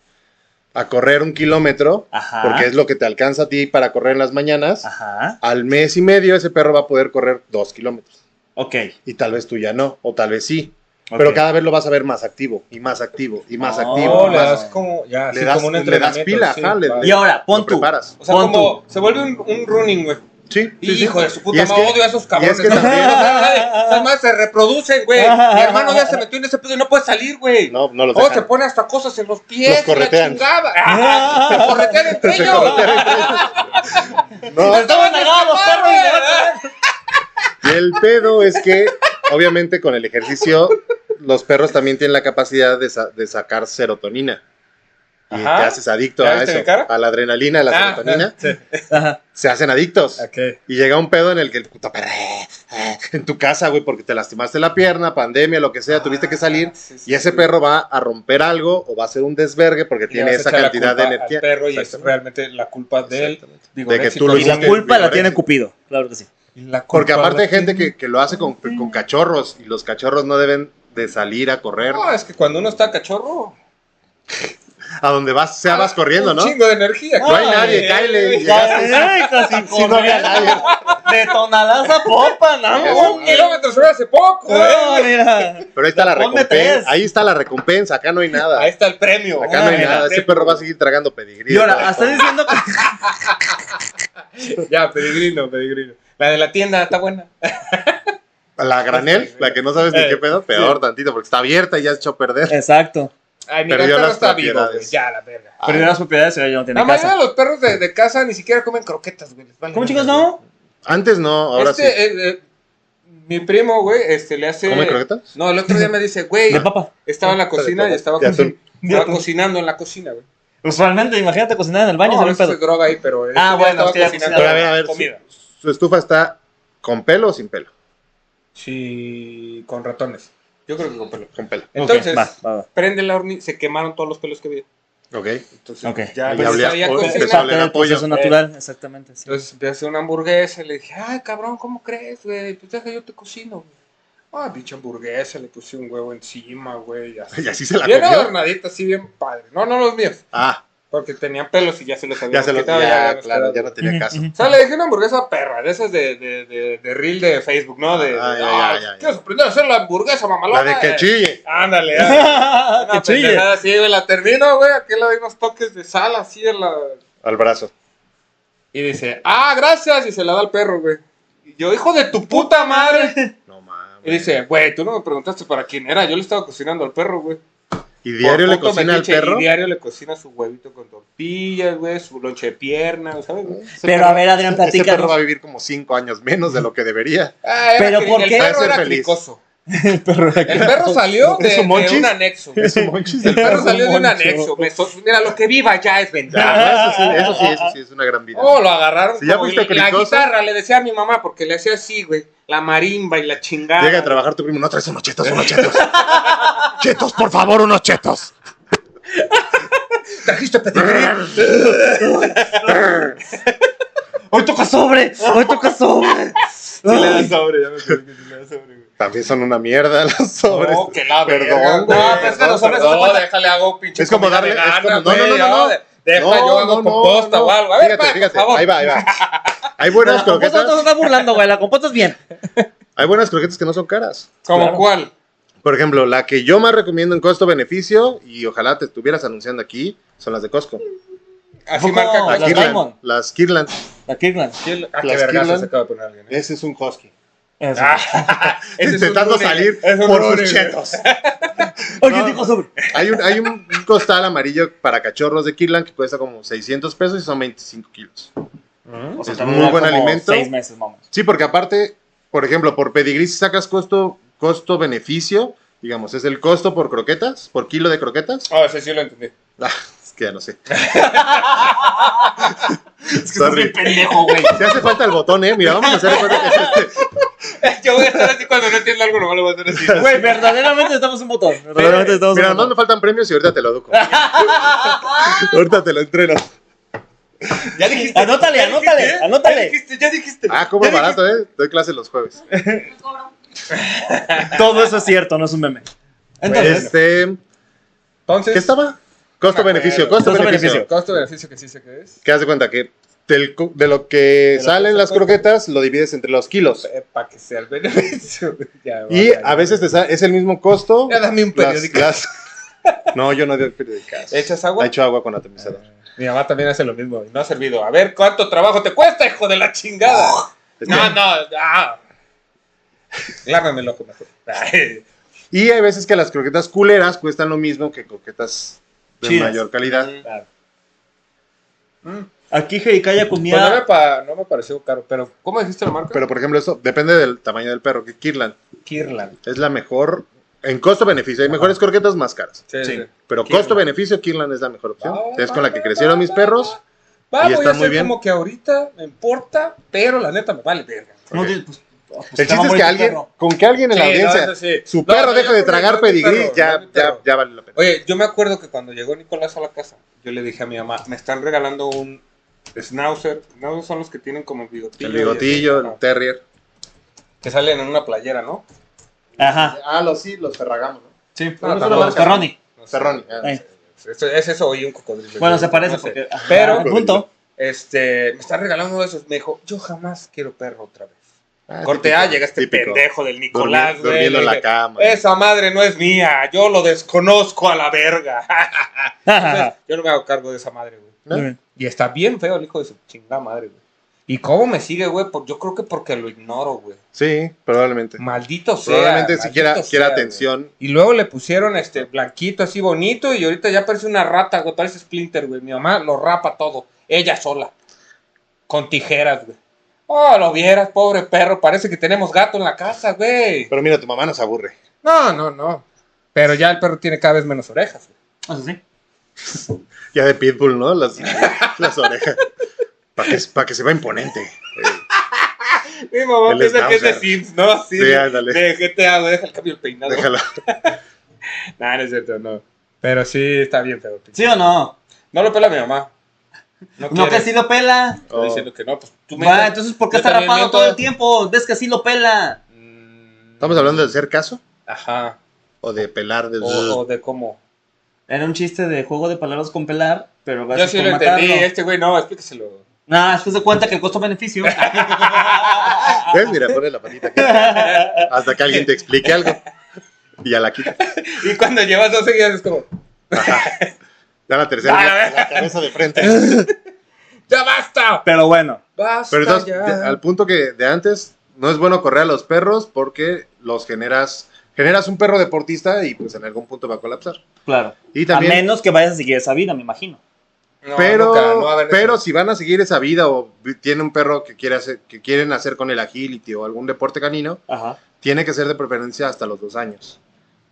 Speaker 3: a correr un kilómetro,
Speaker 2: Ajá.
Speaker 3: porque es lo que te alcanza a ti para correr en las mañanas,
Speaker 2: Ajá.
Speaker 3: al mes y medio ese perro va a poder correr dos kilómetros.
Speaker 2: Ok.
Speaker 3: Y tal vez tú ya no, o tal vez sí. Pero cada vez lo vas a ver más activo, y más activo, y más
Speaker 2: Oh,
Speaker 3: activo.
Speaker 1: No,
Speaker 3: y
Speaker 1: le
Speaker 3: más-
Speaker 1: das como, ya,
Speaker 3: Le
Speaker 1: así
Speaker 3: das-
Speaker 1: como un
Speaker 3: le das
Speaker 1: entrenamiento,
Speaker 3: pila, ajá, le-
Speaker 1: vale.
Speaker 2: Y ahora, pon
Speaker 3: lo
Speaker 2: tú.
Speaker 3: preparas.
Speaker 1: O sea,
Speaker 2: pon
Speaker 1: como se vuelve un, un running, güey.
Speaker 3: Sí, sí, sí.
Speaker 1: Hijo de su
Speaker 3: Y
Speaker 1: puta,
Speaker 3: es
Speaker 1: me
Speaker 3: que-
Speaker 1: odio a esos cabrones.
Speaker 3: y es que
Speaker 1: No,
Speaker 3: también-
Speaker 1: no, no, no, Esas más se reproducen, güey. Mi hermano ya se metió en ese pedo y no puede salir, güey.
Speaker 3: No, no los
Speaker 1: Oh,
Speaker 3: dejan.
Speaker 1: se pone hasta cosas en los pies.
Speaker 3: Los
Speaker 1: la
Speaker 3: corretean.
Speaker 1: chingada. Ah, se corretean entre
Speaker 3: Se
Speaker 1: ellos.
Speaker 3: corretean No,
Speaker 2: Pues estaban agarrados los perros y levantan-
Speaker 3: y el pedo es que, obviamente, con el ejercicio, los perros también tienen la capacidad de, sa- de sacar serotonina. Y
Speaker 1: Ajá.
Speaker 3: te haces adicto
Speaker 1: ¿Ya
Speaker 3: a
Speaker 1: viste
Speaker 3: eso,
Speaker 1: mi cara?
Speaker 3: a la adrenalina, a la
Speaker 1: Ah,
Speaker 3: serotonina.
Speaker 1: sí.
Speaker 2: Ajá.
Speaker 3: Se hacen adictos.
Speaker 1: Ok.
Speaker 3: Y llega un pedo en el que el puto perro, eh, eh, en tu casa, güey, porque te lastimaste la pierna, pandemia, lo que sea, tuviste que salir.
Speaker 1: Ah, sí, sí,
Speaker 3: Y ese
Speaker 1: sí.
Speaker 3: perro va a romper algo o va a hacer un desvergue porque
Speaker 1: Le vas
Speaker 3: tiene
Speaker 1: a
Speaker 3: esa
Speaker 1: echar la
Speaker 3: cantidad de
Speaker 1: culpa
Speaker 3: energía.
Speaker 1: al perro y es
Speaker 3: Exactamente.
Speaker 1: realmente la culpa de él.
Speaker 3: Exactamente.
Speaker 1: Digo,
Speaker 3: De que
Speaker 1: éxito,
Speaker 3: tú lo
Speaker 2: Y la
Speaker 3: hiciste.
Speaker 2: culpa la tiene Cupido. Claro que sí.
Speaker 1: La culpa
Speaker 3: Porque aparte
Speaker 1: la
Speaker 3: hay gente
Speaker 1: tiene-
Speaker 3: que, que lo hace con, con cachorros y los cachorros no deben de salir a correr.
Speaker 1: No, es que cuando uno está cachorro.
Speaker 3: A donde vas, sea vas corriendo, ¿no?
Speaker 1: Ah, Un chingo de energía.
Speaker 3: No hay
Speaker 1: cabrón.
Speaker 3: nadie, cáele.
Speaker 1: Eh,
Speaker 3: Llegaste.
Speaker 2: Ay, casi
Speaker 3: Sí, no había nadie.
Speaker 2: De tonaladas a Popan, ¿no?
Speaker 1: Ah, Un kilómetro se ve hace poco, eh.
Speaker 2: No, mira.
Speaker 3: Pero ahí está la
Speaker 2: Ponme tres.
Speaker 3: recompensa. Ahí está la recompensa. Acá no hay nada.
Speaker 1: Ahí está el premio.
Speaker 3: Acá no hay
Speaker 2: Ay,
Speaker 3: nada. Ese perro va a seguir tragando pedigrí.
Speaker 2: Y ahora, estás diciendo que.
Speaker 1: Ya, pedigrino, pedigrino. La de la tienda está buena.
Speaker 3: La granel, la que no sabes ni qué pedo, peor tantito, porque está abierta y ya se echó a perder.
Speaker 2: Exacto.
Speaker 1: Ay, mi
Speaker 3: Perdió
Speaker 1: perro
Speaker 3: las
Speaker 1: está vivo, güey.
Speaker 3: propiedades.
Speaker 1: Ya, la verga.
Speaker 3: Ah.
Speaker 2: Perdió las propiedades y ahora ya no tiene
Speaker 1: La mayoría
Speaker 2: casa.
Speaker 1: de los perros de, de casa ni siquiera comen croquetas, güey. les vale
Speaker 2: ¿Cómo
Speaker 1: verga,
Speaker 2: chicos no?
Speaker 3: Antes no,
Speaker 1: güey.
Speaker 3: ahora
Speaker 1: Este,
Speaker 3: sí.
Speaker 1: eh, eh, mi primo, güey, este, le hace...
Speaker 3: ¿Come croquetas?
Speaker 1: No, el otro día me dice, güey,
Speaker 2: De papa.
Speaker 1: estaba en la
Speaker 3: Está
Speaker 1: cocina
Speaker 3: de
Speaker 1: y estaba,
Speaker 3: de
Speaker 1: co-
Speaker 3: atún.
Speaker 1: estaba cocinando en la cocina, güey.
Speaker 2: Usualmente, imagínate cocinar en el baño,
Speaker 1: No, a
Speaker 2: sería un
Speaker 1: veces se
Speaker 2: pedo.
Speaker 1: droga ahí, pero... este
Speaker 2: Ah,
Speaker 1: día
Speaker 2: bueno,
Speaker 1: estaba
Speaker 2: es que ya
Speaker 1: cocinando
Speaker 3: Pero a ver, a ver,
Speaker 1: Comida.
Speaker 3: su, su estufa está con pelo o sin pelo?
Speaker 1: Sí, con ratones. Yo creo que con pelo.
Speaker 3: Con pelo.
Speaker 1: Entonces,
Speaker 2: Ok, va, va, va.
Speaker 1: prende la hornilla, se quemaron todos los pelos que había.
Speaker 3: Ok.
Speaker 1: Entonces,
Speaker 2: Ok.
Speaker 1: ya,
Speaker 3: Y
Speaker 1: pues,
Speaker 3: hablé-
Speaker 1: sabía
Speaker 3: o-
Speaker 1: cocinar.
Speaker 2: Es
Speaker 3: empezó a
Speaker 2: parte
Speaker 3: oler a
Speaker 2: del
Speaker 3: pollo.
Speaker 2: proceso
Speaker 3: Eh,
Speaker 2: natural, exactamente. sí.
Speaker 1: Entonces empecé a hacer una hamburguesa, le dije, ay, cabrón, ¿cómo crees, güey? Pues deja, yo te cocino, güey. Ah, pinche hamburguesa, le puse un huevo encima, güey, y así.
Speaker 3: Y así se la
Speaker 1: bien
Speaker 3: comió.
Speaker 1: adornadita, así bien padre. No, no los míos,
Speaker 3: Ah,
Speaker 1: porque tenían pelos y ya se los había
Speaker 3: ya se lo.
Speaker 1: quitado,
Speaker 3: Ya,
Speaker 1: los
Speaker 3: claro,
Speaker 1: quedaba.
Speaker 3: ya no tenía
Speaker 2: Ujú,
Speaker 3: caso.
Speaker 2: ujú.
Speaker 1: O sea, le dejé una hamburguesa perra, de esas de, de, de, de reel de Facebook, ¿no? De,
Speaker 3: Ah,
Speaker 1: de,
Speaker 3: ya,
Speaker 1: "Ah,
Speaker 3: ya, ya, ya.
Speaker 1: Quiero aprender a hacer la hamburguesa, mamalona.
Speaker 3: La de
Speaker 1: eh".
Speaker 3: que chille.
Speaker 1: Ándale, ándale.
Speaker 2: ¡Qué
Speaker 1: Una
Speaker 2: chille!
Speaker 1: pendejada así, güey, la termino, güey, aquí le doy unos toques de sal así en la...
Speaker 3: Al brazo.
Speaker 1: Y dice, ah, gracias, y se la da al perro, güey. Y yo, hijo de tu puta madre.
Speaker 3: No mames.
Speaker 1: Y dice, güey, tú no me preguntaste para quién era, yo le estaba cocinando al perro, güey.
Speaker 3: ¿Y diario
Speaker 1: Por
Speaker 3: le
Speaker 1: poco
Speaker 3: cocina
Speaker 1: me
Speaker 3: al
Speaker 1: pinche-
Speaker 3: perro?
Speaker 1: Y diario le cocina su huevito con tortillas, güey, su lonche de pierna, güey, ¿sabes? güey?
Speaker 3: Ese
Speaker 2: Pero
Speaker 3: perro-
Speaker 2: a ver, Adrián,
Speaker 3: Ese perro va a
Speaker 2: platícanos.
Speaker 3: vivir como cinco años menos de lo que debería.
Speaker 1: Ah, era
Speaker 2: Pero
Speaker 1: cri-
Speaker 2: ¿por qué?
Speaker 1: El perro
Speaker 3: Para ser
Speaker 1: era
Speaker 3: feliz.
Speaker 1: cricoso.
Speaker 2: El perro de
Speaker 1: El
Speaker 2: acá.
Speaker 1: perro salió de,
Speaker 3: ¿Es un
Speaker 1: de
Speaker 3: monchis?
Speaker 1: un anexo. güey.
Speaker 3: Es un monchis
Speaker 1: El
Speaker 3: del
Speaker 1: perro
Speaker 3: perro.
Speaker 1: salió de un
Speaker 2: moncho.
Speaker 1: anexo. me so- Mira, lo que viva ya es ventaja.
Speaker 3: Ya, eso sí, eso sí, eso sí, es una gran vida.
Speaker 1: Oh, lo agarraron.
Speaker 3: Si ya
Speaker 1: como
Speaker 3: fuiste
Speaker 1: la, la
Speaker 3: cricoso.
Speaker 1: guitarra le decía a mi mamá porque le hacía así, güey. La marimba y la chingada.
Speaker 3: Llega a trabajar tu primo, no traes unos chetos, unos chetos. chetos, por favor, unos chetos.
Speaker 1: Trajiste
Speaker 2: ¡Hoy toca sobre! ¡Hoy toca sobre! Ay.
Speaker 1: sobre, ya me acuerdo que sí le da sobre, güey.
Speaker 3: También son una mierda los sobres.
Speaker 1: No, que la
Speaker 3: Perdón,
Speaker 1: verga,
Speaker 3: güey,
Speaker 1: No, pero es que
Speaker 3: perdón,
Speaker 1: los hombres
Speaker 3: perdón.
Speaker 1: no déjale, hago pinche.
Speaker 3: Es como
Speaker 1: comida
Speaker 3: darle- es
Speaker 1: vegana,
Speaker 3: como- no, no,
Speaker 1: güey,
Speaker 3: no, no,
Speaker 1: ya, Deja, yo hago composta o algo. A ver,
Speaker 3: fíjate,
Speaker 1: pa,
Speaker 3: fíjate.
Speaker 1: por favor. pues,
Speaker 3: Ahí va, ahí va. Hay buenas
Speaker 2: La composta no se
Speaker 3: croquetas.
Speaker 2: está burlando, güey. La composta es bien.
Speaker 3: Hay buenas croquetas que no son caras.
Speaker 1: ¿Como
Speaker 2: Claro.
Speaker 1: cuál?
Speaker 3: Por ejemplo, la que yo más recomiendo en costo-beneficio, y ojalá te estuvieras anunciando aquí, son las de Costco.
Speaker 1: Así
Speaker 2: poco
Speaker 1: marca
Speaker 2: las
Speaker 3: Las
Speaker 1: cualquier-
Speaker 2: Diamond?
Speaker 3: Kirland. Las Kirland.
Speaker 2: La Kirkland.
Speaker 1: Ah, qué
Speaker 3: las
Speaker 1: vergazo
Speaker 3: Kirlan.
Speaker 1: se acaba de poner alguien, ¿eh?
Speaker 3: Ese es un Husky.
Speaker 2: Eso.
Speaker 1: Ah, ese es un
Speaker 3: Intentando
Speaker 1: lunes,
Speaker 3: salir
Speaker 1: es un
Speaker 3: por
Speaker 1: lunes,
Speaker 3: sus
Speaker 1: güey.
Speaker 3: chetos.
Speaker 2: Oye,
Speaker 3: No. ¿Eh?
Speaker 2: dijo sobre.
Speaker 3: Hay un, hay un un costal amarillo para cachorros de Kirland que cuesta como 600 pesos y son 25 kilos.
Speaker 2: O
Speaker 3: sea, Es muy buen alimento.
Speaker 2: Seis meses, mamá.
Speaker 3: Sí, porque aparte, por ejemplo, por pedigrí, si sacas costo, costo-beneficio, digamos, es el costo por croquetas, por kilo de croquetas.
Speaker 1: Ah, ese sí lo entendí.
Speaker 3: Ah, es que ya no sé.
Speaker 2: Es que
Speaker 3: Sorry.
Speaker 2: estás bien pendejo, güey.
Speaker 3: Si hace falta el botón, ¿eh? Mira, vamos a hacer de cuenta que es este.
Speaker 1: Yo voy a estar así cuando no entiendo algo, nomás lo voy a hacer así.
Speaker 2: Güey, verdaderamente estamos un botón. Verdaderamente estamos
Speaker 3: Mira,
Speaker 2: un
Speaker 3: no me
Speaker 2: botón.
Speaker 3: faltan premios y ahorita te lo educo. ahorita te lo entreno.
Speaker 1: Ya dijiste.
Speaker 2: Anótale,
Speaker 1: ya dijiste,
Speaker 2: anótale,
Speaker 1: ¿eh?
Speaker 2: anótale.
Speaker 1: Ya dijiste, ya dijiste.
Speaker 3: Ah, como
Speaker 1: Ya
Speaker 3: barato, ¿eh? Doy clases los jueves.
Speaker 4: Me cobran.
Speaker 2: Todo eso es cierto, no es un meme. Entonces,
Speaker 3: Este,
Speaker 1: Entonces,
Speaker 3: ¿qué estaba? Costo-beneficio,
Speaker 1: Me acuerdo.
Speaker 3: costo-beneficio.
Speaker 1: Costo-beneficio que sí sé qué es.
Speaker 3: Que haz de cuenta que del cu- de lo que
Speaker 1: que
Speaker 3: salen las
Speaker 1: sacan.
Speaker 3: croquetas lo divides entre los kilos.
Speaker 1: Para que sea el beneficio. Ya,
Speaker 3: Y
Speaker 1: vaya,
Speaker 3: a veces te sa- es el mismo costo.
Speaker 1: Ya dame un
Speaker 3: las-
Speaker 1: periódico.
Speaker 3: las- No, yo no doy periódicas.
Speaker 1: ¿Echas agua?
Speaker 3: Ha hecho agua con atomizador.
Speaker 1: Mi mamá también hace lo mismo y no ha servido. A ver, ¿cuánto trabajo te cuesta, hijo de la chingada?
Speaker 3: Ah, Es que-
Speaker 1: no, no, no. Lárgame el ojo mejor. Ay,
Speaker 3: Y hay veces que las croquetas culeras cuestan lo mismo que croquetas de
Speaker 2: Chidas.
Speaker 3: mayor calidad.
Speaker 1: claro. Mm.
Speaker 2: aquí Jericaya
Speaker 1: Pues no, me
Speaker 2: comía.
Speaker 1: pa- no me pareció caro, pero ¿cómo dijiste la marca?
Speaker 3: Pero por ejemplo, esto depende del tamaño del perro. Que Kirland
Speaker 1: Kirlan.
Speaker 3: es la mejor en costo-beneficio. Hay mejores croquetas más caras.
Speaker 1: Sí, sí.
Speaker 3: Pero
Speaker 1: Kirlan.
Speaker 3: costo-beneficio, Kirland es la mejor opción.
Speaker 1: Ah,
Speaker 3: es con la que
Speaker 1: va,
Speaker 3: crecieron
Speaker 1: va,
Speaker 3: mis
Speaker 1: va,
Speaker 3: perros.
Speaker 1: Va, voy
Speaker 3: Y está
Speaker 1: a
Speaker 3: muy
Speaker 1: hacer
Speaker 3: bien.
Speaker 1: como que ahorita me importa, pero la neta me vale verga.
Speaker 2: No,
Speaker 3: Ok.
Speaker 2: di- pues, oh, pues, te va
Speaker 3: El chiste es
Speaker 2: a
Speaker 3: que
Speaker 2: morir tu
Speaker 3: alguien,
Speaker 2: perro.
Speaker 3: con que alguien en la
Speaker 1: Sí, no,
Speaker 3: audiencia
Speaker 1: eso sí.
Speaker 3: su
Speaker 1: No,
Speaker 3: perro
Speaker 1: no,
Speaker 3: deje
Speaker 1: yo
Speaker 3: de
Speaker 1: creo que no
Speaker 3: tragar
Speaker 1: es mi
Speaker 3: pedigrí,
Speaker 1: perro, no
Speaker 3: ya,
Speaker 1: es mi
Speaker 3: ya,
Speaker 1: perro.
Speaker 3: ya vale la pena.
Speaker 1: Oye, yo me acuerdo que cuando llegó Nicolás a la casa, yo le dije a mi mamá, me están regalando un schnauzer. No son los que tienen como el bigotillo.
Speaker 3: El
Speaker 1: y así,
Speaker 3: bigotillo,
Speaker 1: ¿no?
Speaker 3: el terrier.
Speaker 1: Que salen en una playera, ¿no?
Speaker 2: Ajá.
Speaker 3: Ah, los sí, los Ferragamo, ¿no?
Speaker 1: Sí,
Speaker 3: No, es una
Speaker 2: Los
Speaker 3: marca.
Speaker 2: Ferroni.
Speaker 1: No sé.
Speaker 3: Ferroni. ah,
Speaker 2: Eh.
Speaker 1: Esto- es eso y un cocodrilo.
Speaker 2: Bueno,
Speaker 1: Yo
Speaker 2: se parece
Speaker 1: no sé.
Speaker 2: porque. ajá,
Speaker 1: Pero-
Speaker 2: Punto.
Speaker 1: Este, me está regalando uno de esos. Me dijo, yo jamás quiero perro otra vez.
Speaker 3: ah,
Speaker 1: Corte
Speaker 3: típico,
Speaker 1: A, llega este
Speaker 3: típico.
Speaker 1: pendejo del
Speaker 3: Durmi-
Speaker 1: Nicolás, güey. este
Speaker 3: durmiendo en
Speaker 1: Le
Speaker 3: la
Speaker 1: dije,
Speaker 3: cama.
Speaker 1: Esa madre no es mía, yo lo desconozco a la verga. Entonces, yo no me hago cargo de esa madre, güey.
Speaker 2: Pues,
Speaker 3: ¿no?
Speaker 1: Y está bien feo el hijo de su chingada madre, güey. ¿Y cómo me sigue, güey? Por- yo creo que porque lo ignoro, güey.
Speaker 3: Sí, probablemente.
Speaker 1: Maldito sea.
Speaker 3: Probablemente si
Speaker 1: maldito
Speaker 3: quiera,
Speaker 1: sea,
Speaker 3: quiera
Speaker 1: güey.
Speaker 3: atención.
Speaker 1: Y luego le pusieron este blanquito así bonito y ahorita ya parece una rata, güey. Parece Splinter, güey. Mi mamá lo rapa todo. Ella sola. Con tijeras, güey. Oh, lo vieras, pobre perro. Parece que tenemos gato en la casa, güey.
Speaker 3: Pero mira, tu mamá nos aburre.
Speaker 1: No, no, no. Pero ya el perro tiene cada vez menos orejas, güey.
Speaker 2: Eso sí.
Speaker 3: Ya de Pitbull, ¿no? Las, las orejas. Para que, pa' que se vea imponente. Eh,
Speaker 1: Mi mamá
Speaker 3: El
Speaker 1: piensa que es de
Speaker 3: schnauzer.
Speaker 1: Sims, ¿no? Así
Speaker 3: Sí,
Speaker 1: de-
Speaker 3: ándale.
Speaker 1: De GTA, güey, deja el cambio el peinado.
Speaker 3: déjala.
Speaker 1: Nah, no es cierto, no. Pero sí está bien feo.
Speaker 2: ¿Sí o no?
Speaker 1: No lo pela mi mamá. No,
Speaker 2: No,
Speaker 1: quiere.
Speaker 2: que sí lo pela.
Speaker 1: Está
Speaker 3: Oh.
Speaker 1: diciendo que no, pues tú me-
Speaker 2: Va, entonces, ¿por qué
Speaker 1: Yo
Speaker 2: está
Speaker 1: también
Speaker 2: rapado
Speaker 1: miento.
Speaker 2: todo el tiempo? ¿Ves que sí lo pela?
Speaker 1: Mm,
Speaker 3: ¿Estamos hablando de hacer caso?
Speaker 1: Ajá.
Speaker 3: ¿O de pelar? De...
Speaker 1: O, o de cómo.
Speaker 2: Era un chiste de juego de palabras con pelar, pero
Speaker 1: Yo
Speaker 2: gracias
Speaker 1: sí
Speaker 2: por
Speaker 1: lo
Speaker 2: matarlo.
Speaker 1: entendí. Este güey, no, explíqueselo.
Speaker 2: Nada, después de cuenta que el costo-beneficio.
Speaker 3: ¿Ves? Mira, pone la patita aquí. Hasta que alguien te explique algo. Y ya la quita.
Speaker 1: Y cuando llevas dos seguidas es como,
Speaker 3: Ya la tercera.
Speaker 1: Ah,
Speaker 3: la, la cabeza de frente.
Speaker 1: ¡ya basta!
Speaker 2: pero bueno.
Speaker 1: ¡Basta!
Speaker 3: Pero entonces,
Speaker 1: ya.
Speaker 3: de- al punto que de antes, no es bueno correr a los perros porque los generas. Generas un perro deportista y pues en algún punto va a colapsar.
Speaker 2: Claro.
Speaker 3: Y
Speaker 2: A
Speaker 3: también.
Speaker 2: menos que vayas a seguir esa vida, me imagino.
Speaker 1: No,
Speaker 3: pero
Speaker 1: nunca, no va a haber eso.
Speaker 3: pero si van a seguir esa vida o vi- tiene un perro que quiere hacer que quieren hacer con el agility o algún deporte canino,
Speaker 2: Ajá.
Speaker 3: tiene que ser de preferencia hasta los dos años.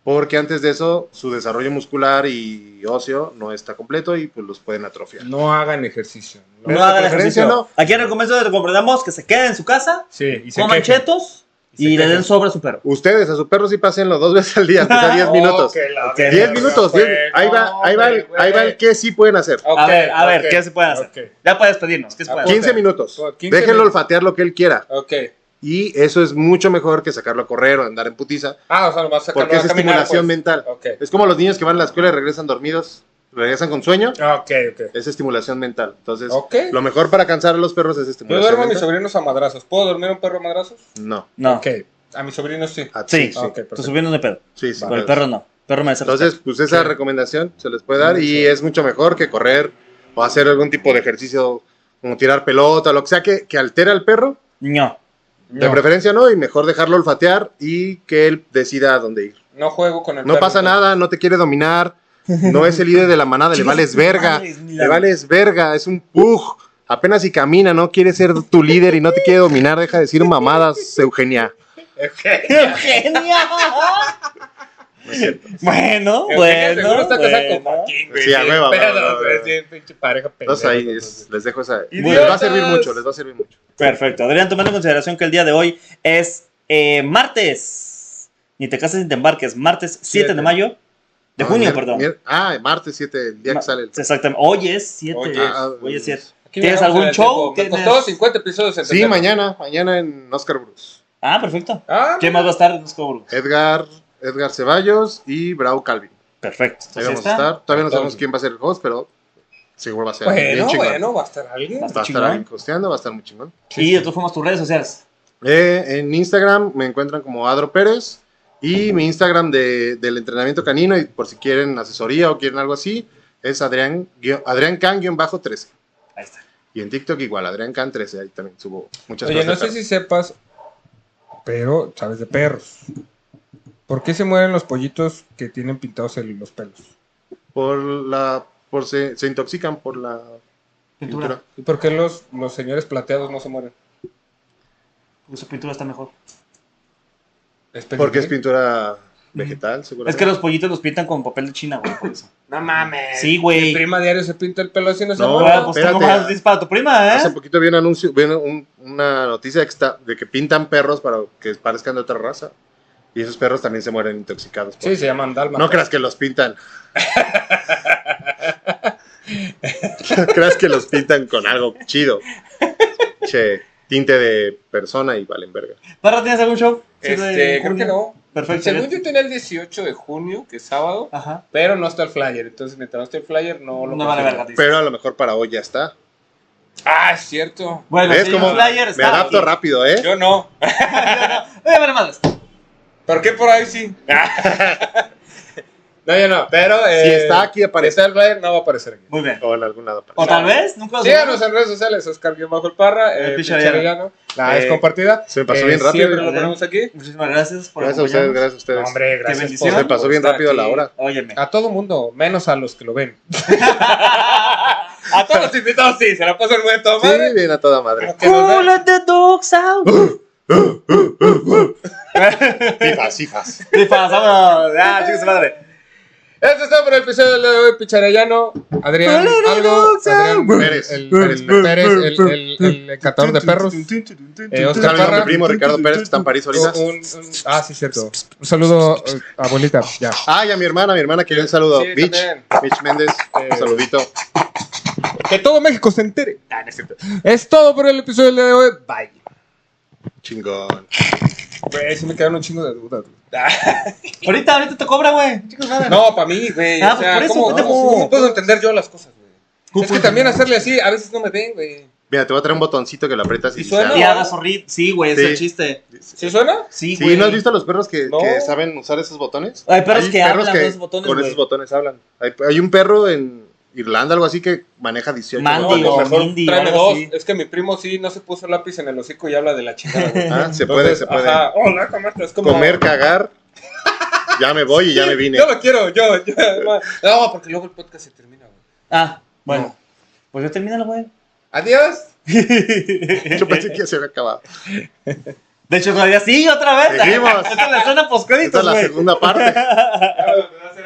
Speaker 3: Porque antes de eso, su desarrollo muscular y óseo no está completo y pues los pueden atrofiar.
Speaker 1: No hagan ejercicio. no.
Speaker 3: Pero
Speaker 2: No
Speaker 3: de
Speaker 2: hagan
Speaker 3: preferencia,
Speaker 2: ejercicio. Aquí en el comienzo recomendamos que se queden en su casa,
Speaker 1: Sí, y se
Speaker 2: coman
Speaker 1: quejen.
Speaker 2: chetos
Speaker 1: Y se
Speaker 2: y le
Speaker 1: quejen.
Speaker 2: den sobre a su perro.
Speaker 3: Ustedes a su perro sí pásenlo dos veces al día, aunque sea 10
Speaker 1: Oh,
Speaker 3: minutos.
Speaker 1: que la
Speaker 2: Ok.
Speaker 1: verga,
Speaker 3: 10 minutos,
Speaker 1: güey,
Speaker 3: 10 ahí va,
Speaker 1: no,
Speaker 3: ahí va, el,
Speaker 1: güey.
Speaker 3: ahí va el que sí pueden hacer.
Speaker 1: Ok,
Speaker 2: a ver, a ver,
Speaker 1: ok,
Speaker 2: ¿qué se puede hacer?
Speaker 1: ok.
Speaker 2: Ya puedes pedirnos,
Speaker 1: Ah,
Speaker 2: ¿qué se puede hacer?
Speaker 3: 15 minutos.
Speaker 1: Oh, 15
Speaker 3: Déjenlo
Speaker 1: minutos.
Speaker 3: olfatear lo que él quiera.
Speaker 1: Ok.
Speaker 3: Y eso es mucho mejor que sacarlo a correr o andar en putiza,
Speaker 1: Ah, o sea, nomás sacarlo
Speaker 3: porque
Speaker 1: a
Speaker 3: es
Speaker 1: caminar,
Speaker 3: estimulación
Speaker 1: pues.
Speaker 3: mental.
Speaker 1: Ok.
Speaker 3: Es como los niños que van a la escuela y regresan dormidos, regresan con sueño,
Speaker 1: Ok, ok.
Speaker 3: es estimulación mental. Entonces,
Speaker 1: Ok.
Speaker 3: lo mejor para cansar a los perros es
Speaker 1: Yo
Speaker 3: estimulación
Speaker 1: duermo a mis
Speaker 3: mental.
Speaker 1: sobrinos a madrazos. ¿Puedo dormir a un perro a madrazos?
Speaker 3: No.
Speaker 2: No,
Speaker 1: Ok. A mis sobrinos sí.
Speaker 3: Ah,
Speaker 2: Sí.
Speaker 3: sí,
Speaker 1: Ok, perfecto.
Speaker 2: tú subiendo de pedo.
Speaker 3: sí, sí,
Speaker 2: Pero el
Speaker 3: claro.
Speaker 2: perro no. El perro me hace
Speaker 3: Entonces, pues esa recomendación se les puede dar y es mucho mejor que correr o hacer algún tipo de ejercicio como tirar pelota, lo que sea que, que altera al perro.
Speaker 2: No.
Speaker 3: De preferencia no, y mejor dejarlo olfatear y que él decida a dónde ir.
Speaker 1: No juego con el
Speaker 3: No
Speaker 1: perro,
Speaker 3: pasa
Speaker 1: entonces.
Speaker 3: nada, no te quiere dominar, no es el líder de la manada, le
Speaker 2: Chicas,
Speaker 3: vales verga,
Speaker 2: madres, ni la-
Speaker 3: le vales verga, es un pug. Apenas si camina, no quiere ser tu líder y no te quiere dominar, deja de decir mamadas, Eugenia.
Speaker 2: ¡Eugenia! bueno,
Speaker 1: Eugenia seguro
Speaker 2: bueno.
Speaker 1: está casada con
Speaker 2: bueno.
Speaker 1: Joaquín, güey.
Speaker 3: Sí, a
Speaker 1: sin
Speaker 3: huevo,
Speaker 1: pedos,
Speaker 3: a huevo, a huevo.
Speaker 1: güey, sin pinche pareja
Speaker 3: Entonces
Speaker 1: pendeja,
Speaker 3: ahí
Speaker 1: entonces.
Speaker 3: es- les dejo esa...
Speaker 1: ¡Idiotas!
Speaker 3: Les va a servir mucho, les va a servir mucho.
Speaker 2: Perfecto. Adrián, tomando en consideración que el día de hoy es eh, martes. Ni te cases ni te embarques. Martes 7
Speaker 1: Siete.
Speaker 2: de mayo. De
Speaker 3: No,
Speaker 2: junio,
Speaker 3: Ah, mier-
Speaker 2: perdón.
Speaker 3: mier- Ah, martes 7, el día
Speaker 2: Ma-
Speaker 3: que sale el...
Speaker 2: Exactamente. Hoy es 7.
Speaker 1: Hoy
Speaker 2: Hoy,
Speaker 1: es.
Speaker 3: ah,
Speaker 2: es 7.
Speaker 1: Aquí
Speaker 2: ¿Tienes
Speaker 1: llegamos
Speaker 2: algún
Speaker 1: en el
Speaker 2: show?
Speaker 1: tiempo. Me
Speaker 2: ¿Tienes-
Speaker 1: costó 50 episodios
Speaker 3: Sí,
Speaker 1: entenderlo.
Speaker 3: mañana, mañana en Oscar Bruce.
Speaker 2: Ah, perfecto.
Speaker 1: Ah,
Speaker 2: ¿Quién más va a estar en este los Coburgos?
Speaker 3: Edgar, Edgar Ceballos y Brau Calvin.
Speaker 2: Perfecto.
Speaker 3: Ahí
Speaker 2: Entonces,
Speaker 3: vamos a estar. Todavía no sabemos
Speaker 1: Entonces.
Speaker 3: quién va a ser el host, pero seguro va a ser bien
Speaker 1: bueno,
Speaker 3: chingón.
Speaker 1: bueno, va a estar alguien.
Speaker 2: Va-
Speaker 3: Va a estar
Speaker 2: chingón.
Speaker 3: alguien costeando, va a estar muy chingón.
Speaker 2: Y de todas formas, tus redes sociales.
Speaker 3: Eh, en Instagram me encuentran como Adro Pérez y mi Instagram de- del entrenamiento canino y por si quieren asesoría o quieren algo así es Adrián, guio- Adrián Can-13.
Speaker 2: Ahí está.
Speaker 3: Y en TikTok igual, Adrián Can13, ahí también subo muchas
Speaker 1: Oye, no
Speaker 3: cosas. de
Speaker 1: sé si sepas, pero sabes de perros. ¿Por qué se mueren los pollitos que tienen pintados el- los pelos?
Speaker 3: perros. Por la, por se, se intoxican por la
Speaker 2: Pintura.
Speaker 3: pintura.
Speaker 1: ¿Y por qué los, los señores plateados no se mueren?
Speaker 2: Porque su pintura está mejor.
Speaker 3: Porque es pintura vegetal,
Speaker 2: Es
Speaker 3: seguramente.
Speaker 2: que los pollitos los pintan con papel de China, güey, por eso.
Speaker 1: No mames.
Speaker 2: Sí, güey.
Speaker 1: Mi prima diario se pinta el pelo así no se
Speaker 3: No,
Speaker 1: muere.
Speaker 2: Ahora, pues tengo
Speaker 3: espérate.
Speaker 2: más dices para tu prima,
Speaker 3: Hace
Speaker 2: ¿eh?
Speaker 3: poquito vi un anuncio, vi un- una noticia de que, está- de que pintan perros para que parezcan de otra raza. Y esos perros también se mueren intoxicados. por-
Speaker 1: Sí, se llaman dálmatas.
Speaker 3: no creas que los pintan. no creas que los pintan con algo chido. Che, tinte de persona y valen verga.
Speaker 2: ¿Parra, tienes algún show? Sí, de
Speaker 1: Este, creo
Speaker 2: junio.
Speaker 1: que no.
Speaker 2: Perfecto.
Speaker 1: Según yo tenía el 18 de junio, que es sábado,
Speaker 2: Ajá.
Speaker 1: pero no está el flyer. Entonces, mientras no esté el flyer, no lo
Speaker 2: No vale
Speaker 1: consigo.
Speaker 2: verga, dice.
Speaker 3: Pero a lo mejor para hoy ya está.
Speaker 1: Ah, es cierto.
Speaker 2: Bueno,
Speaker 3: ¿Ves
Speaker 2: si
Speaker 3: cómo
Speaker 2: un flyer
Speaker 3: me
Speaker 2: está
Speaker 3: adapto
Speaker 2: aquí.
Speaker 3: rápido, eh?
Speaker 1: Yo no.
Speaker 2: Eh, vale madres.
Speaker 1: ¿Pero qué por ahí sí? no, yo no. Pero eh,
Speaker 3: si está aquí
Speaker 1: si
Speaker 3: aparece
Speaker 1: está el flyer, no va a aparecer aquí.
Speaker 2: Muy bien.
Speaker 3: o en algún lado
Speaker 2: O
Speaker 3: aparece.
Speaker 2: tal vez, nunca lo
Speaker 1: Síganos
Speaker 2: sabremos.
Speaker 1: en redes sociales, Oscar Guión Bajo el Parra,
Speaker 2: El
Speaker 1: eh,
Speaker 2: Pinche
Speaker 1: Pinche
Speaker 2: Arellano.
Speaker 1: Arellano. La
Speaker 3: Eh,
Speaker 1: es compartida.
Speaker 3: Se me pasó
Speaker 1: Eh,
Speaker 3: bien rápido.
Speaker 1: Siempre lo ponemos aquí.
Speaker 2: Muchísimas gracias por
Speaker 3: Gracias a ustedes,
Speaker 2: acompañarnos.
Speaker 3: gracias a ustedes.
Speaker 1: hombre,
Speaker 2: bendición.
Speaker 3: Se me pasó bien
Speaker 1: estar
Speaker 3: rápido la
Speaker 1: aquí.
Speaker 3: hora.
Speaker 2: Óyeme.
Speaker 1: A todo mundo, menos a los que lo ven. a todos los invitados sí, se la pasan muy de toda
Speaker 3: Sí,
Speaker 1: madre.
Speaker 3: bien a toda madre.
Speaker 1: Aunque nos vean-
Speaker 2: the dogs out.
Speaker 3: Fifas, fifas.
Speaker 2: Y pasamos. Ah, chicos, madre.
Speaker 1: Este está por el episodio del día de hoy, Picharellano. Adrián,
Speaker 2: Hola,
Speaker 1: algo.
Speaker 2: Rosa.
Speaker 1: Adrián
Speaker 3: Pérez.
Speaker 1: el, el- el Pérez, el, el- el encantador de perros. Eh,
Speaker 3: Un saludo
Speaker 1: Oscar
Speaker 3: a mi
Speaker 1: Parra.
Speaker 3: primo Ricardo Pérez, que está en París ahorita.
Speaker 1: Un- un- ah, sí, cierto. Un saludo, eh, abuelita. Ya.
Speaker 3: Ah, y a mi hermana, mi hermana, que yo un saludo.
Speaker 1: Sí,
Speaker 3: Mitch,
Speaker 1: también.
Speaker 3: Mitch Méndez,
Speaker 1: Eh.
Speaker 3: un saludito.
Speaker 1: Que todo México se entere. Ah, Es todo por el episodio del día de hoy. Bye.
Speaker 3: Chingón.
Speaker 1: Güey, sí me quedaron un chingo de dudas. güey.
Speaker 2: Ahorita, ahorita te cobra, güey. Chicos, madre.
Speaker 1: No, para mí, güey.
Speaker 2: Ah,
Speaker 1: o
Speaker 2: pues
Speaker 1: sea,
Speaker 2: por eso,
Speaker 1: ¿cómo,
Speaker 2: pendejo.
Speaker 1: cómo- cómo puedo entender yo las cosas, güey? Es que también hacerle así, a veces no me ven, güey.
Speaker 3: Mira, te voy a traer un botoncito que lo aprietas y
Speaker 1: ¿Y
Speaker 3: dice
Speaker 1: suena?
Speaker 2: Y
Speaker 3: algo.
Speaker 2: haga zorrito. Sí, güey, ese es
Speaker 3: Sí.
Speaker 2: el chiste.
Speaker 1: ¿Sí suena?
Speaker 2: Sí, güey.
Speaker 3: Sí, ¿no has visto a los perros que,
Speaker 1: No.
Speaker 3: que saben usar esos botones?
Speaker 2: Hay perros que hablan con esos botones,
Speaker 3: Con
Speaker 2: güey.
Speaker 3: esos botones hablan. Hay, hay un perro en Irlanda, algo así, que maneja 18
Speaker 2: Mandy,
Speaker 1: No,
Speaker 3: botones.
Speaker 1: no,
Speaker 2: o
Speaker 1: mejor
Speaker 2: Mindy,
Speaker 1: tráeme
Speaker 2: algo
Speaker 1: dos.
Speaker 2: así.
Speaker 1: Es que mi primo sí no se puso lápiz en el hocico y habla de la chingada. güey.
Speaker 3: Ah, se puede,
Speaker 1: Entonces,
Speaker 3: se puede.
Speaker 1: Ajá. Hola, ¿cómo estás? Como-
Speaker 3: Comer, cagar. Ya me voy y ya me vine.
Speaker 1: Yo lo quiero, yo, yo. No, No, porque luego el podcast se termina, güey.
Speaker 2: Ah, bueno. Pues ya termínalo, güey.
Speaker 1: Adiós.
Speaker 3: Yo pensé que ya se había acabado.
Speaker 2: De hecho, todavía sí, otra vez.
Speaker 3: Seguimos.
Speaker 2: Esta es la escena post
Speaker 3: Esta es la
Speaker 2: güey.
Speaker 3: segunda parte.
Speaker 1: Ah,